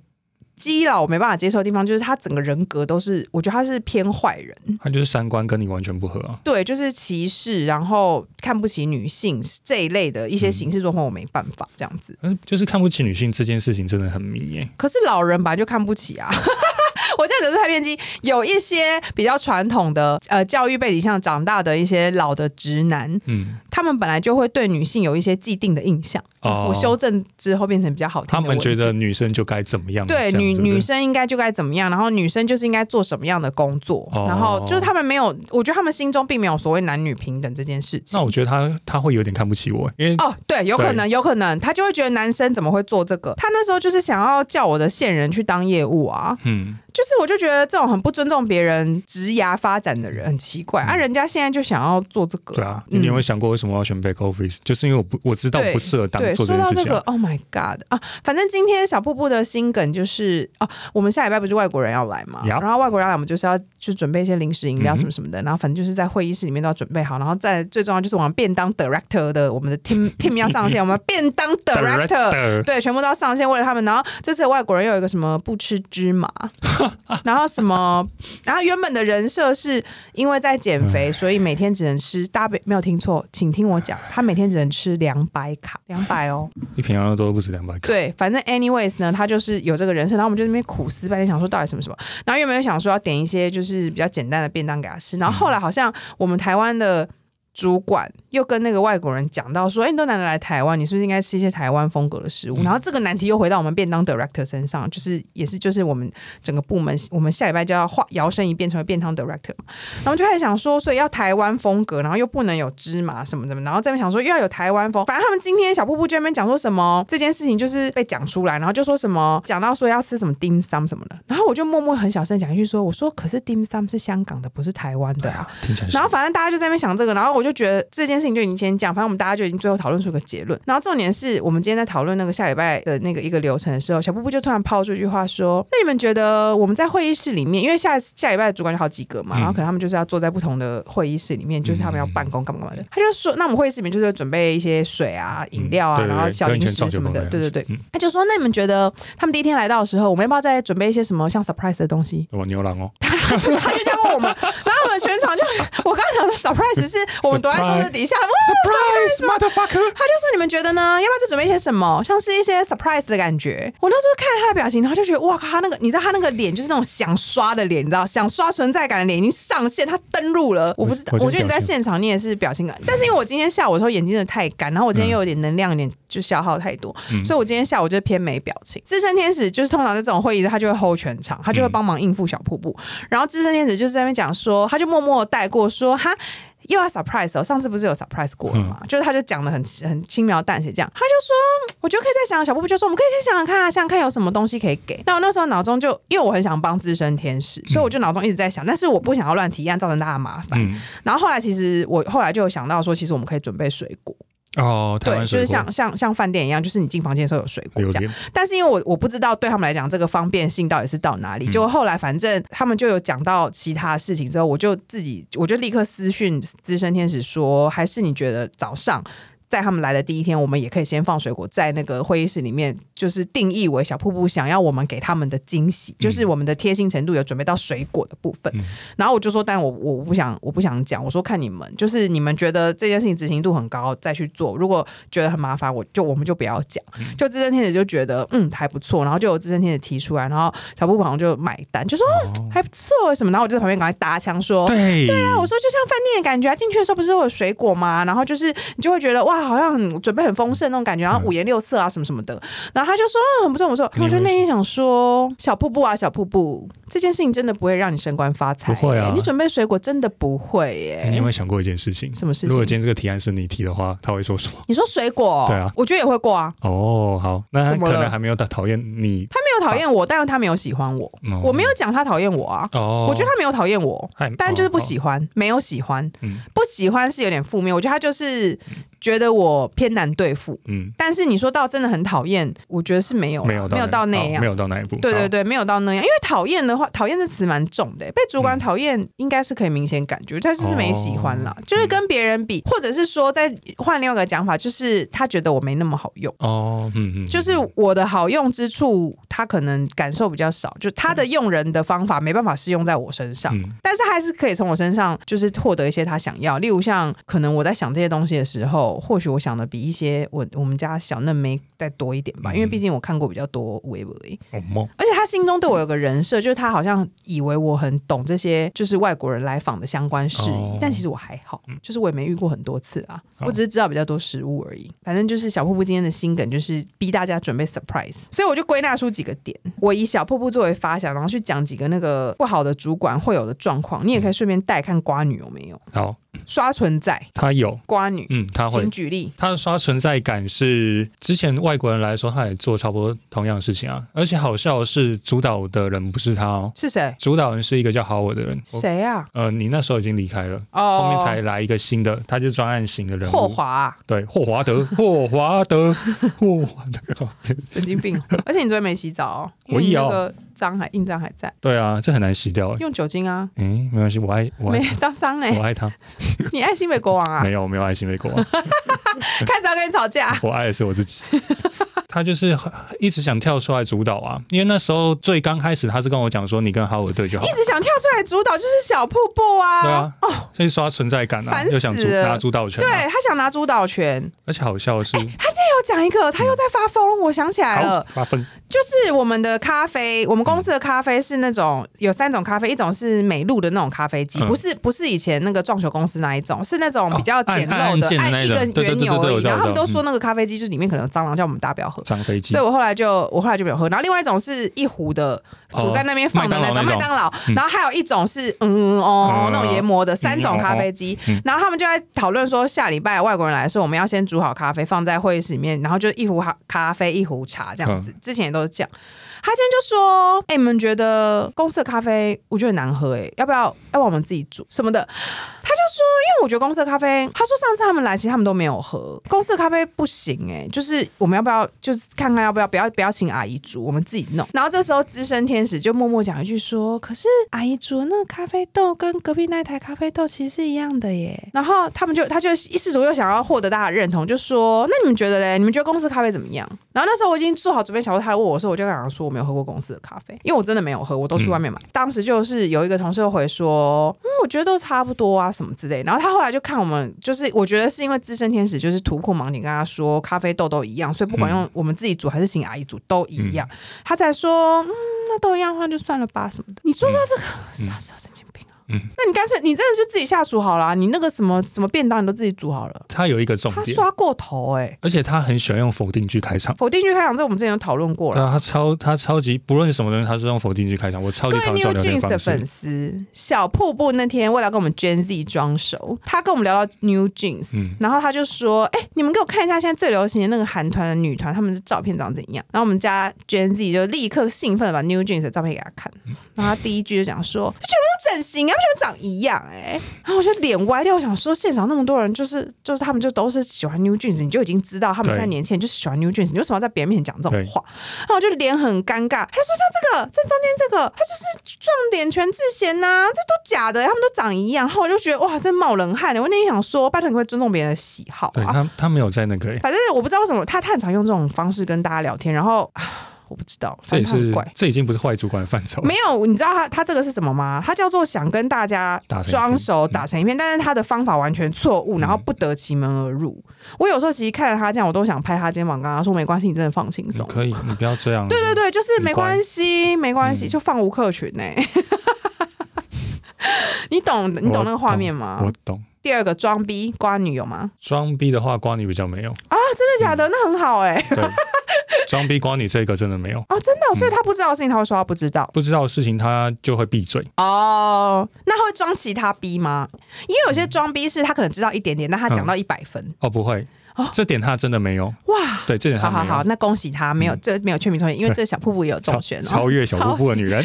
[SPEAKER 1] 基佬我没办法接受的地方就是他整个人格都是，我觉得他是偏坏人，
[SPEAKER 2] 他就是三观跟你完全不合啊。
[SPEAKER 1] 对，就是歧视，然后看不起女性这一类的一些形式状况，我没办法这样子。
[SPEAKER 2] 嗯，就是看不起女性这件事情真的很迷耶。
[SPEAKER 1] 可是老人本来就看不起啊。 我这样讲是太偏激，有一些比较传统的呃教育背景下长大的一些老的直男，
[SPEAKER 2] 嗯，
[SPEAKER 1] 他们本来就会对女性有一些既定的印象。
[SPEAKER 2] 哦
[SPEAKER 1] 我修正之后变成比较好听的
[SPEAKER 2] 他
[SPEAKER 1] 文字。
[SPEAKER 2] 们觉得女生就该怎么样？
[SPEAKER 1] 对
[SPEAKER 2] 这样
[SPEAKER 1] 女
[SPEAKER 2] 不对
[SPEAKER 1] 女生应该就该怎么样，然后女生就是应该做什么样的工作，
[SPEAKER 2] 哦
[SPEAKER 1] 然后就是他们没有，我觉得他们心中并没有所谓男女平等这件事情
[SPEAKER 2] 那。我觉得他他会有点看不起我，因为
[SPEAKER 1] 哦，对，有可能，有可能，他就会觉得男生怎么会做这个？他那时候就是想要叫我的线人去当业务啊，
[SPEAKER 2] 嗯，
[SPEAKER 1] 就是我就觉得这种很不尊重别人职涯发展的人很奇怪、啊，人家现在就想要做这个，
[SPEAKER 2] 嗯对啊，
[SPEAKER 1] 嗯
[SPEAKER 2] 你有没有想过为什么我要选 back office？就是因为我不我知道我不适合当
[SPEAKER 1] 对，
[SPEAKER 2] 做
[SPEAKER 1] 说
[SPEAKER 2] 这件
[SPEAKER 1] 到
[SPEAKER 2] 事
[SPEAKER 1] 这
[SPEAKER 2] 情
[SPEAKER 1] 个
[SPEAKER 2] 啊。
[SPEAKER 1] ，Oh my God 啊！反正今天小瀑布的新梗就是哦、我们下礼拜不是外国人要来嘛
[SPEAKER 2] Yup
[SPEAKER 1] 然后外国人要来，我们就是要去准备一些零食、饮料
[SPEAKER 2] 嗯哼
[SPEAKER 1] 什么什么的，然后反正就是在会议室里面都要准备好，然后再最重要就是我们便当 director 的我们的 team team 要上 线，我们便当 director。对，全部都要上线，为了他们。然后这次的外国人又有一个什么不吃芝麻， 然后什么，然后原本的人设是因为在减肥，所以每天只能吃，大家没没有听错，请听我讲，他每天只能吃两百卡，两百哦。
[SPEAKER 2] 一瓶羊肉都不止两百克，
[SPEAKER 1] 对，反正 anyways 呢，他就是有这个人设，然后我们就在那边苦思半天，想说到底什么什么。然后原本又想说要点一些就是比较简单的便当给他吃，然后后来好像我们台湾的。主管又跟那个外国人讲到说，哎、你都难得来台湾，你是不是应该吃一些台湾风格的食物？
[SPEAKER 2] 嗯
[SPEAKER 1] 然后这个难题又回到我们便当 director 身上，就是也是就是我们整个部门，我们下礼拜就要化摇身一变成为便当 director 嘛。然后我就开始想说，所以要台湾风格，然后又不能有芝麻什么什么，然后这边想说又要有台湾风，反正他们今天小瀑布就在那边讲说什么这件事情就是被讲出来，然后就说什么讲到说要吃什么 dim sum 什么的，然后我就默默很小声地讲一句说，我说可是 dim sum 是香港的，不是台湾的啊。
[SPEAKER 2] 听起来是
[SPEAKER 1] 然后反正大家就在那边想这个，然后我就觉得这件事情就已经先讲，反正我们大家就已经最后讨论出个结论。然后重点是我们今天在讨论那个下礼拜的那个一个流程的时候，小布布就突然抛出一句话说：“那你们觉得我们在会议室里面，因为下下礼拜的主管有好几个嘛，
[SPEAKER 2] 嗯
[SPEAKER 1] 然后可能他们就是要坐在不同的会议室里面，就是他们要办公干嘛干嘛的。”他就说：“那我们会议室里面就是准备一些水啊、饮料啊，
[SPEAKER 2] 嗯嗯对对对
[SPEAKER 1] 然后小零食什么的，
[SPEAKER 2] 跟以前
[SPEAKER 1] 对对对。”
[SPEAKER 2] 嗯，
[SPEAKER 1] 他就说：“那你们觉得他们第一天来到的时候，我们要不要再准备一些什么像 surprise 的东西？”
[SPEAKER 2] 我牛郎哦，
[SPEAKER 1] 他就这样问我们，然后我们全场就， 我刚刚想说 surprise 是我们躲在桌子底下，哇 surprise motherfucker，他就说你们觉得呢？要不要再准备一些什么？像是一些 surprise 的感觉。我那时候看他的表情，然后就觉得哇靠，他那个你知道他那个脸就是那种想刷的脸，你知道想刷存在感的脸已经上线，他登录了。我不知道，
[SPEAKER 2] 我
[SPEAKER 1] 我
[SPEAKER 2] 我
[SPEAKER 1] 觉得你在现场你也是表情感，但是因为我今天下午的时候眼睛真的太干，然后我今天又有点能量有点就消耗太多，
[SPEAKER 2] 嗯
[SPEAKER 1] 所以我今天下午就偏没表情。资深天使就是通常在这种会议他就会 hold 全场，他就会帮忙应付小瀑布。然后资深天使就是在那边讲说，他就默默地带过说哈。又要 surprise 哦，上次不是有 surprise 过了嘛？就是他就讲的很很轻描淡写，这样他就说，嗯我觉得可以再想想。小布布就说，我们可以再想想看啊，想想看有什么东西可以给。那我那时候脑中就，因为我很想帮资深天使，所以我就脑中一直在想，但是我不想要乱提案，造成大家麻烦。
[SPEAKER 2] 嗯，
[SPEAKER 1] 然后后来其实我后来就有想到说，其实我们可以准备水果，
[SPEAKER 2] 哦，台
[SPEAKER 1] 对，
[SPEAKER 2] 湾
[SPEAKER 1] 就是
[SPEAKER 2] 水果
[SPEAKER 1] 像像像饭店一样，就是你进房间的时候有水果
[SPEAKER 2] 榴
[SPEAKER 1] 这样。
[SPEAKER 2] 莲，
[SPEAKER 1] 但是因为我我不知道对他们来讲这个方便性到底是到哪
[SPEAKER 2] 嗯
[SPEAKER 1] 里，结果后来反正他们就有讲到其他事情之后，我就自己我就立刻私讯资深天使说，还是你觉得早上。在他们来的第一天，我们也可以先放水果在那个会议室里面，就是定义为小瀑布想要我们给他们的惊喜，就是我们的贴心程度有准备到水果的部分。然后我就说，但我我不想我不想讲，我说看你们，就是你们觉得这件事情执行度很高再去做，如果觉得很麻烦，我就我们就不要讲。就资深天使就觉得嗯还不错，然后就有资深天使提出来，然后小布布好像就买单，就说、哦、还不错什么，然后我就在旁边赶快搭腔说。
[SPEAKER 2] 对对啊
[SPEAKER 1] 我说就像饭店的感觉啊，进去的时候不是会有水果吗？然后就是你就会觉得哇，好像很准备很丰盛那种感觉，
[SPEAKER 2] 嗯
[SPEAKER 1] 然后五颜六色啊什么什么的。然后他就说、嗯、很不错，很不错。
[SPEAKER 2] 你
[SPEAKER 1] 我
[SPEAKER 2] 会
[SPEAKER 1] 就内心想说，小瀑布啊，小瀑布，这件事情真的不会让你升官发财、
[SPEAKER 2] 不会啊
[SPEAKER 1] 你准备水果真的不会耶、
[SPEAKER 2] 哎你有没有想过一件事情？
[SPEAKER 1] 什么事
[SPEAKER 2] 如果今
[SPEAKER 1] 情？
[SPEAKER 2] 天这个提案是你提的话，他会说什么？
[SPEAKER 1] 你说水果，
[SPEAKER 2] 对啊
[SPEAKER 1] 我觉得也会过啊。
[SPEAKER 2] 哦，好，那他
[SPEAKER 1] 怎么了
[SPEAKER 2] 可能还没有到讨厌你。
[SPEAKER 1] 他没有讨厌我，但是他没有喜欢我。
[SPEAKER 2] 嗯
[SPEAKER 1] 我没有讲他讨厌我啊，
[SPEAKER 2] 哦，
[SPEAKER 1] 我觉得他没有讨厌我，
[SPEAKER 2] 他，
[SPEAKER 1] 但就是不
[SPEAKER 2] 哦
[SPEAKER 1] 喜欢，没有喜欢
[SPEAKER 2] 哦。嗯
[SPEAKER 1] 不喜欢是有点负面，我觉得他就是觉得我偏难对付。
[SPEAKER 2] 嗯，
[SPEAKER 1] 但是你说到真的很讨厌，我觉得是没有啦，
[SPEAKER 2] 没有
[SPEAKER 1] 没有到那
[SPEAKER 2] 哦
[SPEAKER 1] 样
[SPEAKER 2] 没。有到那一步。
[SPEAKER 1] 对对
[SPEAKER 2] 好，
[SPEAKER 1] 对，没有到那样，因为讨厌的话，讨厌这词蛮重
[SPEAKER 2] 嗯
[SPEAKER 1] 的，被主管讨厌应该是可以明显感觉，但就是没喜欢
[SPEAKER 2] 哦
[SPEAKER 1] 啦，就是
[SPEAKER 2] 嗯
[SPEAKER 1] 跟别人比，或者是说再换另外一个讲法，就是他觉得我没那么好用。
[SPEAKER 2] 哦，嗯嗯，
[SPEAKER 1] 就是我的好用之处，他可能感受比较少，就他的用人的方法没办法适用在我身上，
[SPEAKER 2] 嗯
[SPEAKER 1] 但是还是可以从我身上就是获得一些他想要。例如像可能我在想这些东西的时候，或许我想的比一些我我们家小嫩妹再多一点吧，
[SPEAKER 2] 嗯
[SPEAKER 1] 因为毕竟我看过比较多微博。
[SPEAKER 2] 哦梦，
[SPEAKER 1] 而且他心中对我有个人设，就是他好像以为我很懂这些，就是外国人来访的相关事宜，
[SPEAKER 2] 哦
[SPEAKER 1] 但其实我还好，就是我也没遇过很多次啊，
[SPEAKER 2] 好
[SPEAKER 1] 我只是知道比较多食物而已。反正就是小瀑布今天的新梗就是逼大家准备 surprise，所以我就归纳出几个点，我以小瀑布作为发想，然后去讲几个那个不好的主管会有的状况，你也可以顺便带看瓜女有没有
[SPEAKER 2] 好，
[SPEAKER 1] 刷存在
[SPEAKER 2] 他有，
[SPEAKER 1] 瓜女，
[SPEAKER 2] 嗯，他会
[SPEAKER 1] 请。举例。
[SPEAKER 2] 他的刷存在感是之前外国人来说，他也做差不多同样的事情啊。而且好笑的是，主导的人不是他哦，
[SPEAKER 1] 是谁？
[SPEAKER 2] 主导人是一个叫 Howard 的人。我
[SPEAKER 1] 谁啊？
[SPEAKER 2] 呃，你那时候已经离开了，
[SPEAKER 1] 哦
[SPEAKER 2] 后面才来一个新的，他就是专案型的人物。
[SPEAKER 1] 霍华啊、
[SPEAKER 2] 对，霍华 德，霍华德，霍华德。
[SPEAKER 1] 神经病！ 而且你昨天没洗澡哦，因
[SPEAKER 2] 我
[SPEAKER 1] 为你
[SPEAKER 2] 有
[SPEAKER 1] 那个脏还印章还在，
[SPEAKER 2] 对啊，这很难洗掉欸。
[SPEAKER 1] 用酒精啊，
[SPEAKER 2] 嗯，没关系，我爱我
[SPEAKER 1] 没
[SPEAKER 2] 爱
[SPEAKER 1] 脏脏哎
[SPEAKER 2] 我，爱他，
[SPEAKER 1] 你爱新美国王 啊
[SPEAKER 2] 没，有没有爱心美国啊，
[SPEAKER 1] 开始要跟你吵架，
[SPEAKER 2] 我爱的是我自己。 他就是一直想跳出来主导啊，因为那时候最刚开始他是跟我讲说，你跟哈维对就好
[SPEAKER 1] 一。直想跳出来主导就是小瀑布
[SPEAKER 2] 对
[SPEAKER 1] 啊，
[SPEAKER 2] 啊，所以刷存在感啊
[SPEAKER 1] 烦，死
[SPEAKER 2] 又想主
[SPEAKER 1] 了
[SPEAKER 2] 拿主导权、
[SPEAKER 1] 对
[SPEAKER 2] 啊，
[SPEAKER 1] 他想拿主导权，
[SPEAKER 2] 而且好笑的是，
[SPEAKER 1] 他竟然有有讲一个，他又在发疯，我想起来
[SPEAKER 2] 嗯好
[SPEAKER 1] 了，，
[SPEAKER 2] 八分
[SPEAKER 1] 就是我们的咖啡，我们公司的咖啡是那种有三种咖啡，一种是美露的那种咖啡机，
[SPEAKER 2] 嗯
[SPEAKER 1] 不是不是以前那个撞球公司那一种，是那种
[SPEAKER 2] 哦
[SPEAKER 1] 比较简
[SPEAKER 2] 按按
[SPEAKER 1] 陋
[SPEAKER 2] 按键
[SPEAKER 1] 的，
[SPEAKER 2] 的那
[SPEAKER 1] 按一
[SPEAKER 2] 一种
[SPEAKER 1] 个
[SPEAKER 2] 对对
[SPEAKER 1] 圆
[SPEAKER 2] 对
[SPEAKER 1] 钮
[SPEAKER 2] 对对嗯
[SPEAKER 1] 而
[SPEAKER 2] 我
[SPEAKER 1] 已。
[SPEAKER 2] 知道
[SPEAKER 1] 然后他们
[SPEAKER 2] 我知道
[SPEAKER 1] 都说那个咖啡机就是里面可能有蟑螂，叫我们大家不要喝。
[SPEAKER 2] 上飞机
[SPEAKER 1] 所以，我后来就我后来就没有喝，然后另外一种是一壶的
[SPEAKER 2] 哦
[SPEAKER 1] 煮在那边放的那种
[SPEAKER 2] 麦
[SPEAKER 1] 麦
[SPEAKER 2] 当
[SPEAKER 1] 当劳，然后还有一种是嗯哦
[SPEAKER 2] 嗯
[SPEAKER 1] 那种研磨的三种咖啡机
[SPEAKER 2] 嗯哦，
[SPEAKER 1] 然后他们就在讨论说下礼拜外国人来的时候，我们要先煮好咖啡放在会议室里面，然后就一壶哈咖啡一壶茶这
[SPEAKER 2] 嗯
[SPEAKER 1] 样子，之前也都是这样。他今天就说：“哎、你们觉得公司的咖啡我觉得很难喝、哎，要不要要不要我们自己煮什么的？”他就说：“因为我觉得公司的咖啡，他说上次他们来，其实他们都没有喝公司的咖啡不行哎、就是我们要不要就是看看要不要不要不要请阿姨煮，我们自己弄。”然后这时候资深天使就默默讲一句说：“可是阿姨煮的那个咖啡豆跟隔壁那台咖啡豆其实是一样的耶。”然后他们就他就试图又想要获得大家的认同，就说：“那你们觉得嘞？你们觉得公司咖啡怎么样？”然后那时候我已经做好准备，想说他问我的时候，我就跟他说我没有喝过公司的咖啡，因为我真的没有喝，我都去外面买。当时就是有一个同事回说，嗯，我觉得都差不多啊，什么之类。然后他后来就看我们，就是我觉得是因为资深天使就是突破盲点，跟他说咖啡豆都一样，所以不管用我们自己煮还是请阿姨煮都一样，他才说，嗯，那都一样的话就算了吧什么的。你说到这个，啥时候神经病啊？
[SPEAKER 2] 嗯
[SPEAKER 1] 那你干脆你真的就自己下厨好啦，你那个什么什么便当你都自己煮好了。
[SPEAKER 2] 他有一个重
[SPEAKER 1] 他
[SPEAKER 2] 点，
[SPEAKER 1] 刷过头哎、
[SPEAKER 2] 而且他很喜欢用否定句开场。
[SPEAKER 1] 否定句开场这我们之前有讨论过了
[SPEAKER 2] 对。啊，他超他超级不论什么东西，他是用否定句开场，我超级
[SPEAKER 1] 各
[SPEAKER 2] 讨
[SPEAKER 1] 位
[SPEAKER 2] 厌这
[SPEAKER 1] New
[SPEAKER 2] 种聊天
[SPEAKER 1] Jeans 的
[SPEAKER 2] 方式
[SPEAKER 1] 粉。丝，小瀑布那天为了跟我们 Gen Z 装熟，他跟我们聊到 New Jeans，、
[SPEAKER 2] 嗯
[SPEAKER 1] 然后他就说：“哎、你们给我看一下现在最流行的那个韩团的女团，她们的照片长怎样？”然后我们家 Gen Z 就立刻兴奋的把 New Jeans 的照片给他看，然后他第一句就讲说：“这全部都整形啊，不全部长一样哎、然后我就脸歪掉，我想说现场那么多人，就是就是他们就都是喜欢 New Jeans，你就已经知道他们
[SPEAKER 2] 对
[SPEAKER 1] 现在年轻人就是喜欢 New Jeans，你为什么要在别人面前讲这
[SPEAKER 2] 对
[SPEAKER 1] 种话？然后我就脸很尴尬。他说像这个，这中间这个，他就是撞脸全智贤呐、这都假的，他们都长一样。然后我就觉得哇，真冒冷汗了。我那天想说，拜托你可不可以尊重别人的喜好
[SPEAKER 2] 对
[SPEAKER 1] 啊？
[SPEAKER 2] 他他没有在那个、欸，
[SPEAKER 1] 反正我不知道为什么他他很常用这种方式跟大家聊天，然后啊我不知道，
[SPEAKER 2] 这
[SPEAKER 1] 反
[SPEAKER 2] 也
[SPEAKER 1] 正他很
[SPEAKER 2] 是
[SPEAKER 1] 怪。
[SPEAKER 2] 这已经不是坏主管的范畴。
[SPEAKER 1] 没有，你知道他他这个是什么吗？他叫做想跟大家
[SPEAKER 2] 打成一片嗯
[SPEAKER 1] 装熟打成一片，但是他的方法完全错误，然后不得其门而入。我有时候其实看着他这样，我都想拍他肩膀，跟他说没关系，你真的放轻
[SPEAKER 2] 你
[SPEAKER 1] 松。
[SPEAKER 2] 可以，你不要这样。
[SPEAKER 1] 对对对，就是
[SPEAKER 2] 你
[SPEAKER 1] 没
[SPEAKER 2] 乖
[SPEAKER 1] 关系，没关系，
[SPEAKER 2] 嗯
[SPEAKER 1] 就放无客群呢、 你懂你懂那个画面吗
[SPEAKER 2] 我？懂。
[SPEAKER 1] 第二个装逼瓜女有吗？
[SPEAKER 2] 装逼的话，瓜女比 较没有。
[SPEAKER 1] 真的假
[SPEAKER 2] 嗯
[SPEAKER 1] 的？那很好哎、
[SPEAKER 2] 对，装逼瓜女这个真的没有。
[SPEAKER 1] 哦，真的哦、所以他不知道的事情，他会说他不知道。
[SPEAKER 2] 不知道的事情，他就会闭嘴。
[SPEAKER 1] 哦，那他会装其他逼吗？因为有些装逼是他可能知道一点点，但他讲到一百分，
[SPEAKER 2] 哦，不会，这点他真的没有。
[SPEAKER 1] 哇！
[SPEAKER 2] 对，这点他
[SPEAKER 1] 好好
[SPEAKER 2] 没有。嗯
[SPEAKER 1] 好，那恭喜他没有这没有劝民中选，因为这小瀑布也有中
[SPEAKER 2] 超
[SPEAKER 1] 选哦，
[SPEAKER 2] 超越小瀑布的女 人，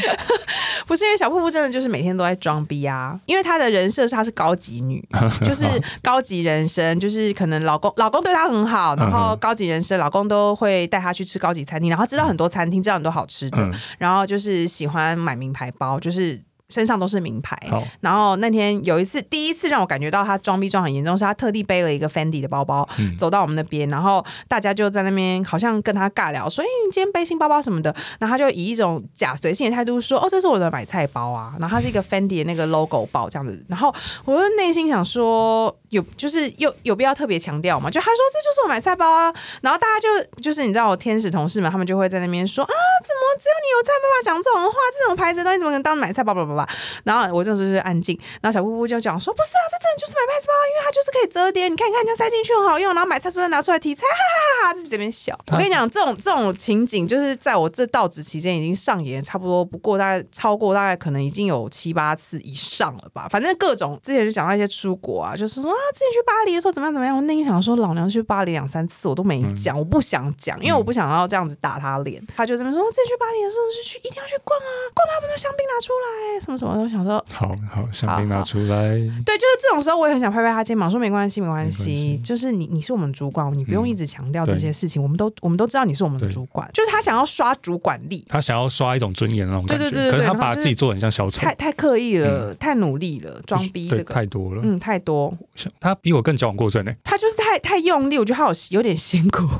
[SPEAKER 1] 不是因为小瀑布真的就是每天都在装逼啊，因为她的人设是她是高级 女，就是高级人生，就是可能老公老公对她很好，然
[SPEAKER 2] 嗯
[SPEAKER 1] 后高级人生，老公都会带她去吃高级餐厅，然后知道很多餐厅，知道很多好吃的，
[SPEAKER 2] 嗯，
[SPEAKER 1] 然后就是喜欢买名牌包，就是身上都是名牌。
[SPEAKER 2] 好，
[SPEAKER 1] 然后那天有一次，第一次让我感觉到她装逼装很严重，是她特地背了一个 Fendi 的包包，
[SPEAKER 2] 嗯
[SPEAKER 1] 走到我们那边，然后大家就在那边好像跟她尬聊，说：“哎、你今天背新包包什么的。”然后她就以一种假随性的态度说：“哦，这是我的买菜包啊。”然后它是一个 Fendi 的那个 logo 包这样子。然后我就内心想说，有就是有有必要特别强调嘛？就她说这就是我买菜包啊。然后大家就就是你知道我天使同事们，他们就会在那边说：“啊，怎么只有你有在妈妈讲这种话？这种牌子的东西怎么可能当买菜包？”叭叭叭。然后我这时候就是安静，然后小布布就讲说：“不是啊，这真的就是买拍子包，因为它就是可以折叠，你看你看，这样塞进去很好用，然后买菜时候拿出来提菜，哈哈哈哈，自己这边笑。”我跟你讲，这种这种情景就是在我这到职期间已经上演，差不多不过大概超过大概可能已经有七八次以上了吧。反正各种之前就讲到一些出国啊，就是说啊，之前去巴黎的时候怎么样怎么样，我内心想说老娘去巴黎两三次我都没讲，我不想讲，因为我不想要这样子打他脸。他就这么说，之前去巴黎的时候就去一定要去逛啊，逛到他们的香槟拿出来什么什么的，我想说
[SPEAKER 2] 好好，香槟
[SPEAKER 1] 好
[SPEAKER 2] 拿
[SPEAKER 1] 好
[SPEAKER 2] 出来。
[SPEAKER 1] 对，就是这种时候，我也很想拍拍他肩膀，说没关系，没关
[SPEAKER 2] 没关
[SPEAKER 1] 系
[SPEAKER 2] 系，嗯
[SPEAKER 1] 就是你你是我们主管，你不用一直强调
[SPEAKER 2] 对
[SPEAKER 1] 这些事情，我们都我们都知道你是我们的
[SPEAKER 2] 对
[SPEAKER 1] 主管，就是他想要刷主管力，
[SPEAKER 2] 他想要刷一种尊严的那种
[SPEAKER 1] 对
[SPEAKER 2] 感
[SPEAKER 1] 对
[SPEAKER 2] 觉，
[SPEAKER 1] 对对
[SPEAKER 2] 可是
[SPEAKER 1] 对
[SPEAKER 2] 他
[SPEAKER 1] 然后
[SPEAKER 2] 把
[SPEAKER 1] 就
[SPEAKER 2] 自
[SPEAKER 1] 是
[SPEAKER 2] 己做得很像小丑
[SPEAKER 1] 太，太刻意了，太努力了，装逼
[SPEAKER 2] 嗯对
[SPEAKER 1] 这个。
[SPEAKER 2] 太多了。
[SPEAKER 1] 嗯，太多，
[SPEAKER 2] 像他比我更矫枉过正呢、
[SPEAKER 1] 他就是太太用力，我觉得他有有点辛苦。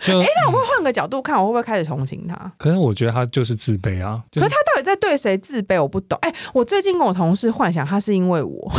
[SPEAKER 2] 就、嗯
[SPEAKER 1] 换个角度看，我会不会开始同情他？
[SPEAKER 2] 可是我觉得他就是自卑啊，就
[SPEAKER 1] 可
[SPEAKER 2] 是
[SPEAKER 1] 是他到底在对谁自卑？我不懂。哎、我最近跟我同事幻想他是因为我，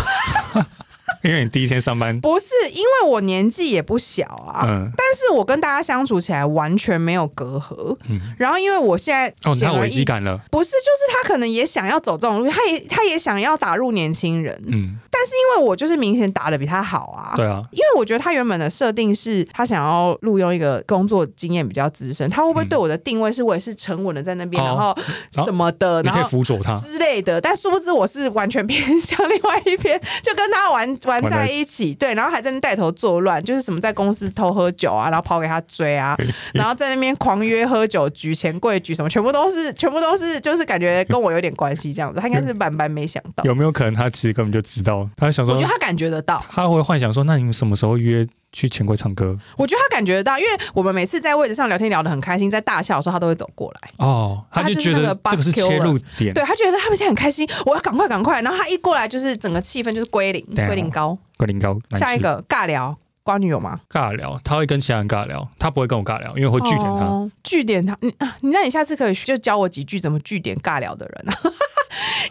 [SPEAKER 2] 因为你第一天上班，
[SPEAKER 1] 不是因为我年纪也不小啊，
[SPEAKER 2] 嗯，
[SPEAKER 1] 但是我跟大家相处起来完全没有隔阂。
[SPEAKER 2] 嗯
[SPEAKER 1] 然后因为我现在
[SPEAKER 2] 哦，你
[SPEAKER 1] 显
[SPEAKER 2] 太
[SPEAKER 1] 而
[SPEAKER 2] 危
[SPEAKER 1] 易
[SPEAKER 2] 机
[SPEAKER 1] 见，
[SPEAKER 2] 感了，
[SPEAKER 1] 不是就是他可能也想要走这种路，他也他也想要打入年轻人，
[SPEAKER 2] 嗯，
[SPEAKER 1] 因为我就是明显打的比他好啊。
[SPEAKER 2] 对啊，
[SPEAKER 1] 因为我觉得他原本的设定是他想要录用一个工作经验比较资深，他会不会
[SPEAKER 2] 嗯
[SPEAKER 1] 对我的定位是我也是沉稳的在那边，
[SPEAKER 2] 哦
[SPEAKER 1] 然后什么的，
[SPEAKER 2] 你
[SPEAKER 1] 啊然
[SPEAKER 2] 可以
[SPEAKER 1] 后
[SPEAKER 2] 辅佐他，
[SPEAKER 1] 之类的，但殊不知我是完全偏向另外一边，就跟他玩玩
[SPEAKER 2] 玩
[SPEAKER 1] 在
[SPEAKER 2] 在
[SPEAKER 1] 一起，对，然后还在那带头作乱，就是什么在公司偷喝酒啊，然后跑给他追啊，然后在那边狂约喝酒局、钱柜局什么，全部都是，全部都是，就是感觉跟我有点关系这样子，他应该是万万没想到，
[SPEAKER 2] 有没有可能他其实根本就知道，他想
[SPEAKER 1] 我
[SPEAKER 2] 说
[SPEAKER 1] 觉得他感觉得到，
[SPEAKER 2] 他会幻想说，那你们什么时候约去钱柜唱歌？
[SPEAKER 1] 我觉得他感觉得到，因为我们每次在位置上聊天聊得很开心，在大笑的时候他都会走过来。
[SPEAKER 2] 哦，
[SPEAKER 1] 他
[SPEAKER 2] 他就
[SPEAKER 1] 就是
[SPEAKER 2] 觉
[SPEAKER 1] 那
[SPEAKER 2] 得
[SPEAKER 1] 个 bus
[SPEAKER 2] 这个是切入点，
[SPEAKER 1] 对他觉得他们现在很开心，我要赶快赶快，然后他一过来就是整个气氛就是归零，
[SPEAKER 2] 对啊
[SPEAKER 1] 归零高。
[SPEAKER 2] 关林高
[SPEAKER 1] 下一个尬聊，瓜女友吗？
[SPEAKER 2] 尬聊，他会跟其他人尬聊，他不会跟我尬聊，因为我会据点他。
[SPEAKER 1] 哦，据点他，你啊你那你下次可以就教我几句怎么据点尬聊的人啊， 因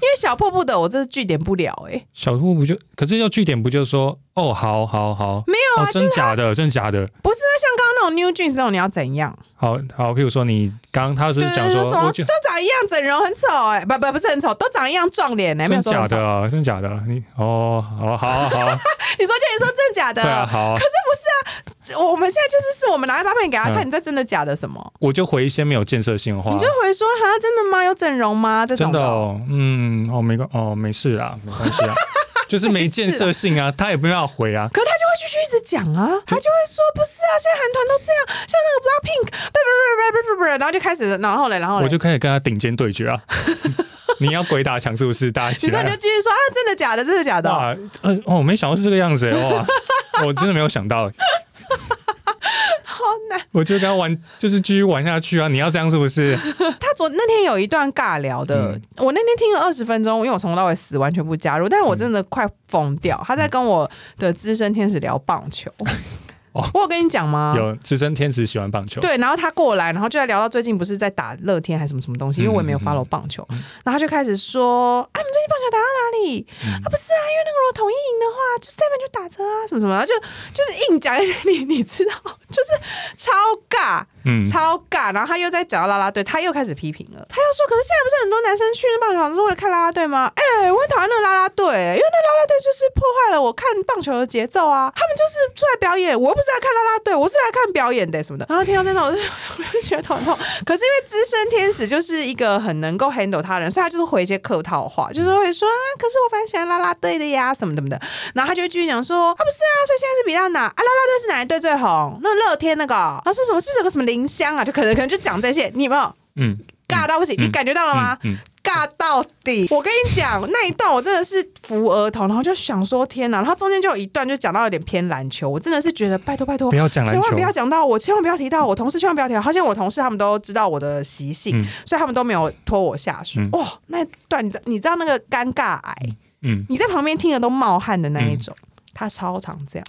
[SPEAKER 1] 为小破布的我真是据点不了哎、
[SPEAKER 2] 小兔不就，可是要据点不就说，哦，好好好，
[SPEAKER 1] 没
[SPEAKER 2] 有啊，哦、真假的，真假的。
[SPEAKER 1] 不是那像刚刚那种 New Jeans 那种你要怎样？
[SPEAKER 2] 好好，譬如说你刚刚他是
[SPEAKER 1] 对
[SPEAKER 2] 讲
[SPEAKER 1] 对
[SPEAKER 2] 说
[SPEAKER 1] 对，，说
[SPEAKER 2] 我
[SPEAKER 1] 都
[SPEAKER 2] 就
[SPEAKER 1] 长一样，整容很丑哎、不不不是很丑，都长一样撞脸哎、没
[SPEAKER 2] 真
[SPEAKER 1] 有说
[SPEAKER 2] 假
[SPEAKER 1] 很丑
[SPEAKER 2] 的啊，真假的啊，你哦，好好 好，
[SPEAKER 1] 你说叫你说真假的，
[SPEAKER 2] 对啊，好啊，
[SPEAKER 1] 我们现在就是是我们拿照片给他看，
[SPEAKER 2] 嗯
[SPEAKER 1] 你在真的假的什么？
[SPEAKER 2] 我就回一些没有建设性的话
[SPEAKER 1] 你就，回说哈，真的吗？有整容吗？这种
[SPEAKER 2] 真的哦，嗯，哦，没关，哦，没事啦，没关系 啊，就是没建设性啊，他也不要回啊，
[SPEAKER 1] 可是他就会继续一直讲啊，他就会说不是啊，现在韩团都这样，像那个 Blackpink，不不不不不不不，然后就开始，然后嘞，然后
[SPEAKER 2] 我
[SPEAKER 1] 嘞，
[SPEAKER 2] 就开始跟他顶尖对决啊， 你要鬼打墙是不是？大家
[SPEAKER 1] 你
[SPEAKER 2] 起
[SPEAKER 1] 说
[SPEAKER 2] 来
[SPEAKER 1] 你
[SPEAKER 2] 啊
[SPEAKER 1] 就。继续说啊，真的假的，真的假的，
[SPEAKER 2] 哇，呃，哦，没想到是这个样子耶，欸哇， 我真的没有想到耶，欸
[SPEAKER 1] 好难。
[SPEAKER 2] 我就跟他玩，就是继续玩下去啊！你要这样是不是？
[SPEAKER 1] 他昨那天有一段尬聊的，
[SPEAKER 2] 嗯
[SPEAKER 1] 我那天听了二十分钟，因为我从头到尾死完全不加入，但是我真的快疯掉。他在跟我的资深天使聊棒球，
[SPEAKER 2] 哦
[SPEAKER 1] 我有跟你讲吗？
[SPEAKER 2] 有资深天使喜欢棒球，
[SPEAKER 1] 啊对，然后他过来，然后就在聊到最近不是在打乐天还是什么什么东西，因为我也没有
[SPEAKER 2] 嗯嗯
[SPEAKER 1] follow 棒球，然后他就开始说，啊，你们最近棒球打到哪里？
[SPEAKER 2] 嗯
[SPEAKER 1] 啊，不是啊，因为那个如果统一赢的话，就是在那边就打折啊，什么什么，然后就就是硬讲， 你你知道，就是超尬，
[SPEAKER 2] 嗯，
[SPEAKER 1] 超尬。然后他又在讲到啦啦队，他又开始批评了，他又说，可是现在不是很多男生去那棒球场是为了看啦啦队吗？哎、我很讨厌那个啦啦队，因为那啦啦队就是破坏了我看棒球的节奏啊，他们就是出来表演，我又不是来看啦啦队，我是来看表演的什么的。然后听到这种， 我就我就觉得头很痛。 可是因为资深天使就是一个很能够 handle 他的人，所以他就是回一些客套话，就是会说啊，可是我蛮喜欢啦啦队的呀，什么什么的。然后他就会继续讲说，啊不是啊，所以现在是比到哪啊？啦啦队是哪一队最红？那乐天那个哦，他说什么是不是有个什么林香啊？就可能可能就讲这些，你有没有
[SPEAKER 2] 嗯，
[SPEAKER 1] 尬到不行？啊
[SPEAKER 2] 嗯
[SPEAKER 1] 你感觉到了
[SPEAKER 2] 嗯
[SPEAKER 1] 吗？
[SPEAKER 2] 嗯，
[SPEAKER 1] 尬到底！我跟你讲，那一段我真的是扶额头，然后就想说天哪！然后中间就有一段就讲到有点偏篮球，我真的是觉得拜托拜托
[SPEAKER 2] 不，要讲篮
[SPEAKER 1] 千
[SPEAKER 2] 球
[SPEAKER 1] 万，不要讲到我，千万不要提到我同事，千万不要提到。好像我同事他们都知道我的习性，
[SPEAKER 2] 嗯
[SPEAKER 1] 所以他们都没有拖我下水。
[SPEAKER 2] 嗯
[SPEAKER 1] 哇、那一段你知你知道那个尴尬癌，
[SPEAKER 2] 嗯，
[SPEAKER 1] 你在旁边听了都冒汗的那一种，他超常这样。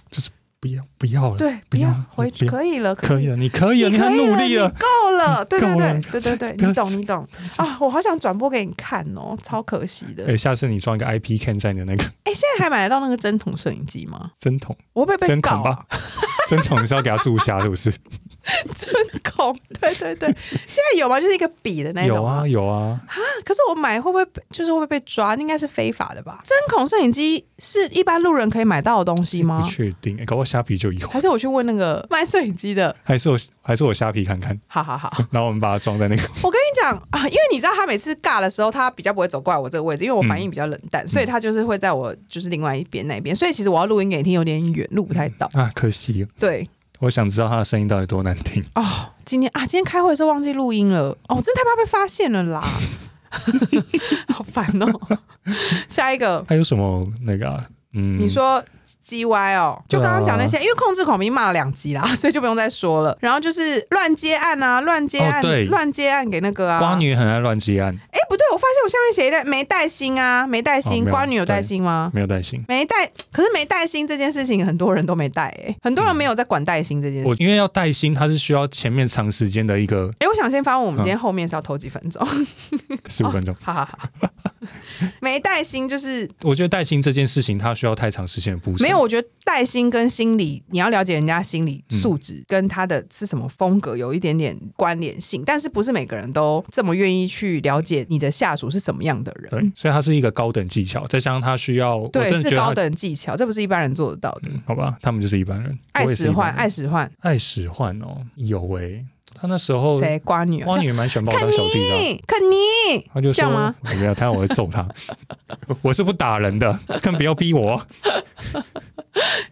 [SPEAKER 2] 不要不要了，
[SPEAKER 1] 对，不
[SPEAKER 2] 嗯不
[SPEAKER 1] 要
[SPEAKER 2] 要
[SPEAKER 1] 回去，
[SPEAKER 2] 不要
[SPEAKER 1] 可以了，
[SPEAKER 2] 可以了，你可以了，
[SPEAKER 1] 你
[SPEAKER 2] 你
[SPEAKER 1] 可
[SPEAKER 2] 很
[SPEAKER 1] 以
[SPEAKER 2] 努力
[SPEAKER 1] 了，
[SPEAKER 2] 了
[SPEAKER 1] 你，够了，对对
[SPEAKER 2] 够了
[SPEAKER 1] 对对对对，
[SPEAKER 2] 不要
[SPEAKER 1] 你懂你懂啊！我好想转播给你看哦，超可惜的。
[SPEAKER 2] 哎，下次你装一个 IP can 在你的那个
[SPEAKER 1] 哎、现在还买得到那个针筒摄影机吗？
[SPEAKER 2] 针筒，
[SPEAKER 1] 我会不会被
[SPEAKER 2] 针
[SPEAKER 1] 告、
[SPEAKER 2] 筒
[SPEAKER 1] 啊
[SPEAKER 2] 吧？，针筒是要给他注瞎是不是？
[SPEAKER 1] 孔，对对对，现在有吗？就是一个笔的那种。
[SPEAKER 2] 有啊有啊，
[SPEAKER 1] 啊可是我买会不会被就是会不会被抓？应该是非法的吧？针孔摄影机是一般路人可以买到的东西
[SPEAKER 2] 不
[SPEAKER 1] 吗？
[SPEAKER 2] 确定，欸诶搞不好虾皮就有，
[SPEAKER 1] 还是我去问那个 卖摄影机的？
[SPEAKER 2] 还是我还是我虾皮看看，
[SPEAKER 1] 好好好，
[SPEAKER 2] 然后我们把它装在那 个，
[SPEAKER 1] 我跟你讲啊，因为你知道他每次尬的时候，他比较不会走过来我这个位置，因为我反应比较冷淡，所以他就是会在我就是另外一边那边，嗯所以其实我要录音给你听有点远，录不太到。
[SPEAKER 2] 啊，可惜了，
[SPEAKER 1] 对，
[SPEAKER 2] 我想知道他的声音到底多难听，
[SPEAKER 1] 哦，今天啊，今天开会的时候忘记录音了，哦，我真的太怕被发现了 啦，好烦哦。下一个，
[SPEAKER 2] 还有什么那个啊，嗯，啊
[SPEAKER 1] 你说 G Y 哦，就刚刚讲那些，因为控制狂迷骂了两集啦， 所以就不用再说了。然后就是乱接案啊，乱接案，
[SPEAKER 2] 哦对
[SPEAKER 1] 乱接案给那个啊。
[SPEAKER 2] 瓜，女很爱乱接案，
[SPEAKER 1] 哎，不对，我发现我下面写一带没带薪啊，没带薪，
[SPEAKER 2] 哦没有
[SPEAKER 1] 瓜女有带
[SPEAKER 2] 对
[SPEAKER 1] 薪吗？
[SPEAKER 2] 没有带薪。
[SPEAKER 1] 没带，可是没带薪这件事情，很多人都没带、哎，很多人没有在管带薪这件事
[SPEAKER 2] 嗯我。因为要带薪，它是需要前面长时间的 一个
[SPEAKER 1] 哎、我想先发问，我们今
[SPEAKER 2] 嗯
[SPEAKER 1] 天后面是要投几分钟？
[SPEAKER 2] 十
[SPEAKER 1] 哦
[SPEAKER 2] 五分钟。
[SPEAKER 1] 哈哈哈，没带薪就是
[SPEAKER 2] 我觉得带薪这件事情，它需要太长时间的布程？
[SPEAKER 1] 没有，，我觉得带薪跟心理，你要了解人家心理素质跟他的是什么风格有一点点关联性，但是不是每个人都这么愿意去了解你的下属是什么样的人。
[SPEAKER 2] 对，所以它是一个高等技巧，再加上它需要，我
[SPEAKER 1] 对，
[SPEAKER 2] 真的觉
[SPEAKER 1] 是
[SPEAKER 2] 得
[SPEAKER 1] 高
[SPEAKER 2] 它
[SPEAKER 1] 等技巧，这不是一般人做得到的。
[SPEAKER 2] 好吧，他们就是一般人，
[SPEAKER 1] 爱
[SPEAKER 2] 我也是一
[SPEAKER 1] 使
[SPEAKER 2] 般
[SPEAKER 1] 唤，
[SPEAKER 2] 人
[SPEAKER 1] 爱使唤，
[SPEAKER 2] 爱使唤哦，有诶、他那时候
[SPEAKER 1] 谁瓜女儿？
[SPEAKER 2] 花女蛮喜欢把我当小弟的啊、
[SPEAKER 1] 你肯尼，
[SPEAKER 2] 他就
[SPEAKER 1] 这样
[SPEAKER 2] 说
[SPEAKER 1] 吗：“
[SPEAKER 2] 没有，他让我会揍 他，我是不打人的，更不要逼我。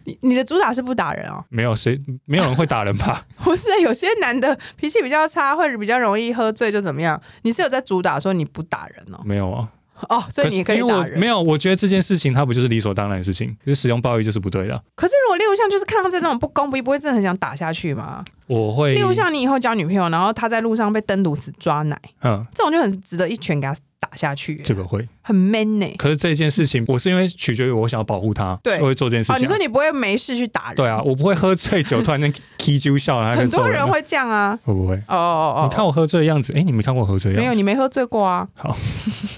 [SPEAKER 1] 你你的主打是不打人哦？
[SPEAKER 2] 没有谁，没有人会打人吧？
[SPEAKER 1] 不是，有些男的脾气比较差，或者比较容易喝醉，就怎么样？你是有在主打说你不打人哦？
[SPEAKER 2] 没有啊。
[SPEAKER 1] 哦，所以
[SPEAKER 2] 可是
[SPEAKER 1] 你也可以
[SPEAKER 2] 因为
[SPEAKER 1] 打
[SPEAKER 2] 我
[SPEAKER 1] 人。
[SPEAKER 2] 没有，我觉得这件事情它不就是理所当然的事情，就是使用暴力就是不对的。
[SPEAKER 1] 可是如果例如像就是看到这种不公不义，不会真的很想打下去吗？
[SPEAKER 2] 我会
[SPEAKER 1] 例，如像你以后交女朋友，然后她在路上被登毒死抓奶，
[SPEAKER 2] 嗯，
[SPEAKER 1] 这种就很值得一拳给她打下去、
[SPEAKER 2] 这个会。
[SPEAKER 1] 很 man 呢、
[SPEAKER 2] 可是这件事情，我是因为取决于我想要保护他，
[SPEAKER 1] 对
[SPEAKER 2] 所以会做这件事
[SPEAKER 1] 哦，你
[SPEAKER 2] 情啊。
[SPEAKER 1] 说你不会没事去打人？
[SPEAKER 2] 对啊，，我不会喝醉酒突然间踢 啾笑，然后
[SPEAKER 1] 很
[SPEAKER 2] 跟揍
[SPEAKER 1] 多
[SPEAKER 2] 人
[SPEAKER 1] 人
[SPEAKER 2] 啊。
[SPEAKER 1] 会这样啊。
[SPEAKER 2] 会不会？
[SPEAKER 1] 哦哦哦，
[SPEAKER 2] 你看我喝醉的样子，哎，你没看过我喝醉的
[SPEAKER 1] 没
[SPEAKER 2] 样
[SPEAKER 1] 有，
[SPEAKER 2] 子？
[SPEAKER 1] 你没喝醉过啊。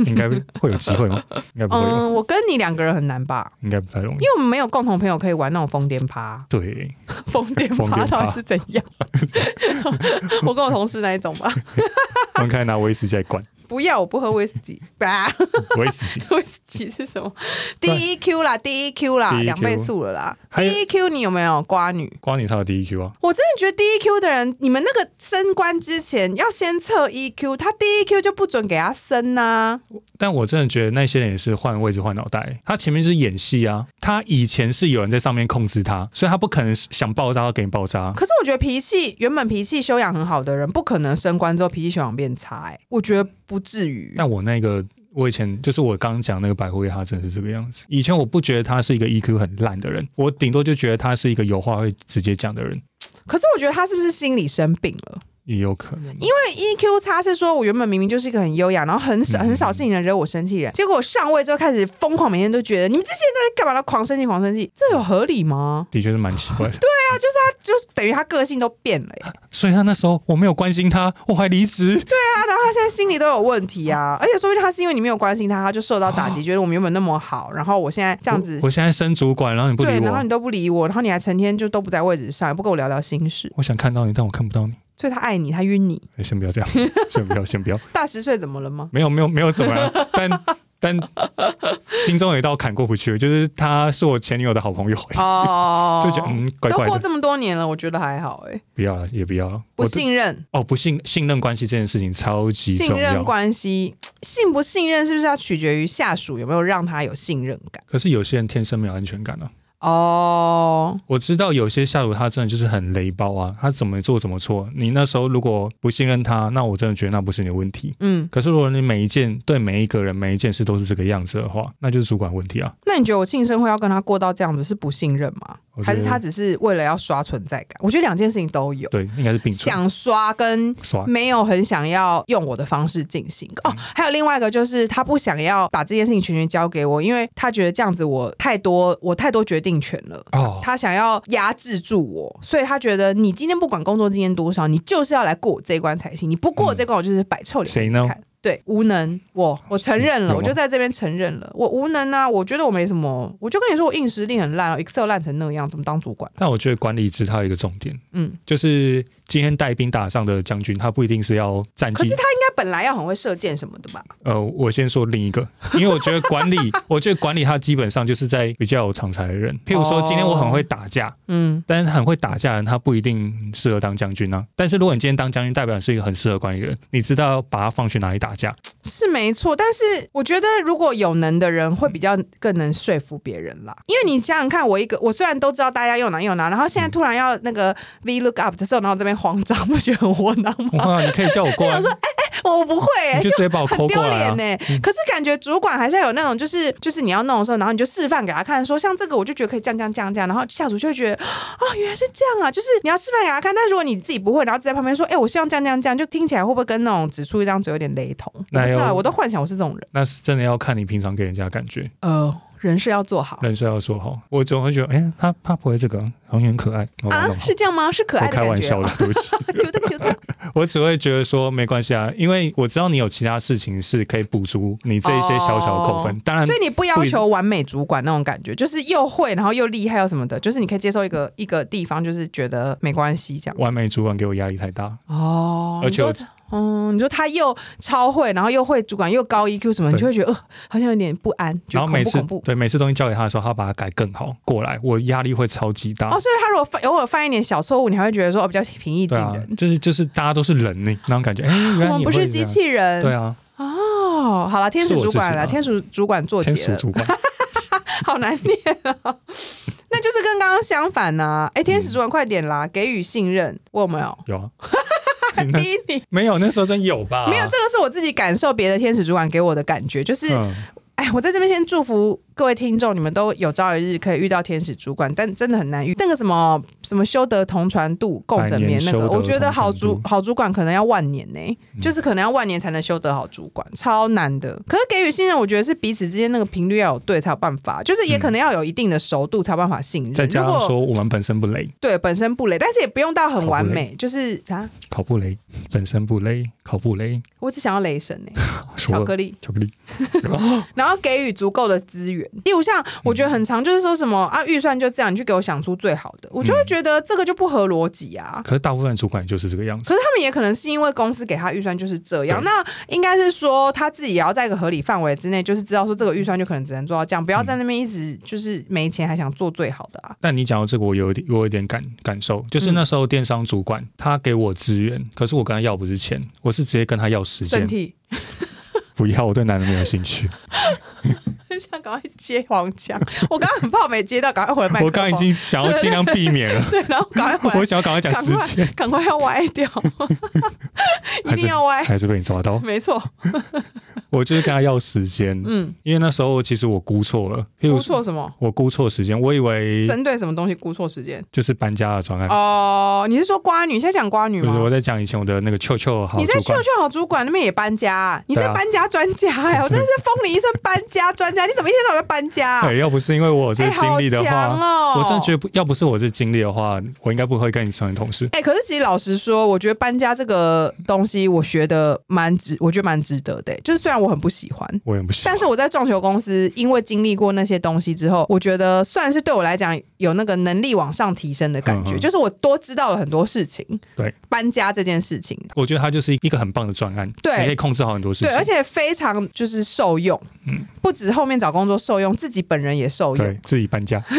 [SPEAKER 2] 应该会有机会 吗？应该不会吧，
[SPEAKER 1] 嗯，我跟你两个人很难吧？
[SPEAKER 2] 应该不太容易
[SPEAKER 1] 因。为我们没有共同朋友可以玩那种疯癫 趴，
[SPEAKER 2] 对，
[SPEAKER 1] 疯癫
[SPEAKER 2] 疯
[SPEAKER 1] 趴
[SPEAKER 2] 癫趴
[SPEAKER 1] 到底是怎 样？我跟我同事那一种吧。
[SPEAKER 2] 我们开始拿威士忌 来灌，
[SPEAKER 1] 不要，我不喝威士 忌。吧
[SPEAKER 2] 威士忌。
[SPEAKER 1] 威士忌是 什么
[SPEAKER 2] 对
[SPEAKER 1] ？DEQ 啦，DEQ 啦，
[SPEAKER 2] DEQ
[SPEAKER 1] 两倍速了啦。
[SPEAKER 2] 还有
[SPEAKER 1] DEQ 你有没有瓜女？
[SPEAKER 2] 瓜女她有 DEQ 啊，
[SPEAKER 1] 我真的觉得 DEQ 的人，你们那个升官之前要先测 EQ，他 DEQ 就不准给他升啊呐、
[SPEAKER 2] 但我真的觉得那些人也是换位置换脑袋。他前面是演戏啊，他以前是有人在上面控制他，所以他不可能想爆炸要给你爆炸。
[SPEAKER 1] 可是我觉得脾气原本脾气修养很好的人，不可能升官之后脾气修养变差、欸，我觉得不至于。
[SPEAKER 2] 但我那个。我以前就是我刚讲那个百货业，他真的是这个样子。以前我不觉得他是一个 EQ 很烂的人，我顶多就觉得他是一个有话会直接讲的人，
[SPEAKER 1] 可是我觉得他是不是心理生病了？
[SPEAKER 2] 也有可能。
[SPEAKER 1] 因为 EQ ，E 差是说我原本明明就是一个很优雅，然后很少
[SPEAKER 2] 嗯
[SPEAKER 1] 很少事情能惹我生气的人，结果我上位之后开始疯狂，每天都觉得你们这些人到底干嘛了？狂生气，狂生气，这有合理吗？
[SPEAKER 2] 的确是蛮奇怪 的。对，
[SPEAKER 1] 他就是等于他个性都变了耶、
[SPEAKER 2] 所以他那时候我没有关心他，我还离职。
[SPEAKER 1] 啊，然后他现在心里都有问题啊，而且说不定他是因为你没有关心他，他就受到打击，觉得我们原本那么好，然后我现在这样子
[SPEAKER 2] 啊我，我现在升主管，然后你不理
[SPEAKER 1] 对，然后
[SPEAKER 2] 我
[SPEAKER 1] 你，都不理我，然后你还成天就都不在位置上，也不跟我聊聊心事，
[SPEAKER 2] 我想看到你，但我看不到你。
[SPEAKER 1] 所以他爱你，他晕你。
[SPEAKER 2] 哎先不要 这样，先不要，先不要。
[SPEAKER 1] 大十岁怎么了吗？
[SPEAKER 2] 没有没有没有怎么样，但但心中有一道坎过不去，就是她是我前女友的好朋友，欸
[SPEAKER 1] 哦
[SPEAKER 2] 就觉得嗯怪
[SPEAKER 1] 都
[SPEAKER 2] 怪
[SPEAKER 1] 过
[SPEAKER 2] 的，
[SPEAKER 1] 这么多年了，我觉得还好哎、
[SPEAKER 2] 不要了也不要了，
[SPEAKER 1] 不
[SPEAKER 2] 我对
[SPEAKER 1] 信任，
[SPEAKER 2] 哦不信信任关系这件事情超级
[SPEAKER 1] 信
[SPEAKER 2] 重
[SPEAKER 1] 任
[SPEAKER 2] 要，
[SPEAKER 1] 关系，信不信任是不是要取决于下属有没有让他有信任感？
[SPEAKER 2] 可是有些人天生没有安全感啊。
[SPEAKER 1] 哦，
[SPEAKER 2] 我知道有些下属他真的就是很雷包啊，他怎么做怎么错。你那时候如果不信任他，那我真的觉得那不是你的问题。
[SPEAKER 1] 嗯，
[SPEAKER 2] 可是如果你每一件对每一个人每一件事都是这个样子的话，那就是主管问题啊。
[SPEAKER 1] 那你觉得我庆生会要跟他过到这样子是不信任吗？
[SPEAKER 2] 我觉得
[SPEAKER 1] 还是他只是为了要刷存在感？我觉得两件事情都有，
[SPEAKER 2] 对，应该是并存。
[SPEAKER 1] 想刷跟
[SPEAKER 2] 刷
[SPEAKER 1] 没有很想要用我的方式进行
[SPEAKER 2] 嗯
[SPEAKER 1] 哦。还有另外一个就是他不想要把这件事情全权交给我，因为他觉得这样子我太多我太多决定权了。
[SPEAKER 2] 哦，
[SPEAKER 1] 他想要压制住我，所以他觉得你今天不管工作经验多少，你就是要来过我这一关才行。你不过我这关，我就是摆臭脸
[SPEAKER 2] 谁
[SPEAKER 1] 给你
[SPEAKER 2] 呢
[SPEAKER 1] 看。对，无能，我我承认
[SPEAKER 2] 有
[SPEAKER 1] 了，
[SPEAKER 2] 吗
[SPEAKER 1] 我就在这边承认了，我无能啊。我觉得我没什么，我就跟你说，我硬实力很烂啊，Excel 烂成那样，怎么当主管？
[SPEAKER 2] 但我觉得管理职它有一个重点，
[SPEAKER 1] 嗯，
[SPEAKER 2] 就是今天带兵打仗的将军，他不一定是要战
[SPEAKER 1] 可
[SPEAKER 2] 绩
[SPEAKER 1] 是。他应该本来要很会射箭什么的吧？
[SPEAKER 2] 呃，我先说另一个，因为我觉得管理，我觉得管理他基本上就是在比较有长才的人，譬如说
[SPEAKER 1] 哦
[SPEAKER 2] 今天我很会打架，
[SPEAKER 1] 嗯，
[SPEAKER 2] 但是很会打架的人他不一定适合当将军啊。但是如果你今天当将军，代表你是一个很适合管理的人，你知道要把他放去哪里打架。
[SPEAKER 1] 是没错，但是我觉得如果有能的人会比较更能说服别人啦，因为你想想看，我一个我虽然都知道大家用哪用哪，然后现在
[SPEAKER 2] 嗯
[SPEAKER 1] 突然要那个 V look up 的时候，然后这边慌张，不觉得很窝囊吗？
[SPEAKER 2] 哇，你可以叫我过来，
[SPEAKER 1] 我不会、欸
[SPEAKER 2] 哦你就，直接把我
[SPEAKER 1] 很
[SPEAKER 2] 抠
[SPEAKER 1] 丢
[SPEAKER 2] 过来
[SPEAKER 1] 脸
[SPEAKER 2] 啊。
[SPEAKER 1] 呢。可是感觉主管还是要有那种，就是就是你要弄的时候，然后你就示范给他看，说像这个我就觉得可以这样这样这样这样，然后下属就会觉得哦原来是这样啊，就是你要示范给他看。但如果你自己不会，然后在旁边说，哎、我希望这样这样这样，就听起来会不会跟那种指出一张嘴有点雷同？我不
[SPEAKER 2] 哪
[SPEAKER 1] 知
[SPEAKER 2] 有
[SPEAKER 1] 道，我都幻想我是这种人。
[SPEAKER 2] 那是真的要看你平常给人家的感觉。
[SPEAKER 1] 呃，
[SPEAKER 3] 人事要做好
[SPEAKER 2] 人设要做好。我总会觉得，哎、他他不会这个，好像很可爱。我把它
[SPEAKER 3] 啊
[SPEAKER 2] 弄？好
[SPEAKER 3] 是这样吗？是可爱
[SPEAKER 2] 我
[SPEAKER 3] 的
[SPEAKER 2] 开玩
[SPEAKER 3] 感觉
[SPEAKER 2] 笑
[SPEAKER 3] 吗
[SPEAKER 2] 的，对不起。
[SPEAKER 3] ？Q 的 Q 的，
[SPEAKER 2] 我只会觉得说没关系啊，因为我知道你有其他事情是可以补足你这一些小小的扣分。
[SPEAKER 3] 哦
[SPEAKER 2] 当然
[SPEAKER 1] 所，以你不要
[SPEAKER 2] 不一定
[SPEAKER 1] 求完美主管那种感觉，就是又会，然后又厉害又什么的，就是你可以接受一个一个地方，就是觉得没关系这样。
[SPEAKER 2] 完美主管给我压力太大，
[SPEAKER 1] 哦，
[SPEAKER 2] 而且
[SPEAKER 1] 你
[SPEAKER 2] 我
[SPEAKER 1] 说嗯，你说他又超会，然后又会主管又高 EQ 什么，你
[SPEAKER 2] 对
[SPEAKER 1] 就会觉得呃，好像有点不安，就
[SPEAKER 2] 然后每
[SPEAKER 1] 恐怖
[SPEAKER 2] 次
[SPEAKER 1] 恐怖。
[SPEAKER 2] 对每次东西交给他的时候，他把它改更好过来，我压力会超级大。
[SPEAKER 1] 哦，所以他如果犯偶尔犯一点小错误，你还会觉得说哦比较平易近
[SPEAKER 2] 对啊
[SPEAKER 1] 人，，
[SPEAKER 2] 就是就是大家都是人呢，那种感觉。 哎、原
[SPEAKER 1] 我
[SPEAKER 2] 来
[SPEAKER 1] 们
[SPEAKER 2] 你
[SPEAKER 1] 不
[SPEAKER 2] 会
[SPEAKER 1] 是
[SPEAKER 2] 这
[SPEAKER 1] 机
[SPEAKER 2] 样。
[SPEAKER 1] 器人。
[SPEAKER 2] 对啊，
[SPEAKER 1] 哦，好了，天使
[SPEAKER 2] 是我
[SPEAKER 1] 主管
[SPEAKER 2] 自己啊
[SPEAKER 1] 了，
[SPEAKER 2] 吧
[SPEAKER 1] 天使主管做
[SPEAKER 2] 天
[SPEAKER 1] 结
[SPEAKER 2] 使
[SPEAKER 1] 了，
[SPEAKER 2] 主管
[SPEAKER 1] 好难念哦。那就是跟刚刚相反呐、哎，天使
[SPEAKER 2] 嗯
[SPEAKER 1] 主管快点啦，给予信任，我有没有？
[SPEAKER 2] 有啊，
[SPEAKER 1] 第
[SPEAKER 2] 那
[SPEAKER 1] 一名
[SPEAKER 2] 没有那时候真有吧？
[SPEAKER 1] 没有，这个是我自己感受别的天使主管给我的感觉，就是
[SPEAKER 2] 嗯，
[SPEAKER 1] 哎，我在这边先祝福各位听众，你们都有朝一日可以遇到天使主管，但真的很难遇。那个什么什么修得同船渡，共枕眠那
[SPEAKER 2] 百年修得
[SPEAKER 1] 个，
[SPEAKER 2] 同船渡嗯
[SPEAKER 1] 我觉得好主好主管可能要万年呢、就是可能要万年才能修得好主管，超难的。可是给予信任，我觉得是彼此之间那个频率要有对才有办法，就是也可能要有一定的熟度才有办法信
[SPEAKER 2] 嗯再
[SPEAKER 1] 任。
[SPEAKER 2] 加
[SPEAKER 1] 如
[SPEAKER 2] 上
[SPEAKER 1] 果
[SPEAKER 2] 说我们本身不累，
[SPEAKER 1] 对本身不累，但是也不用到很完美，就是啊，
[SPEAKER 2] 考不累，本身不累，考不累，
[SPEAKER 1] 我只想要雷神 呢、
[SPEAKER 2] 说
[SPEAKER 1] 巧
[SPEAKER 2] 了
[SPEAKER 1] 克力。
[SPEAKER 2] 巧克力，
[SPEAKER 1] 然后给予足够的资源。例如像我觉得很常就是说什么
[SPEAKER 2] 嗯
[SPEAKER 1] 啊，预算就这样，你去给我想出最好的，我就会觉得这个就不合逻辑啊。
[SPEAKER 2] 可是大部分主管就是这个样子。
[SPEAKER 1] 可是他们也可能是因为公司给他预算就是这样，
[SPEAKER 2] 对
[SPEAKER 1] 那应该是说他自己也要在一个合理范围之内，就是知道说这个预算就可能只能做到这
[SPEAKER 2] 嗯
[SPEAKER 1] 样，不要在那边一直就是没钱还想做最好的啊。
[SPEAKER 2] 但你讲到这个，我有一点，我有一点感感受，就是
[SPEAKER 1] 嗯
[SPEAKER 2] 那时候电商主管他给我资源，可是我跟他要不是钱，我是直接跟他要时
[SPEAKER 1] 身
[SPEAKER 2] 间，
[SPEAKER 1] 体
[SPEAKER 2] 不要，我对男人没有 兴趣。
[SPEAKER 1] 很想赶快接黄 腔，我刚刚很怕没接到，赶快回来麦克风。
[SPEAKER 2] 我刚刚已经想要尽量避免了，
[SPEAKER 1] 对，然后赶快回
[SPEAKER 2] 我
[SPEAKER 1] 来，
[SPEAKER 2] 想要赶快讲时 间，
[SPEAKER 1] 赶快要歪掉，一定要歪，
[SPEAKER 2] 还是被你抓到。
[SPEAKER 1] 没错，
[SPEAKER 2] 我就是跟他要时间，
[SPEAKER 1] 嗯，
[SPEAKER 2] 因为那时候其实我估错了，譬如
[SPEAKER 1] 估错什么？
[SPEAKER 2] 我估错时间，我以为
[SPEAKER 1] 针对什么东西估错时间？
[SPEAKER 2] 就是搬家的专案。
[SPEAKER 1] 哦，你是说瓜女？你现在讲瓜女
[SPEAKER 2] 不是，我
[SPEAKER 1] 吗？
[SPEAKER 2] 在讲以前我的那个秋秋好
[SPEAKER 1] 你在
[SPEAKER 2] 主
[SPEAKER 1] 秀
[SPEAKER 2] 管，
[SPEAKER 1] 秀好主管那边也搬家、你是
[SPEAKER 2] 对啊
[SPEAKER 1] 搬家专家 哎、我真的是风铃一声搬家专家，你怎么一天到晚在搬家、啊？
[SPEAKER 2] 对，要不是因为我有这
[SPEAKER 1] 哎、
[SPEAKER 2] 个经
[SPEAKER 1] 好
[SPEAKER 2] 历的话，
[SPEAKER 1] 强哦！
[SPEAKER 2] 我真的觉得不，要不是我这经历的话，我应该不会跟你成为同事。
[SPEAKER 1] 哎、可是其实老实说，我觉得搬家这个东西，我学的蛮值，我觉得蛮值得的、哎就是虽然我很不喜欢，
[SPEAKER 2] 我也不喜欢
[SPEAKER 1] 但是我在撞球公司，因为经历过那些东西之后，我觉得算是对我来讲有那个能力往上提升的感觉，
[SPEAKER 2] 嗯嗯
[SPEAKER 1] 就是我多知道了很多事情。
[SPEAKER 2] 对，
[SPEAKER 1] 搬家这件事情，
[SPEAKER 2] 我觉得它就是一个很棒的专案，
[SPEAKER 1] 对
[SPEAKER 2] 你可以控制好很多事情，
[SPEAKER 1] 对，而且非常就是受用。
[SPEAKER 2] 嗯
[SPEAKER 1] 不止后面找工作受用，自己本人也受用。
[SPEAKER 2] 对自己搬家，
[SPEAKER 1] 这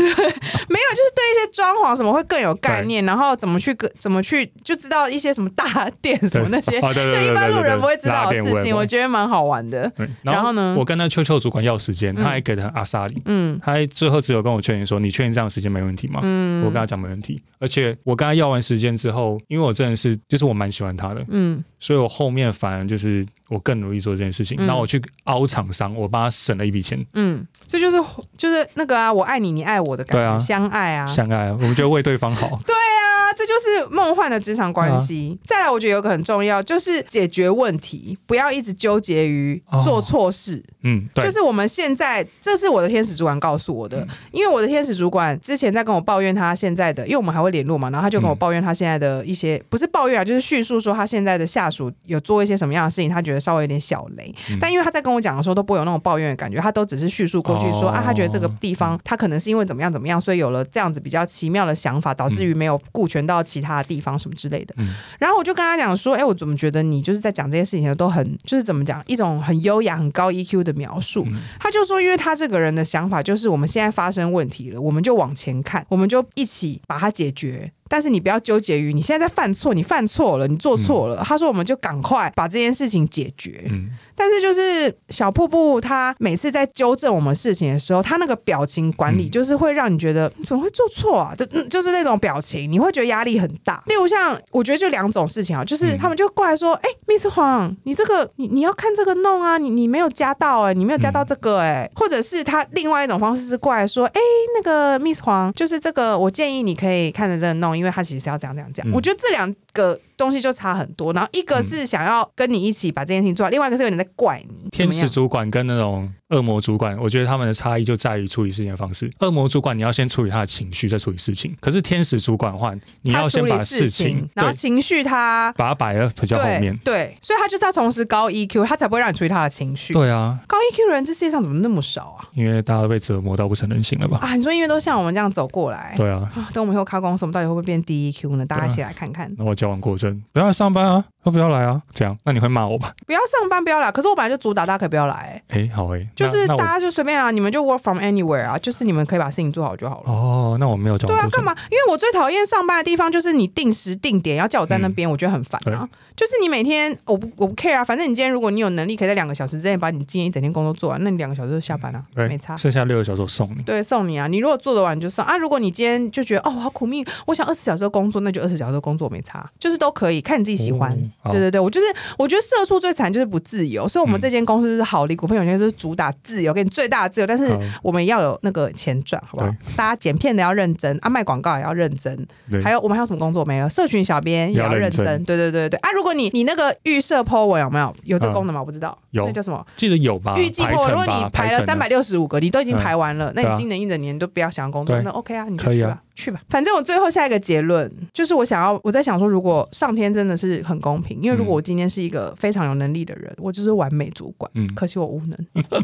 [SPEAKER 1] 些装潢什么会更有概念，然后怎么去跟怎么去就知道一些什么大店 什么那些，
[SPEAKER 2] 啊，对 对对对对
[SPEAKER 1] 就一般路人不会知道的事情，我
[SPEAKER 2] 觉
[SPEAKER 1] 觉得蛮好玩的。
[SPEAKER 2] 得。对
[SPEAKER 1] 然
[SPEAKER 2] 然
[SPEAKER 1] 后
[SPEAKER 2] 后
[SPEAKER 1] 呢
[SPEAKER 2] 我跟那秋秋主管要时间，
[SPEAKER 1] 嗯
[SPEAKER 2] 他还给的很阿萨里，
[SPEAKER 1] 嗯
[SPEAKER 2] 他还最后只有跟我确认说：“你确定这样的时间没问题吗？”
[SPEAKER 1] 嗯
[SPEAKER 2] 我跟他讲没问题，而且我跟他要完时间之后，因为我真的是就是我蛮喜欢他的，
[SPEAKER 1] 嗯，
[SPEAKER 2] 所以我后面反而就是我更努力做这件事情。
[SPEAKER 1] 嗯
[SPEAKER 2] 然后我去凹厂商，我帮他省了一笔钱，
[SPEAKER 1] 嗯，这就是就是那个啊，我爱你，你爱我的感
[SPEAKER 2] 对
[SPEAKER 1] 觉，
[SPEAKER 2] 啊
[SPEAKER 1] 相爱啊。
[SPEAKER 2] 相爱，我们觉得为对方 好。
[SPEAKER 1] 啊，这就是梦幻的职场
[SPEAKER 2] 啊
[SPEAKER 1] 关系。再来，我觉得有一个很重要，就是解决问题，不要一直纠结于
[SPEAKER 2] 哦
[SPEAKER 1] 做错事。
[SPEAKER 2] 嗯，对，嗯
[SPEAKER 1] 就是我们现在，这是我的天使主管告诉我的，因为我的天使主管之前在跟我抱怨他现在的，因为我们还会联络嘛，然后他就跟我
[SPEAKER 2] 嗯
[SPEAKER 1] 抱怨他现在的一些，不是抱怨啊，就是叙述说他现在的下属有做一些什么样的事情，他觉得稍微有点小雷，
[SPEAKER 2] 嗯
[SPEAKER 1] 但因为他在跟我讲的时候都不会有那种抱怨的感觉，他都只是叙述过去说、
[SPEAKER 2] 哦
[SPEAKER 1] 啊，他觉得这个地方他可能是因为怎么样怎么样，所以有了这样子比较奇妙的想法，导致于没有顾全到其他地方什么之类的。
[SPEAKER 2] 嗯
[SPEAKER 1] 然后我就跟他讲说，哎、我怎么觉得你就是在讲这些事情的时候都很，就是怎么讲，一种很优雅、很高 EQ 的描述。
[SPEAKER 2] 嗯
[SPEAKER 1] 他就说，因为他这个人的想法就是，我们现在发生问题了，我们就往前看，我们就一起把它解决。但是你不要纠结于你现在在犯错，你犯错了，你做错了。他说，我们就赶快把这件事情解决。
[SPEAKER 2] 嗯，
[SPEAKER 1] 但是就是小瀑布，他每次在纠正我们事情的时候，他那个表情管理
[SPEAKER 2] 嗯
[SPEAKER 1] 就是会让你觉得你怎么会做错啊？就嗯就是那种表情，你会觉得压力很大。例如像我觉得就两种事情啊，就是
[SPEAKER 2] 嗯
[SPEAKER 1] 他们就过来说：“哎、m i s s 黄，你这个你你要看这个弄啊，你你没有加到哎、你没有加到这个哎、或者是他另外一种方式是过来说：“哎、那个 Miss 黄，就是这个我建议你可以看着这个弄，因为他其实要这样这样这样。
[SPEAKER 2] 嗯
[SPEAKER 1] 我觉得这两个东西就差很多，然后一个是想要跟你一起把这件事情做好，另外一个是有点在怪你。
[SPEAKER 2] 天
[SPEAKER 1] 么样
[SPEAKER 2] 使主管跟那种恶魔主管，我觉得他们的差异就在于处理事情的方式。恶魔主管你要先处理他的情绪，再处理事情；可是天使主管的话，你
[SPEAKER 1] 他
[SPEAKER 2] 要
[SPEAKER 1] 处
[SPEAKER 2] 先
[SPEAKER 1] 理
[SPEAKER 2] 把
[SPEAKER 1] 事
[SPEAKER 2] 情
[SPEAKER 1] 然后
[SPEAKER 2] 对
[SPEAKER 1] 情绪他
[SPEAKER 2] 把它摆在比较后
[SPEAKER 1] 对
[SPEAKER 2] 面。
[SPEAKER 1] 对，所以他就是要同时高 EQ，他才不会让你注意他的情绪。
[SPEAKER 2] 对啊，
[SPEAKER 1] 高 EQ 的人这世界上怎么那么少啊？
[SPEAKER 2] 因为大家都被折磨到不成人形了吧？
[SPEAKER 1] 啊，你说因为都像我们这样走过来，
[SPEAKER 2] 对啊，
[SPEAKER 1] 啊，等我们以后开公司，我们到底会不会变 DEQ 呢？大家
[SPEAKER 2] 对啊
[SPEAKER 1] 一起来看看。
[SPEAKER 2] 那我交往过正，不要来上班啊，都不要来啊，这样，那你会骂我吧？
[SPEAKER 1] 不要上班，不要来。可是我本来就主打大家可以不要来、
[SPEAKER 2] 诶，好诶，
[SPEAKER 1] 就
[SPEAKER 2] 那
[SPEAKER 1] 是大
[SPEAKER 2] 那我
[SPEAKER 1] 家就随便啊，你们就 work from anywhere 啊，就是你们可以把事情做好就好了。
[SPEAKER 2] 哦，那我没有交
[SPEAKER 1] 对
[SPEAKER 2] 往
[SPEAKER 1] 啊
[SPEAKER 2] 过，
[SPEAKER 1] 干
[SPEAKER 2] 正。
[SPEAKER 1] 嘛？因为我最讨厌上班的地方就是你定时定点要叫我在那
[SPEAKER 2] 嗯
[SPEAKER 1] 边，我觉得很烦啊。
[SPEAKER 2] 哎
[SPEAKER 1] 就是你每天，我不我不 care 啊，反正你今天如果你有能力，可以在两个小时之内把你今天一整天工作做完，那你两个小时就下班了、
[SPEAKER 2] 对
[SPEAKER 1] 没差。
[SPEAKER 2] 剩下六个小时我送你。
[SPEAKER 1] 对，送你啊！你如果做得完你就算啊。如果你今天就觉得哦，我好苦命，我想二十小时的工作，那就二十小时的工作没差，就是都可以，看你自己喜欢。
[SPEAKER 2] 哦好
[SPEAKER 1] 对对对，我就是我觉得社畜最惨就是不自由，所以我们
[SPEAKER 2] 嗯
[SPEAKER 1] 这间公司是好离股份有限公司就是主打自由，给你最大的自由，但是
[SPEAKER 2] 好
[SPEAKER 1] 我们要有那个钱赚，好不好？大家剪片的要认真啊，卖广告也要认真，
[SPEAKER 2] 对
[SPEAKER 1] 还有我们还有什么工作没了？社群小编也
[SPEAKER 2] 要
[SPEAKER 1] 要认
[SPEAKER 2] 认真
[SPEAKER 1] 对对对对啊！如果你你那个预设 po 文有没有有这个
[SPEAKER 2] 嗯
[SPEAKER 1] 功能吗？我不知道，
[SPEAKER 2] 有
[SPEAKER 1] 那叫什么？
[SPEAKER 2] 记得有吧？
[SPEAKER 1] 预计
[SPEAKER 2] 啊排
[SPEAKER 1] 破，如
[SPEAKER 2] 程
[SPEAKER 1] 果你
[SPEAKER 2] 吧
[SPEAKER 1] 排了
[SPEAKER 2] 程
[SPEAKER 1] 三
[SPEAKER 2] 啊
[SPEAKER 1] 百六十五个，你都已经
[SPEAKER 2] 嗯
[SPEAKER 1] 排完了，那
[SPEAKER 2] 对
[SPEAKER 1] 你
[SPEAKER 2] 啊
[SPEAKER 1] 今年一整年都不要想要工作，
[SPEAKER 2] 对
[SPEAKER 1] 那 OK 啊，你就
[SPEAKER 2] 可以
[SPEAKER 1] 去吧，
[SPEAKER 2] 啊
[SPEAKER 1] 去吧。反正我最后下一个结论就是，我想要我在想说，如果上天真的是很公平，因为如果
[SPEAKER 2] 嗯
[SPEAKER 1] 我今天是一个非常有能力的人，我就是完美主管，
[SPEAKER 2] 嗯
[SPEAKER 1] 可惜我无能，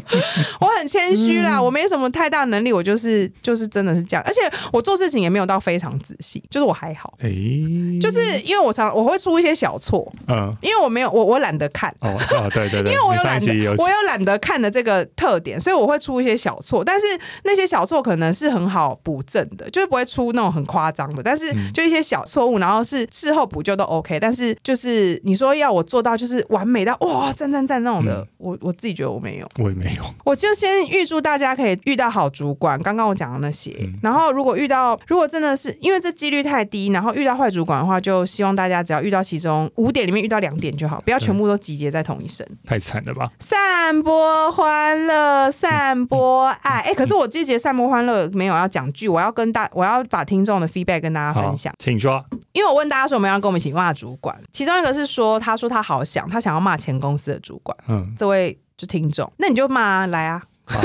[SPEAKER 1] 我很谦虚啦，我没什么太大能力，我就是就是真的是这样，而且我做事情也没有到非常仔细，就是我还好。
[SPEAKER 2] 诶，
[SPEAKER 1] 就是因为我常我会出一些小错，
[SPEAKER 2] 嗯，
[SPEAKER 1] 因为我没有我我懒得看，
[SPEAKER 2] 哦哦，对对 对，
[SPEAKER 1] 因为我
[SPEAKER 2] 你
[SPEAKER 1] 有
[SPEAKER 2] 上
[SPEAKER 1] 懒
[SPEAKER 2] 一
[SPEAKER 1] 得
[SPEAKER 2] 集有，
[SPEAKER 1] 我有懒得看的这个特点，所以我会出一些小错，但是那些小错可能是很好补正的，就是不会出那种很夸张的，但是
[SPEAKER 2] 嗯
[SPEAKER 1] 就一些小错误，然后是事后补救都 OK，但是就是你说要我做到就是完美到哇赞赞赞那种的，
[SPEAKER 2] 嗯
[SPEAKER 1] 我我自己觉得我没有，
[SPEAKER 2] 我也没有，
[SPEAKER 1] 我就先预祝大家可以遇到好主管，刚刚我讲的那些，
[SPEAKER 2] 嗯
[SPEAKER 1] 然后如果遇到如果真的是因为这几率太低，然后遇到坏主管的话，就希望大家只要遇到其中五点里面遇到两点就好，不要全部都集结在同一身。
[SPEAKER 2] 太惨了 吧？
[SPEAKER 1] 散播欢乐，散播
[SPEAKER 2] 嗯
[SPEAKER 1] 爱。哎、可是我这节散播欢乐没有要讲剧，我要跟大，我要把听众的 feedback 跟大家
[SPEAKER 2] 好
[SPEAKER 1] 分享，。
[SPEAKER 2] 请说。
[SPEAKER 1] 因为我问大家说我们要跟我们一起骂主管，其中一个是说，他说他好想，他想要骂前公司的主管，
[SPEAKER 2] 嗯，
[SPEAKER 1] 这位就听众，那你就骂啊，来啊。
[SPEAKER 2] 好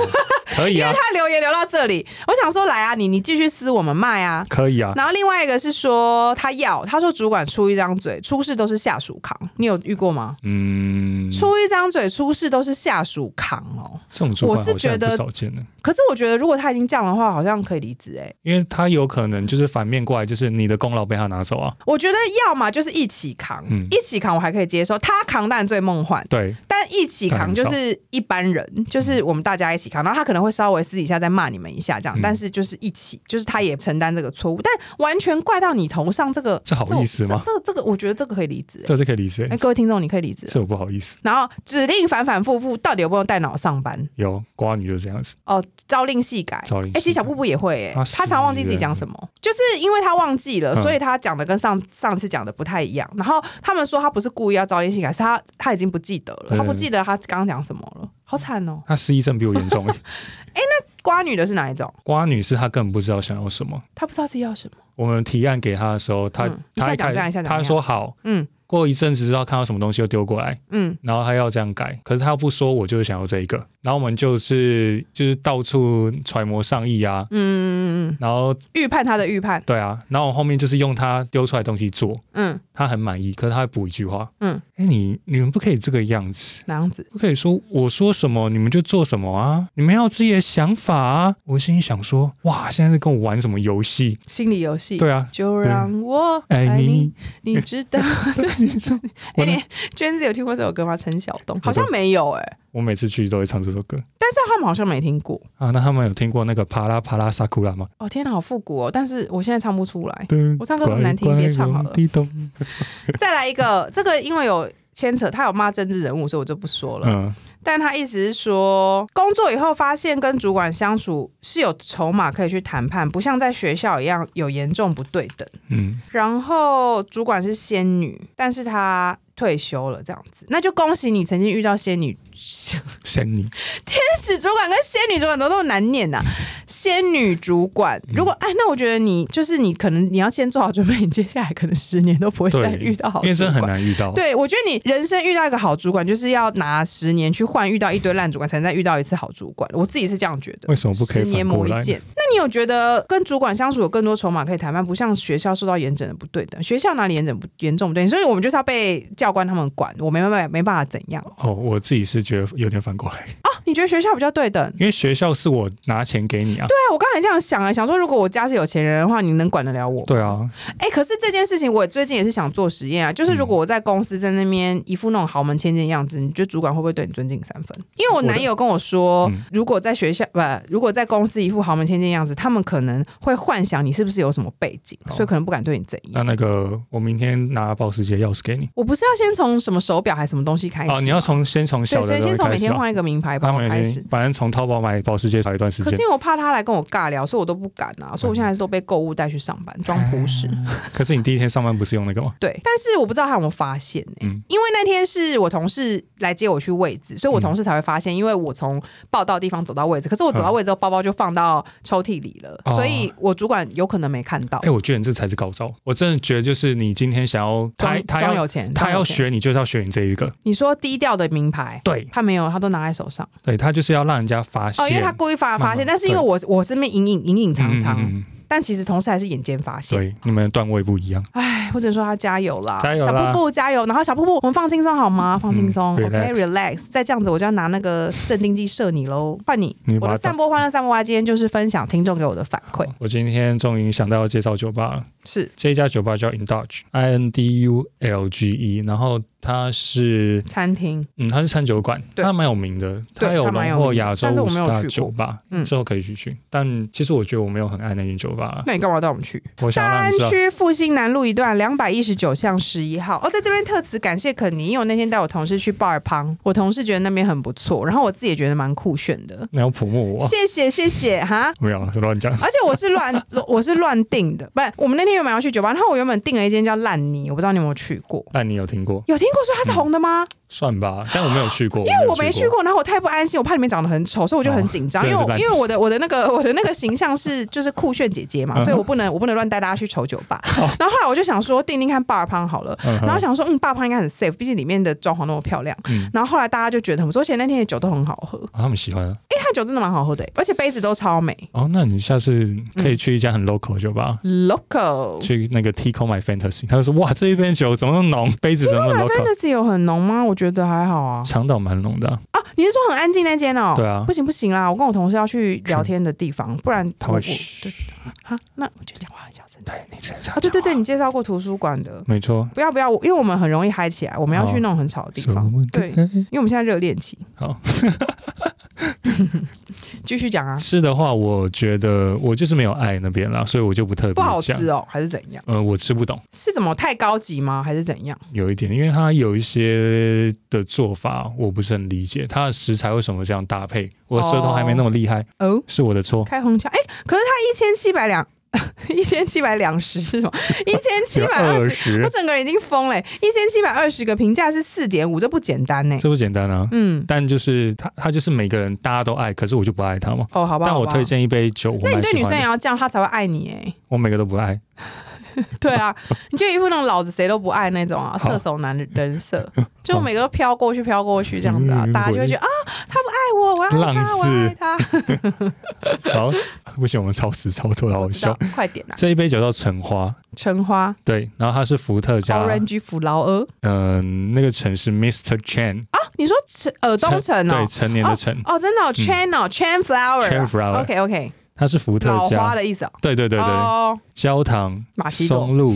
[SPEAKER 2] 可以啊，
[SPEAKER 1] 他留言留到这里，我想说来啊，你你继续撕我们卖啊。
[SPEAKER 2] 可以啊，
[SPEAKER 1] 然后另外一个是说他要，他说主管出一张嘴，出事都是下属扛，你有遇过吗？
[SPEAKER 2] 嗯，
[SPEAKER 1] 出一张嘴，出事都是下属扛哦。
[SPEAKER 2] 这种主管
[SPEAKER 1] 我是
[SPEAKER 2] 好像
[SPEAKER 1] 觉得
[SPEAKER 2] 不少见的，
[SPEAKER 1] 可是我觉得，如果他已经这样的话，好像可以离职哎。
[SPEAKER 2] 因为他有可能就是反面过来，就是你的功劳被他拿走啊。
[SPEAKER 1] 我觉得要么就是一起扛，
[SPEAKER 2] 嗯
[SPEAKER 1] 一起扛我还可以接受，他扛当然最梦幻，
[SPEAKER 2] 对，
[SPEAKER 1] 但一起扛就是一般
[SPEAKER 2] 嗯
[SPEAKER 1] 人，就是我们大家一起扛，然后他可能会稍微私底下再骂你们一下这样，
[SPEAKER 2] 嗯
[SPEAKER 1] 但是就是一起，就是他也承担这个错误，但完全怪到你头上，这个
[SPEAKER 2] 这好意思吗
[SPEAKER 1] 这这这个我觉得这个可以离职、欸。
[SPEAKER 2] 这是可以理解
[SPEAKER 1] 哎、，各位听众，你可以离职。
[SPEAKER 2] 是我不好意思。
[SPEAKER 1] 然后指令反反复复，到底有没有带脑上班？
[SPEAKER 2] 有瓜女就是这样子，
[SPEAKER 1] 哦，朝令夕改。
[SPEAKER 2] 朝令夕
[SPEAKER 1] 哎、其实小
[SPEAKER 2] 改
[SPEAKER 1] 布布也会哎、
[SPEAKER 2] 啊
[SPEAKER 1] 他常忘记自己讲什么，就是因为他忘记了，
[SPEAKER 2] 嗯
[SPEAKER 1] 所以他讲的跟上上次讲的不太一样。然后他们说他不是故意要朝令夕改，是他他已经不记得了，
[SPEAKER 2] 对
[SPEAKER 1] 他不记得他刚刚讲什么了，好惨哦。
[SPEAKER 2] 她失忆症比我 严重欸。
[SPEAKER 1] 瓜女的是哪一种？
[SPEAKER 2] 瓜女是她根本不知道想要什么。
[SPEAKER 1] 他不知道自己要什么。
[SPEAKER 2] 我们提案给她的时候，她
[SPEAKER 1] 嗯一
[SPEAKER 2] 她
[SPEAKER 1] 下
[SPEAKER 2] 一
[SPEAKER 1] 讲这样
[SPEAKER 2] 开
[SPEAKER 1] 一下讲那
[SPEAKER 2] 她
[SPEAKER 1] 样
[SPEAKER 2] 说好，
[SPEAKER 1] 嗯
[SPEAKER 2] 过一阵子知道看到什么东西又丢过来，
[SPEAKER 1] 嗯，
[SPEAKER 2] 然后他要这样改，可是他又不说，我就是想要这一个，然后我们就是就是到处揣摩上意啊，
[SPEAKER 1] 嗯嗯嗯，
[SPEAKER 2] 然后
[SPEAKER 1] 预判他的预判，
[SPEAKER 2] 对啊，然后我后面就是用他丢出来的东西做，
[SPEAKER 1] 嗯，
[SPEAKER 2] 他很满意，可是他会补一句话，
[SPEAKER 1] 嗯，
[SPEAKER 2] 哎，你你们不可以这个样子。
[SPEAKER 1] 那样子。
[SPEAKER 2] 不可以说我说什么你们就做什么啊！你们要有自己的想法啊！我心里想说，哇，现在在跟我玩什么游戏？
[SPEAKER 1] 心理游戏。
[SPEAKER 2] 对啊，哎
[SPEAKER 1] 就让我
[SPEAKER 2] 爱
[SPEAKER 1] 爱哎你
[SPEAKER 2] 你，
[SPEAKER 1] 你知道。哎、
[SPEAKER 2] 我
[SPEAKER 1] 你娟子有听过这首歌吗？陈晓东好像没有哎、
[SPEAKER 2] 我每次去都会唱这首歌
[SPEAKER 1] 但是他们好像没听过。
[SPEAKER 2] 啊。那他们有听过那个帕拉帕拉萨库拉吗？
[SPEAKER 1] 哦天哪，好复古哦！但是我现在唱不出来。
[SPEAKER 2] 噔
[SPEAKER 1] 我唱歌这么难听
[SPEAKER 2] 乖乖
[SPEAKER 1] 别唱好了
[SPEAKER 2] 隆地咚
[SPEAKER 1] 再来一个，这个因为有牵扯，他有骂政治人物，所以我就不说了。
[SPEAKER 2] 嗯，
[SPEAKER 1] 但他意思是说，工作以后发现跟主管相处是有筹码可以去谈判，不像在学校一样有严重不对等。
[SPEAKER 2] 嗯，
[SPEAKER 1] 然后主管是仙女，但是她退休了，这样子，那就恭喜你曾经遇到仙女。
[SPEAKER 2] 仙女，
[SPEAKER 1] 天使主管跟仙女主管都那么难念呐、啊仙女主管，
[SPEAKER 2] 嗯
[SPEAKER 1] 如果哎，那我觉得你就是你，可能你要先做好准备，你接下来可能十年都不会再
[SPEAKER 2] 对，
[SPEAKER 1] 遇到好
[SPEAKER 2] 因为真的
[SPEAKER 1] 主
[SPEAKER 2] 很
[SPEAKER 1] 管
[SPEAKER 2] 难哦遇到。
[SPEAKER 1] 对，我觉得你人生遇到一个好主管，就是要拿十年去换遇到一堆烂主管，才能再遇到一次好主管。我自己是这样觉得。
[SPEAKER 2] 为什么不可以
[SPEAKER 1] 十年
[SPEAKER 2] 反过
[SPEAKER 1] 磨一
[SPEAKER 2] 来呢？
[SPEAKER 1] 剑。那你有觉得跟主管相处有更多筹码可以谈判，不像学校受到严整的不对等？学校哪里严整不严重不对等？所以我们就是要被教官他们管，我没办法没办法怎样、
[SPEAKER 2] 哦，我自己是觉得有点反过来，
[SPEAKER 1] 啊？你觉得学校比较对等？
[SPEAKER 2] 因为学校是我拿钱给你啊，
[SPEAKER 1] 对啊，我刚才这样想啊，想说如果我家是有钱人的话，你能管得了我？
[SPEAKER 2] 对啊，
[SPEAKER 1] 哎、可是这件事情我最近也是想做实验啊，就是如
[SPEAKER 2] 嗯
[SPEAKER 1] 果我在公司在那边一副那种豪门千金的样子，你觉得主管会不会对你尊敬三分？因为我男友跟我说，
[SPEAKER 2] 嗯
[SPEAKER 1] 如果在学校不、如果在公司一副豪门千金的样子，他们可能会幻想你是不是有什么背景，
[SPEAKER 2] 哦嗯
[SPEAKER 1] 所以可能不敢对你怎样。
[SPEAKER 2] 那那个我明天拿保时捷钥匙给你
[SPEAKER 1] 我不是要先从什么手表还是什么东西开始吗？
[SPEAKER 2] 哦，你要从先从小
[SPEAKER 1] 对，所
[SPEAKER 2] 的
[SPEAKER 1] 以
[SPEAKER 2] 东
[SPEAKER 1] 先
[SPEAKER 2] 西
[SPEAKER 1] 从每
[SPEAKER 2] 开始
[SPEAKER 1] 天
[SPEAKER 2] 啊，
[SPEAKER 1] 换一个名牌包
[SPEAKER 2] 他们
[SPEAKER 1] 开
[SPEAKER 2] 已
[SPEAKER 1] 始
[SPEAKER 2] 经。反正从淘宝买保时捷少一段时
[SPEAKER 1] 可是
[SPEAKER 2] 间
[SPEAKER 1] 因，为我怕他来跟我尬聊，所以我都不敢啊，所以我现在还是都被购物袋去上班，装
[SPEAKER 2] 哎
[SPEAKER 1] 朴实。
[SPEAKER 2] 可是你第一天上班不是用那个吗？
[SPEAKER 1] 对，但是我不知道他有没有发现呢、
[SPEAKER 2] 嗯
[SPEAKER 1] 因为那天是我同事来接我去位置，所以我同事才会发现，因为我从报到地方走到位置，可是我走到位置之后，包包就放到抽屉里了，
[SPEAKER 2] 嗯哦
[SPEAKER 1] 所以我主管有可能没看到
[SPEAKER 2] 哎、。我觉得你这才是高招，我真的觉得就是你今天想要他
[SPEAKER 1] 装
[SPEAKER 2] 他
[SPEAKER 1] 装
[SPEAKER 2] 要
[SPEAKER 1] 有钱，
[SPEAKER 2] 他
[SPEAKER 1] 装有
[SPEAKER 2] 要
[SPEAKER 1] 钱。
[SPEAKER 2] 学你就是要学你这一个，
[SPEAKER 1] 你说低调的名牌，
[SPEAKER 2] 对
[SPEAKER 1] 他没有，他都拿在手上。
[SPEAKER 2] 对，他就是要让人家发现
[SPEAKER 1] 哦，因为他故意发
[SPEAKER 2] 慢慢
[SPEAKER 1] 发现，但是因为
[SPEAKER 2] 对
[SPEAKER 1] 我我身边隐隐隐隐藏藏，
[SPEAKER 2] 嗯嗯嗯
[SPEAKER 1] 但其实同事还是眼尖发现。
[SPEAKER 2] 对，你们的段位不一样，
[SPEAKER 1] 哎，或者说他加油啦，
[SPEAKER 2] 加油
[SPEAKER 1] 小
[SPEAKER 2] 啦
[SPEAKER 1] 瀑布加油。然后小瀑布，我们放轻松好吗？放轻松、
[SPEAKER 2] 嗯
[SPEAKER 1] o k r e l a x 再这样子，我就要拿那个镇定剂射你喽。换你，
[SPEAKER 2] 你
[SPEAKER 1] 我
[SPEAKER 2] 把
[SPEAKER 1] 的
[SPEAKER 2] 它
[SPEAKER 1] 散播欢乐散播蛙，今天就是分享听众给我的反馈，
[SPEAKER 2] 我今天终于想到要介绍酒吧了。
[SPEAKER 1] 是
[SPEAKER 2] 这一家酒吧叫 Indulge，I N D U L G E，然后它是
[SPEAKER 1] 餐厅。
[SPEAKER 2] 嗯，它是餐酒馆，
[SPEAKER 1] 对
[SPEAKER 2] 它蛮有名的，
[SPEAKER 1] 对
[SPEAKER 2] 有
[SPEAKER 1] 它蛮有
[SPEAKER 2] 荣
[SPEAKER 1] 名
[SPEAKER 2] 获亚洲
[SPEAKER 1] 但是我
[SPEAKER 2] 五
[SPEAKER 1] 没
[SPEAKER 2] 十
[SPEAKER 1] 有去
[SPEAKER 2] 大
[SPEAKER 1] 过
[SPEAKER 2] 酒吧，
[SPEAKER 1] 嗯
[SPEAKER 2] 之后可以去去。但其实我觉得我没有很爱那间酒 吧，
[SPEAKER 1] 那你干嘛带我们去？
[SPEAKER 2] 我想让
[SPEAKER 1] 大安
[SPEAKER 2] 你知道，
[SPEAKER 1] 区复兴南路一段两百一十九巷十一号。哦，在这边特此感谢肯尼，因为我那天带我同事去鲍尔旁，我同事觉得那边很不错，然后我自己也觉得蛮酷炫的。
[SPEAKER 2] 你要泼墨 我。
[SPEAKER 1] 谢谢谢谢哈。
[SPEAKER 2] 没有乱讲，
[SPEAKER 1] 而且我是 乱，我是乱订的。不是，我们那天原本要去酒吧，然后我原本订了一间叫烂泥，我不知道你有没有去过。
[SPEAKER 2] 但你有听过？
[SPEAKER 1] 有听过说它是红的吗？
[SPEAKER 2] 算吧，但我没有嗯去过，因
[SPEAKER 1] 因为我没去，过，然后我太不安心，我怕里面长得很丑，所以我就很紧张。
[SPEAKER 2] 哦
[SPEAKER 1] 因为
[SPEAKER 2] 真的是
[SPEAKER 1] 我
[SPEAKER 2] 烂
[SPEAKER 1] 因为我的我的那个 我的那个形象是就是酷炫姐姐嘛，
[SPEAKER 2] 嗯哦
[SPEAKER 1] 所以我不能我不能乱带大家去丑酒吧。然后后来我就想说订订看巴尔胖好了，
[SPEAKER 2] 嗯哼
[SPEAKER 1] 然后想说嗯巴尔胖应该很 safe，毕竟里面的装潢那么漂亮。
[SPEAKER 2] 嗯
[SPEAKER 1] 然后后来大家就觉得很不错，而且那天的酒都很好喝，
[SPEAKER 2] 哦他们喜欢啊。
[SPEAKER 1] 哎，它的酒真的蛮好喝的，而且杯子都超美。
[SPEAKER 2] 哦，那你下次可
[SPEAKER 1] 嗯
[SPEAKER 2] 以去一家很 local 的酒吧。
[SPEAKER 1] Local
[SPEAKER 2] 去那个 Tico My Fantasy，他就说哇，这一杯酒怎么那么浓，杯子怎么那么 local，
[SPEAKER 1] Fantasy 有很浓吗？我觉得还好啊。
[SPEAKER 2] 长岛蛮浓的啊、
[SPEAKER 1] 啊，你是说很安静那间哦？
[SPEAKER 2] 对啊
[SPEAKER 1] 不行不行啦，我跟我同事要去聊天的地方，不然
[SPEAKER 2] 他
[SPEAKER 1] 我
[SPEAKER 2] 会
[SPEAKER 1] 我
[SPEAKER 2] 嘘
[SPEAKER 1] 对啊，那我就讲话很小声。
[SPEAKER 2] 对你正常
[SPEAKER 1] 啊，对对对，你介绍过图书馆的，
[SPEAKER 2] 没错，
[SPEAKER 1] 不要不要，我因为我们很容易嗨起来，我们要去那种很吵的地方。对，因为我们现在热恋期。
[SPEAKER 2] 哦好，
[SPEAKER 1] 继续讲啊，
[SPEAKER 2] 吃的话，我觉得我就是没有爱那边啦，所以我就不特别
[SPEAKER 1] 不好
[SPEAKER 2] 讲
[SPEAKER 1] 吃哦，还是怎样？
[SPEAKER 2] 呃，我吃不懂，
[SPEAKER 1] 是怎么太高级吗？还是怎样？
[SPEAKER 2] 有一点，因为它有一些的做法我不是很理解，它的食材为什么这样搭配？我的舌头还没那么厉害，
[SPEAKER 1] 哦，
[SPEAKER 2] 是我的错。
[SPEAKER 1] 开红墙，哎，可是它一千七百两， 一千七百两十是吗？一千七百二十。
[SPEAKER 2] 十
[SPEAKER 1] 我，整个人已经疯了、一千七百二十个评价是四点五，这不简单呢、
[SPEAKER 2] 这不简单啊。
[SPEAKER 1] 嗯，
[SPEAKER 2] 但就是它，它就是每个人大家都爱，可是我就不爱它嘛。
[SPEAKER 1] 哦，好吧，
[SPEAKER 2] 但我
[SPEAKER 1] 好吧
[SPEAKER 2] 推。荐一杯酒，我
[SPEAKER 1] 那你
[SPEAKER 2] 蛮
[SPEAKER 1] 对女
[SPEAKER 2] 喜
[SPEAKER 1] 生
[SPEAKER 2] 欢
[SPEAKER 1] 也
[SPEAKER 2] 的。
[SPEAKER 1] 要这样，她才会爱你哎、
[SPEAKER 2] 我每个都不爱，
[SPEAKER 1] 对啊，你就一副那种老子谁都不爱那种啊，
[SPEAKER 2] 好
[SPEAKER 1] 射手男的人 设，就每个都飘过去飘过去这样子啊，
[SPEAKER 2] 嗯
[SPEAKER 1] 大家就会觉得啊，他不爱我，我要爱
[SPEAKER 2] 浪
[SPEAKER 1] 他，
[SPEAKER 2] 子
[SPEAKER 1] 我要爱他，
[SPEAKER 2] 好，不行，我们超时超多了，好
[SPEAKER 1] 我
[SPEAKER 2] 好
[SPEAKER 1] 知道
[SPEAKER 2] 笑。，
[SPEAKER 1] 快点啊，
[SPEAKER 2] 这一杯酒叫橙花，
[SPEAKER 1] 橙花、
[SPEAKER 2] 对，然后它是伏特加，
[SPEAKER 1] orange 腐老 鹅
[SPEAKER 2] 嗯、那个城是 Mr. Chen，
[SPEAKER 1] 啊，你说陈呃东城
[SPEAKER 2] 对，
[SPEAKER 1] 哦，
[SPEAKER 2] 成年的成，
[SPEAKER 1] 哦真的哦 chain 哦 chain
[SPEAKER 2] Chen flower
[SPEAKER 1] flower，OK OK，
[SPEAKER 2] 它是伏
[SPEAKER 1] 老
[SPEAKER 2] 特
[SPEAKER 1] 花
[SPEAKER 2] 加，
[SPEAKER 1] 的意思哦，
[SPEAKER 2] 对对对对，
[SPEAKER 1] 哦，
[SPEAKER 2] 焦糖
[SPEAKER 1] 马、奇朵
[SPEAKER 2] 松 露、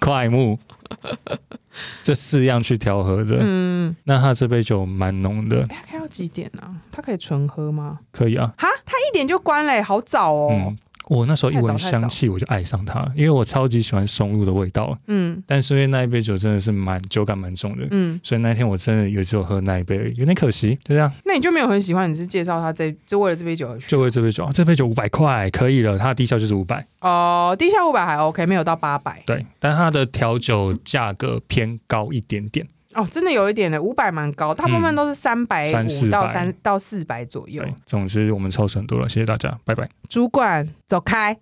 [SPEAKER 2] 快木，这四样去调和的。
[SPEAKER 1] 嗯，
[SPEAKER 2] 那它这杯酒蛮浓的，
[SPEAKER 1] 哎它开到几点啊？它可以纯喝吗？
[SPEAKER 2] 可以啊。
[SPEAKER 1] 哈，它哎一点就关嘞，好早哦
[SPEAKER 2] 嗯，，我那时候一闻
[SPEAKER 1] 太早太早
[SPEAKER 2] 香气我就爱上它，因为我超级喜欢松露的味道。
[SPEAKER 1] 嗯
[SPEAKER 2] 但是因为那一杯酒真的是蛮酒感蛮重的。
[SPEAKER 1] 嗯，
[SPEAKER 2] 所以那天我真的有只有喝那一杯而已，有点可惜。就这样，
[SPEAKER 1] 那你就没有很喜欢，你是介绍他这就为了这杯酒而去。
[SPEAKER 2] 就为这杯酒，哦、这杯酒五百块，可以了。它的低消就是五百，
[SPEAKER 1] 哦，地下五百还 OK，没有到八百。
[SPEAKER 2] 对，但它的调酒价格偏高一点点。
[SPEAKER 1] 哦，真的有一点呢，五百蛮高，大部分都是三百
[SPEAKER 2] 嗯三
[SPEAKER 1] 五
[SPEAKER 2] 四
[SPEAKER 1] 到
[SPEAKER 2] 百
[SPEAKER 1] 三到四百左右
[SPEAKER 2] 对。，总之我们超省多了，谢谢大家，拜拜。
[SPEAKER 1] 主管走开。